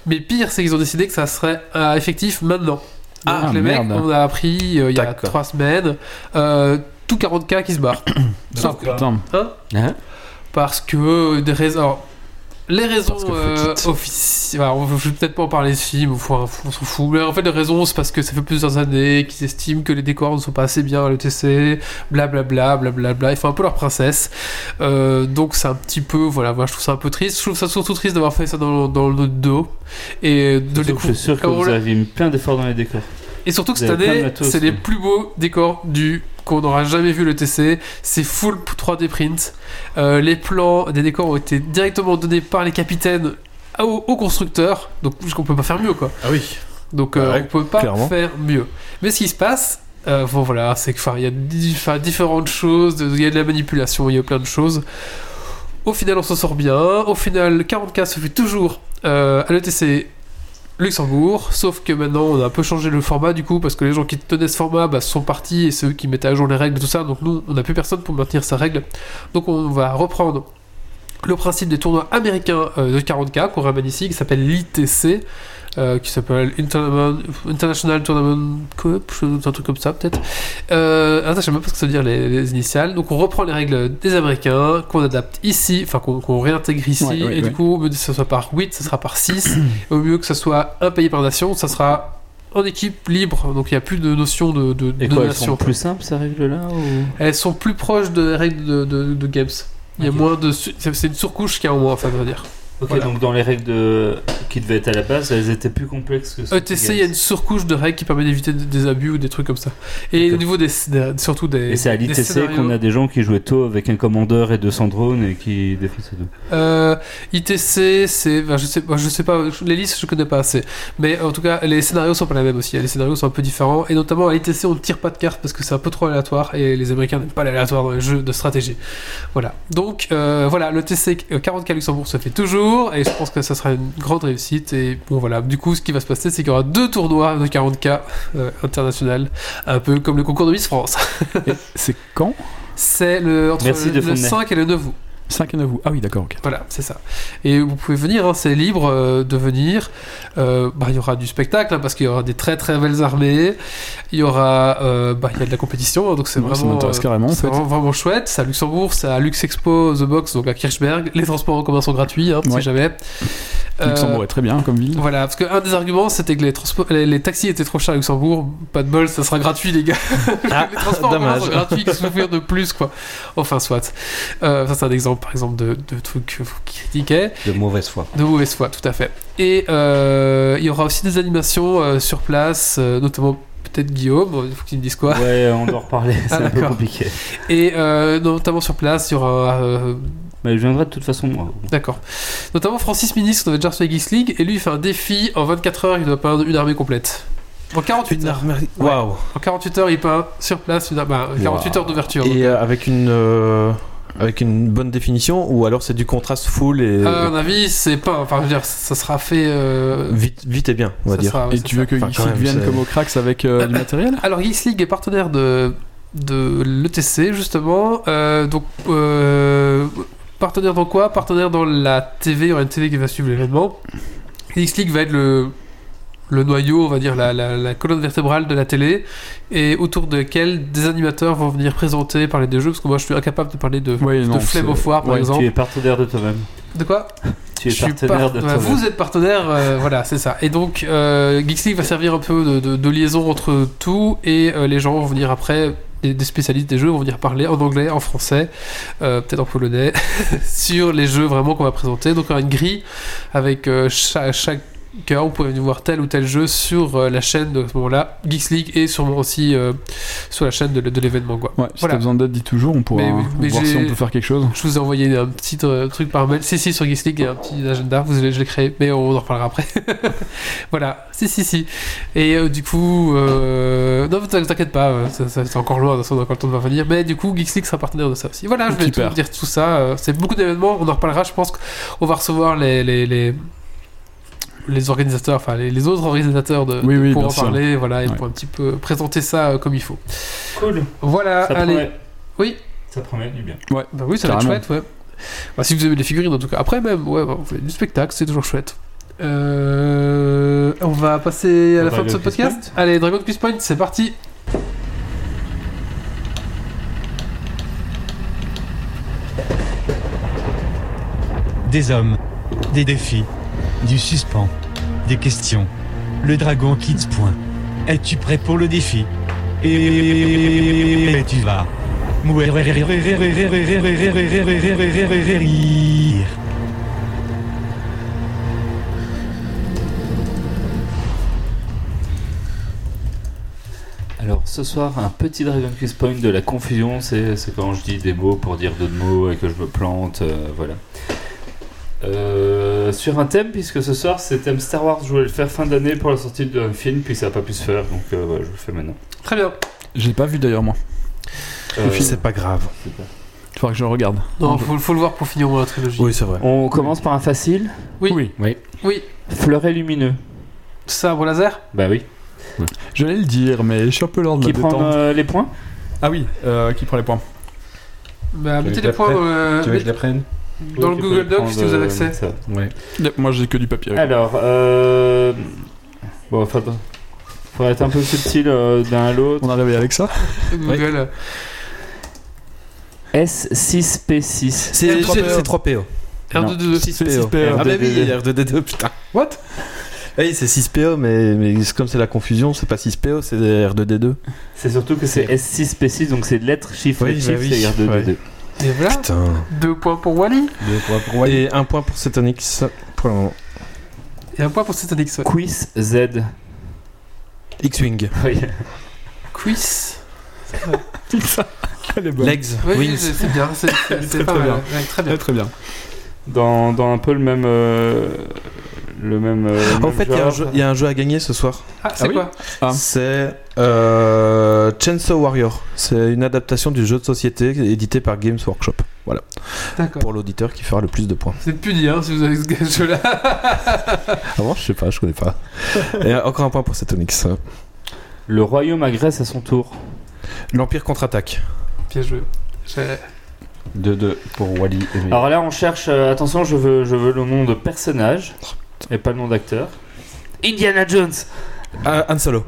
Mais pire, c'est qu'ils ont décidé que ça serait euh, effectif maintenant. Donc Ah, les mecs, merde. on a appris euh, il y a D'accord. trois semaines, euh, tout 40K qui se barre. Sauf que- Putain. Hein Hein parce que des raisons. alors, les raisons Parce que faut euh, quitte. offici- alors, on- je vais peut-être pas en parler ici, mais faut- on s'en fout. Mais en fait, les raisons, c'est parce que ça fait plusieurs années qu'ils estiment que les décors ne sont pas assez bien à l'ETC, blablabla, blablabla. Ils font un peu leur princesse. Euh, donc, c'est un petit peu, voilà, moi je trouve ça un peu triste. Je trouve ça surtout triste d'avoir fait ça dans, dans le dos. Et de Donc, je suis découvrir. sûr que vous avez mis plein d'efforts dans les décors. Et surtout que Vous cette avez plein de année, matos, c'est les quoi. plus beaux décors du qu'on n'aura jamais vu le TC. C'est full 3D print. Euh, les plans des décors ont été directement donnés par les capitaines au, au constructeur. Donc on peut pas faire mieux quoi. Ah oui. Donc euh, Ouais, on peut pas clairement. faire mieux. Mais ce qui se passe, euh, bon voilà, c'est que enfin, il y a di- enfin, différentes choses, il y a de la manipulation, il y a plein de choses. Au final, on s'en sort bien. Au final, 40K se fait toujours euh, à l'ETC Luxembourg, sauf que maintenant on a un peu changé le format du coup, parce que les gens qui tenaient ce format bah, sont partis et ceux qui mettaient à jour les règles, tout ça, donc nous on n'a plus personne pour maintenir sa règle. Donc on va reprendre le principe des tournois américains euh, de 40K qu'on ramène ici, qui s'appelle l'ITC, euh, qui s'appelle Interna- International Tournament Coop, un truc comme ça peut-être. Euh, attends, je sais même pas ce que ça veut dire les, les initiales. Donc on reprend les règles des Américains, qu'on adapte ici, enfin qu'on qu'on réintègre ici, Ouais, ouais, et du ouais. coup au mieux que ce soit par 8, ça sera par 6. et au mieux que ce soit un pays par nation, ça sera en équipe libre, donc il n'y a plus de notion de, de, Et de quoi, elles nation. sont plus simples, ces règles-là ou... Elles sont plus proches de la règle de, de, de Games. Il y a Ok. moins de. su- C'est c'est une surcouche qu'il y a au moins, enfin, on va dire. Ok, Voilà. donc dans les règles de... qui devaient être à la base, elles étaient plus complexes que ce ETC, E il y a Euh, une surcouche de règles qui permet d'éviter de- des abus ou des trucs comme ça. Et au niveau des, des- surtout des. Et c'est à des l'ITC scénarios. qu'on a des gens qui jouaient tôt avec un commandeur et 200 drones et qui défonçaient tout. Euh, ITC, c'est, ben, je sais, moi, je sais pas, je- les listes je connais pas assez, mais en tout cas les scénarios sont pas les mêmes aussi. hein. Les scénarios sont un peu différents et notamment à l'ITC on ne tire pas de cartes parce que c'est un peu trop aléatoire et les Américains n'aiment pas l'aléatoire dans les jeux de stratégie. Voilà. Donc euh, voilà, le TC euh, 40K Luxembourg se fait toujours et je pense que ça sera une grande réussite et bon voilà. Du coup, ce qui va se passer, c'est qu'il y aura deux tournois de 40K euh, international, un peu comme le concours de Miss France. C'est quand C'est le entre Merci le, de le Fontenay. 5 et le 9 août. 5 et 9 août. Ah oui, d'accord, ok. Voilà, c'est ça. Et vous pouvez venir, hein, c'est libre euh, de venir. Euh, bah, il y aura du spectacle, hein, parce qu'il y aura des très très belles armées. Il y aura euh, bah, il y a de la compétition, hein, donc c'est Ouais, ça vraiment, m'intéresse carrément, en c'est fait. vraiment, vraiment chouette. C'est à Luxembourg, c'est à Lux Expo The Box, donc à Kirchberg. Les transports en commun sont gratuits, hein, Ouais. si jamais. Euh, Luxembourg est très bien comme ville. Voilà, parce qu'un des arguments c'était que les, transpo- les, les taxis étaient trop chers à Luxembourg. Pas de bol, ça sera gratuit, les gars. les transports en commun sont gratuits, qu'est-ce que vous faire de plus, quoi. Enfin, soit. Euh, ça, c'est un exemple, par exemple, de, de trucs que vous critiquez. De mauvaise foi. De mauvaise foi, tout à fait. Et euh, il y aura aussi des animations euh, sur place, euh, notamment peut-être Guillaume, il faut qu'il me dise quoi. Ouais, on doit en reparler, c'est Ah, un peu d'accord. compliqué. Et euh, notamment sur place, il y aura. euh, Mais je viendrai de toute façon, moi. D'accord. Notamment Francis Minis, qu'on avait déjà reçu à Geeks League, et lui il fait un défi en 24 heures, il doit peindre une armée complète. En 48 heures. Waouh. En 48 heures, il peint sur place une armée. 48 Wow. heures d'ouverture. Et euh, avec une euh, avec une bonne définition ou alors c'est du contraste full et Ah, À mon avis, c'est pas. Enfin, je veux dire, ça sera fait. euh, vite vite et bien, on va ça dire. sera- Et ça tu veux que Enfin, Geeks quand League même, vienne c'est- comme au Cracks avec euh, du matériel Alors Geeks League est partenaire de, de l'ETC justement. Euh, donc euh, partenaire dans quoi Partenaire dans la TV, il y aura une TV qui va suivre l'événement. Geeks League va être le, le noyau, on va dire la, la- la colonne vertébrale de la télé et autour de laquelle des animateurs vont venir présenter, parler des jeux parce que moi je suis incapable de parler de... Oui, de Flame of War par ouais, exemple. Tu es partenaire de toi-même. De quoi Tu es je suis partenaire par- de Ouais, toi-même. Vous êtes partenaire, euh, voilà, c'est ça. Et donc, euh, Geeks League va servir un peu de, de- de liaison entre tout et euh, les gens vont venir après. Des des spécialistes des jeux vont venir parler en anglais, en français, euh, peut-être en polonais, sur les jeux vraiment qu'on va présenter. Donc, on a une grille avec euh, cha- chaque cœur, vous pouvez venir voir tel ou tel jeu sur euh, la chaîne de ce moment-là, Geeks League, et sûrement aussi euh, sur la chaîne de, de l'événement. Quoi. Ouais, si Voilà. t'as besoin d'aide, dis toujours, on pourra Mais oui, mais voir j'ai- si on peut faire quelque chose. Je vous ai envoyé un petit euh, truc par mail. Si, si, sur Geeks League, il y a un petit agenda. Vous, allez- je l'ai créé, mais on en reparlera après. voilà. Si, si, si. Et euh, du coup, euh... non, t'in- t'inquiète pas, euh, ça, ça- c'est encore loin, de toute façon, on a encore le temps de m'en venir. Mais du coup, Geeks League sera partenaire de ça aussi. Voilà, je vais tout Super. vous dire tout ça. euh, C'est beaucoup d'événements, on en reparlera. Je pense qu'on va recevoir les. les, les- les organisateurs, enfin les, les autres organisateurs de, Oui, de- oui, pour bien en sûr. parler, voilà, et Ouais. pour un petit peu présenter ça euh, comme il faut. Cool. Voilà, Ça Ah, allez. promet. Oui. Ça promet du bien. Bah oui, ça va être Carrément. chouette, ouais. Bah, si vous aimez les figurines, en tout cas. Après, même, ouais, bah, on fait du spectacle, c'est toujours chouette. Euh, on va passer à On la fin va de aller ce au Quiz podcast. Allez, Dragon Quiz Point, c'est parti. Des hommes. Des défis. Du suspens. Des questions. Le dragon quitte point. Es-tu prêt pour le défi Et tu vas. Mourir. Alors ce soir, un petit Dragon Quiz Point de la confusion, c'est c'est quand je dis des mots pour dire d'autres mots et que je me plante, euh, voilà. Euh, sur un thème, puisque ce soir c'est thème Star Wars, je voulais le faire fin d'année pour la sortie d'un film, puis ça n'a pas pu se faire, donc euh, voilà, je le fais maintenant. Très bien. J'ai pas vu d'ailleurs, moi. Euh, C'est pas grave. Il faudra que je le regarde. Non, faut, faut le voir pour finir au moins la trilogie. Oui, c'est vrai. on commence par un facile, Oui. oui. fleuret lumineux. Sabre laser Bah oui. J'allais le dire, mais je suis un peu lors de Qui la prend Bah, détente. euh, les points Ah oui, euh, qui prend les points Bah, veux mettez que les je points la euh, Tu veux que je la prenne dans Oui, le tu peux Google Doc si prendre, vous avez euh, accès. ça. Ouais. Moi j'ai que du papier. avec. Alors, euh... bon, enfin, faudrait être un peu subtil euh, d'un à l'autre. On a réveillé avec ça Google. euh, S6P6. C'est M3PO. c'est- c'est 3PO. Non. R2D2. 6PO. Ah bah oui, R2D2. R2D2, putain. What Eh, c'est 6PO, mais, mais c'est- comme c'est la confusion, c'est pas 6PO, c'est R2D2. C'est surtout que c'est S6P6, donc c'est lettres, chiffres Oui, et chiffres, bah oui, c'est R2D2. Et voilà, Putain. deux points pour Wally Deux points pour Wally. Et un point pour Cetonix pour le moment. et un point pour Cetonix. Ouais. Quiz Z. X-Wing. Oui. Quiz. Elle est bonne. Legs. Oui, oui, Wings. c'est bien, c'est- c'est c'est Très, pas très mal. bien. ouais, très bien. Ouais, très bien. Dans, dans un peu le même. euh, le même. euh, le En même fait, il y a un genre. jeu- il y, a un jeu à gagner ce soir. Ah, c'est oui quoi Ah. C'est euh, Chainsaw Warrior. C'est une adaptation du jeu de société édité par Games Workshop. D'accord. Pour l'auditeur qui fera le plus de points. C'est puni hein, si vous avez ce jeu-là. Avant, je sais pas, je connais pas. Et encore un point pour Cetonix. Le royaume agresse à son tour. L'Empire contre-attaque. Bien joué. J'ai- 2-2 pour Wally et Méo. Alors là, on cherche. euh, attention, je veux, je veux le nom de personnage et pas le nom d'acteur. Indiana Jones. Ah, Han Solo.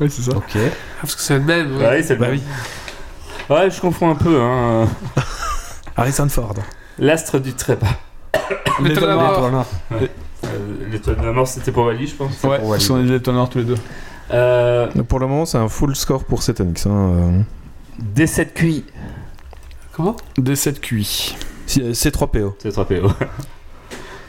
Oui, c'est ça. Ok. Ah, Parce que c'est le même. ouais. Ouais, c'est le Bah même. Ouais, je confonds un peu. Hein. Harrison Ford. L'astre du trépas. L'étoile de la mort. Euh, L'étoile de la mort, c'était pour Wally, je pense. Ouais, pour Wally. parce qu'on est des teneurs tous les deux. Euh, Pour le moment, c'est un full score pour Cetonix. hein, D7 QI. Comment Des 7 QI. euh. Si- C3PO. C'est 3PO.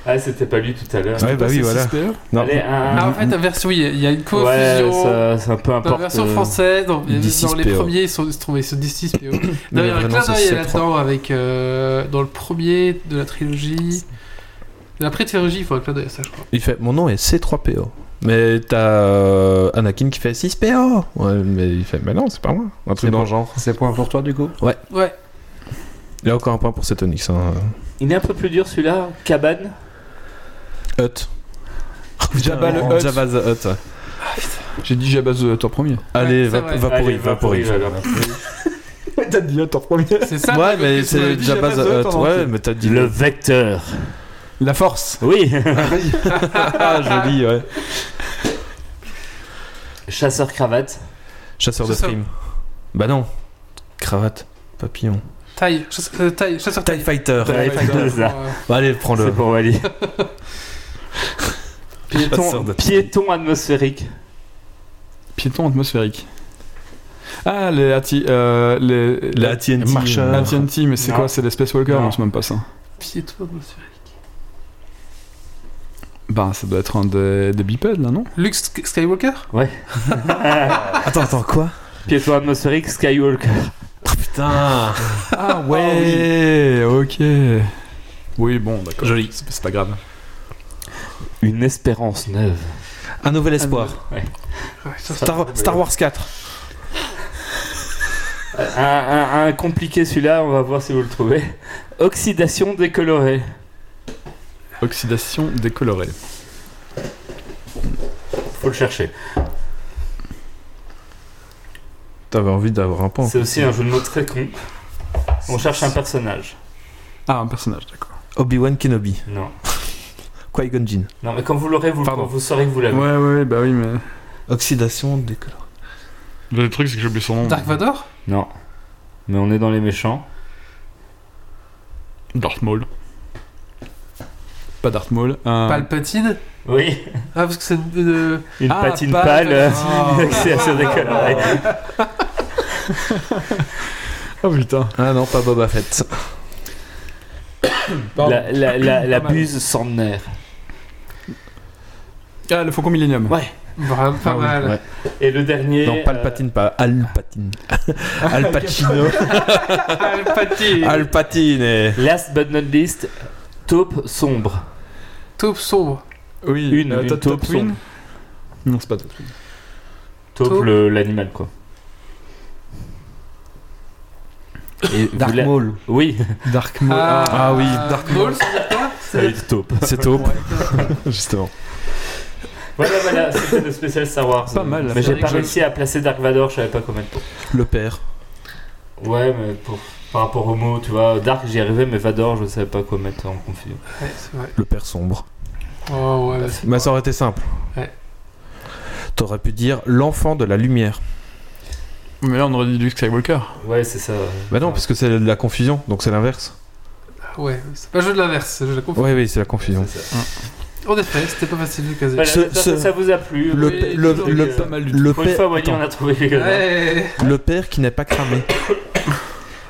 ah, c'était pas lui tout à l'heure. Ouais, bah oui, voilà. Non. Allez, un. Ah, en fait, la version, il y a- il y a une confusion. ouais, ça, ça Dans peu la importe. version euh, française, dans, dans les 16PO. premiers, ils sont, ils se trouvaient sur 16 PO. Non, il y le a un vrai nom, clin c'est d'œil C3. là-dedans avec euh, dans le premier de la trilogie. De la pré-trilogie, il faut un clin d'œil à ça, je crois. Il fait Mon nom est C3PO. Mais t'as euh, Anakin qui fait 6PO. Ouais, mais il fait Mais non, c'est pas moi. Un truc dans le genre. C'est point pour toi du coup Ouais, Il y a encore un point pour Cetonix. Hein. Il est un peu plus dur celui-là. Cabane. Hut. Jabba le Hutt. Jabba the Hutt. ouais. J'ai dit Jabba the Hutt en premier. Allez, c'est va, vrai. va pour Allez, il, va pour il. voilà. T'as dit Hutt en premier. c'est ça. Ouais, mais tu m'avais c'est dit Jabba the Hutt. en Ouais, entier. mais t'as dit Le vecteur. La force. Oui. Ah, joli, ouais. Chasseur cravate. Chasseur de Chasseur. primes. Bah non. Cravate. Papillon. Taille, chasse- euh, taille, chasseur TIE Fighter. Ouais, taille. c'est ça. Euh, Bah, allez, prends-le. C'est pour Wally. Chasseur piéton, de- piéton atmosphérique. Piéton atmosphérique. Ah, les AT... Euh, les... La AT&T. La AT&T, mais c'est Non. quoi C'est les Space Walker Non. Non, c'est même pas ça. Piéton, monsieur. Bah, ça doit être un des, des bipèdes, là, non Luke Sk- Skywalker Attends, attends, quoi Piéton atmosphérique Skywalker. Putain Ah ouais Ok. Oui, bon, d'accord. Joli. C'est c'est pas grave. Une espérance neuve. Un nouvel espoir. Ouais, ça, ça- Star, Star Wars 4. Un, un- un compliqué celui-là, on va voir si vous le trouvez. Oxydation décolorée. Oxydation décolorée. Faut le chercher. T'avais envie d'avoir un point. C'est aussi un jeu de mots très con. On cherche un personnage. Ah, un personnage, d'accord. Obi-Wan Kenobi. Non. Qui-Gon Jinn. Non, mais quand vous l'aurez, vous, Pardon. vous saurez que vous l'avez. Ouais, ouais, bah oui, mais... Oxydation décolore. Le truc, c'est que j'ai oublié son nom. Dark Vador Non. Mais on est dans les méchants. Darth Maul. Pas Darth Maul. euh, Palpatine Oui. Ah, parce que c'est une- une- Une Ah, patine pas- pâle. euh, Ah. Oxydation décolorée. Oh putain. Ah non, pas Boba Fett. La, la, la, la Pas mal. buse centenaire. Ah, le Faucon Millennium. Ouais. Vraiment pas Ah oui, mal. ouais. Et le dernier. euh, Non, Palpatine, pas Alpatine. Al Pacino. Palpatine Alpatine et... euh, last but not least, taupe sombre. Taupe sombre. Oui, Une, euh, une Tot- taupe Tatooine sombre. Non, c'est pas Tatooine. Taupe, Taupe. le- l'animal, quoi. Et vous la- Maul. Oui, Dark Maul. ah oui, Dark Maul, ça veut dire quoi Ça ça veut va dire- être taupe. C'est taupe, justement. Voilà, voilà, c'était le spécial Star Wars. Pas mal, la Mais j'ai série pas que réussi à placer Dark Vador, je savais pas comment le Le père. Ouais, mais pour- par rapport au mot, tu vois, Dark j'y arrivais, mais Vador, je savais pas quoi mettre en confusion. Ouais, c'est vrai. Le père sombre. Oh, ouais, bah, c'est- Mais ça aurait été simple. Ouais. T'aurais pu dire l'enfant de la lumière. Mais là, on aurait dit Luke Skywalker. Ouais, c'est ça. Bah non, parce que c'est la confusion, donc c'est l'inverse. Ouais, c'est pas le jeu de l'inverse, c'est le jeu de la confusion. Oui, oui, c'est la confusion. C'est ça. En effet, c'était pas facile de caser. Voilà, Ce- j'espère que ce- ça vous a plu. Le, Oui, p- le, toujours, le, euh, le Pour une père- fois, Wally, attends. on a trouvé les gars. Ouais. le père qui n'est pas cramé.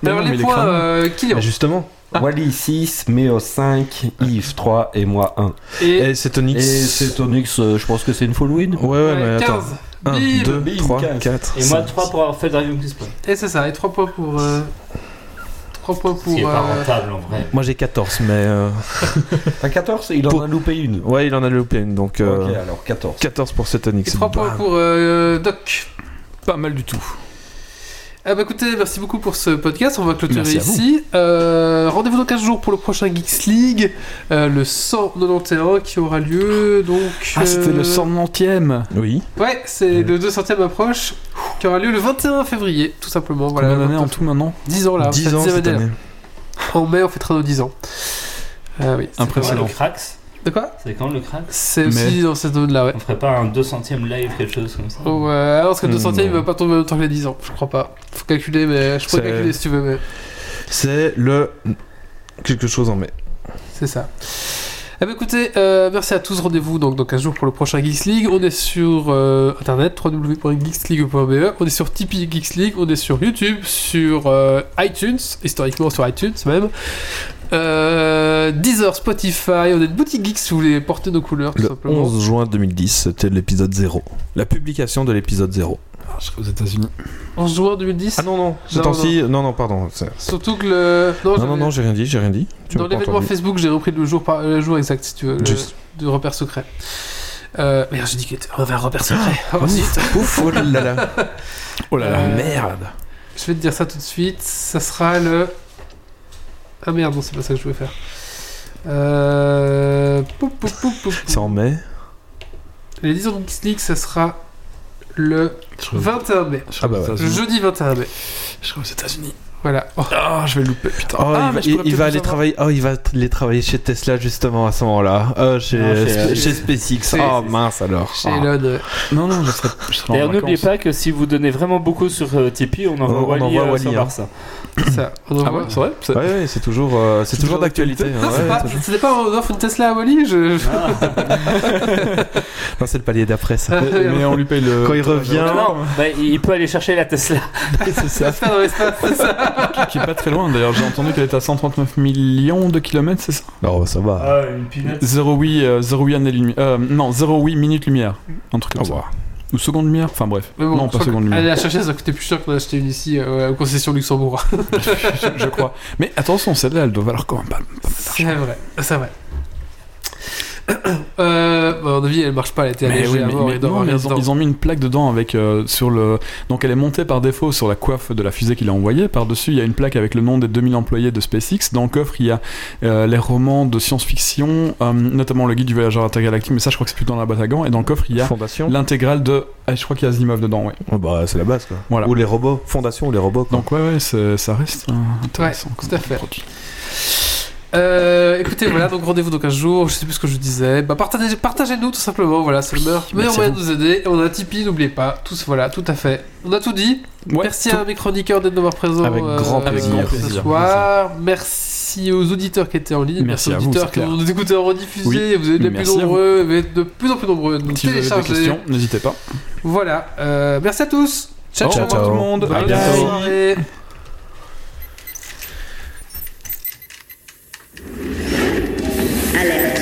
Mais Alors non, mais les il est points, cramé. euh, Kylian. Ah, Mais justement. Wally 6, Méo 5, Yves 3 et moi 1. Et, Eh, Et c'est Tonix. Et c'est Tonix, euh, je pense que c'est une full win. Ouais, ouais, mais euh, attends. 15. 1, Bim. 2, bim, 3, quinze. 4. Et moi, 3 pour avoir fait Dragon Quest Play. Et c'est ça, et 3 points pour. Euh... 3 points Ce qui est pour. pas euh, rentable en vrai. Moi j'ai 14, mais. euh, T'as 14 Il en Pour- a loupé une. Ouais, il en a loupé une, donc. euh, Ok, alors 14. 14 pour cet et Onyx. 3 points Bah, pour euh, Doc. Pas mal du tout. Ah bah écoutez, merci beaucoup pour ce podcast. On va clôturer Merci à vous. ici. Euh, Rendez-vous dans 15 jours pour le prochain Geeks League, euh, le 191 qui aura lieu. Donc, Ah, c'était euh, le 190ème. Oui. Ouais, c'est le 200ème approche qui aura lieu le 21 février, tout simplement. Voilà, Voilà, Combien d'années en tout maintenant 10 ans là. 10 la ans dixième cette année, là. année. En mai, on fêtera nos 10 ans. Ah oui. c'est- Ouais, Impressionnant. le Crax, De quoi c'est quand le Crax C'est Mais- aussi dans cette zone-là, ouais. On ferait pas un 200ème live, quelque chose comme ça Oh, Ouais, alors, parce que Hmm, 200 il non. va pas tomber en même temps que les 10 ans, je crois pas. Faut calculer, mais je peux C'est- calculer si tu veux, mais C'est le. Quelque chose en mai. c'est ça. Eh ben écoutez, euh, merci à tous, rendez-vous donc dans 15 jours pour le prochain Geeks League. On est sur euh, internet www.geeksleague.be, E. on est sur Tipeee Geeks League, on est sur YouTube, sur euh, iTunes, historiquement sur iTunes même, euh, Deezer, Spotify, on est une boutique Geeks si vous voulez porter nos couleurs tout Le simplement. 11 juin 2010, c'était l'épisode 0. La publication de l'épisode 0. Ah, je serai aux États-Unis. 11 juin 2010. Ah non, non, ce Non, temps-ci. Non, non, pardon. c'est- Surtout que le. Non, non, j'avais- non, j'ai rien dit, j'ai rien dit. Tu Dans m'as pas l'événement entendu. Facebook, j'ai repris le jour, par- le jour exact, si tu veux, le- Juste. du repère secret. Euh, merde, j'ai dit qu'il était un repère secret. Oh, zut. Ouf, ouf, oh là là là. Ah, Oh là là. Euh, Merde. Je vais te dire ça tout de suite. Ça sera le. Ah merde, non, c'est pas ça que je voulais faire. Euh... pou, pou, pou, pou, pou. C'est en mai. Les 10 ans de Geeks League, ça sera le 21 mai. Je serai Ah bah aux ouais. Le États-Unis. jeudi 21 mai. Je serai aux États-Unis. Voilà. Oh, Ah, je vais louper, putain. Oh, Ah, il, mais va- je il- pourrais peut-être il va vous aller avoir. travailler. Oh, il va t- les travailler chez Tesla justement à ce moment-là. Euh, chez, Non, chez- euh, chez chez- SpaceX. Oh mince alors. Ah. chez Elon. euh, Non, non, je serai, je serai en D'ailleurs, n'oubliez vacances. pas que si vous donnez vraiment beaucoup sur euh, Tipeee, on envoie On- on Wally, envoie euh, Wally, sur hein. Barça. Ça, on en Ah voit. ouais, c'est vrai C'est- Ouais, ouais, c'est toujours, euh, c'est toujours d'actualité. Non, hein, c'est ouais. pas, c'était pas on offre une Tesla à Wally je... je- Non, c'est le palier d'après ça. Mais mais on lui paye le. Quand il revient, Non, non, bah, il peut aller chercher la Tesla. c'est ça. Tesla dans l'espace, c'est ça. Qui est pas très loin d'ailleurs, j'ai entendu qu'elle est à 139 millions de kilomètres, c'est ça Non, bah, ça va. Ah, une pinette. 08, euh, 08 années lumière. Euh, non, 08 minutes lumière. Un truc Ah, comme Au ça. revoir. Ou seconde lumière, enfin bref. Mais bon, non, je pas crois seconde que- lumière, Aller la chercher, ça coûtait plus cher qu'on acheter une ici euh, aux concessions Luxembourg. je, je crois. Mais attention, celle-là, elle doit valoir quand même pas. c'est vrai, c'est vrai. Euh, bah, à mon avis, elle marche pas, elle était Mais allégée oui, à mais- mort mais et dans non, mais ils, ont, ils ont mis une plaque dedans avec euh, sur le donc elle est montée par défaut sur la coiffe de la fusée qu'il a envoyée par dessus il y a une plaque avec le nom des 2000 employés de SpaceX dans le coffre il y a euh, les romans de science-fiction euh, notamment le guide du voyageur intergalactique mais ça je crois que c'est plutôt dans la boîte à gants et dans le coffre il y a Fondation. l'intégrale de ah, je crois qu'il y a Asimov dedans ouais Oh, bah, c'est la base quoi. Voilà. Ou les robots. Fondation ou les robots. quoi. donc ouais ouais c'est- ça reste euh, intéressant Ouais, comme tout à fait. produit. Euh, écoutez, voilà, donc rendez-vous dans un jour. Je sais plus ce que je disais. Bah, partagez, partagez-nous tout simplement. Voilà, c'est le meilleur bah, meilleur merci à moyen de nous aider. Et on a Tipeee, n'oubliez pas. Tous, voilà, tout à fait. On a tout dit. Ouais, Merci à mes chroniqueurs d'être euh, de m'avoir présent Avec grand plaisir. Avec grand ce plaisir. soir. Merci aux auditeurs qui étaient en ligne. Merci aux à vous, auditeurs c'est qui clair. nous écoutaient en rediffusé. Oui. Vous êtes de plus Merci à vous. nombreux, vous êtes de plus en plus nombreux. Donc, si vous avez des téléchargez. questions n'hésitez pas Voilà. Euh, merci à tous. Ciao, Au ciao, revoir tout le monde Bonne À bientôt. soirée. Alerte.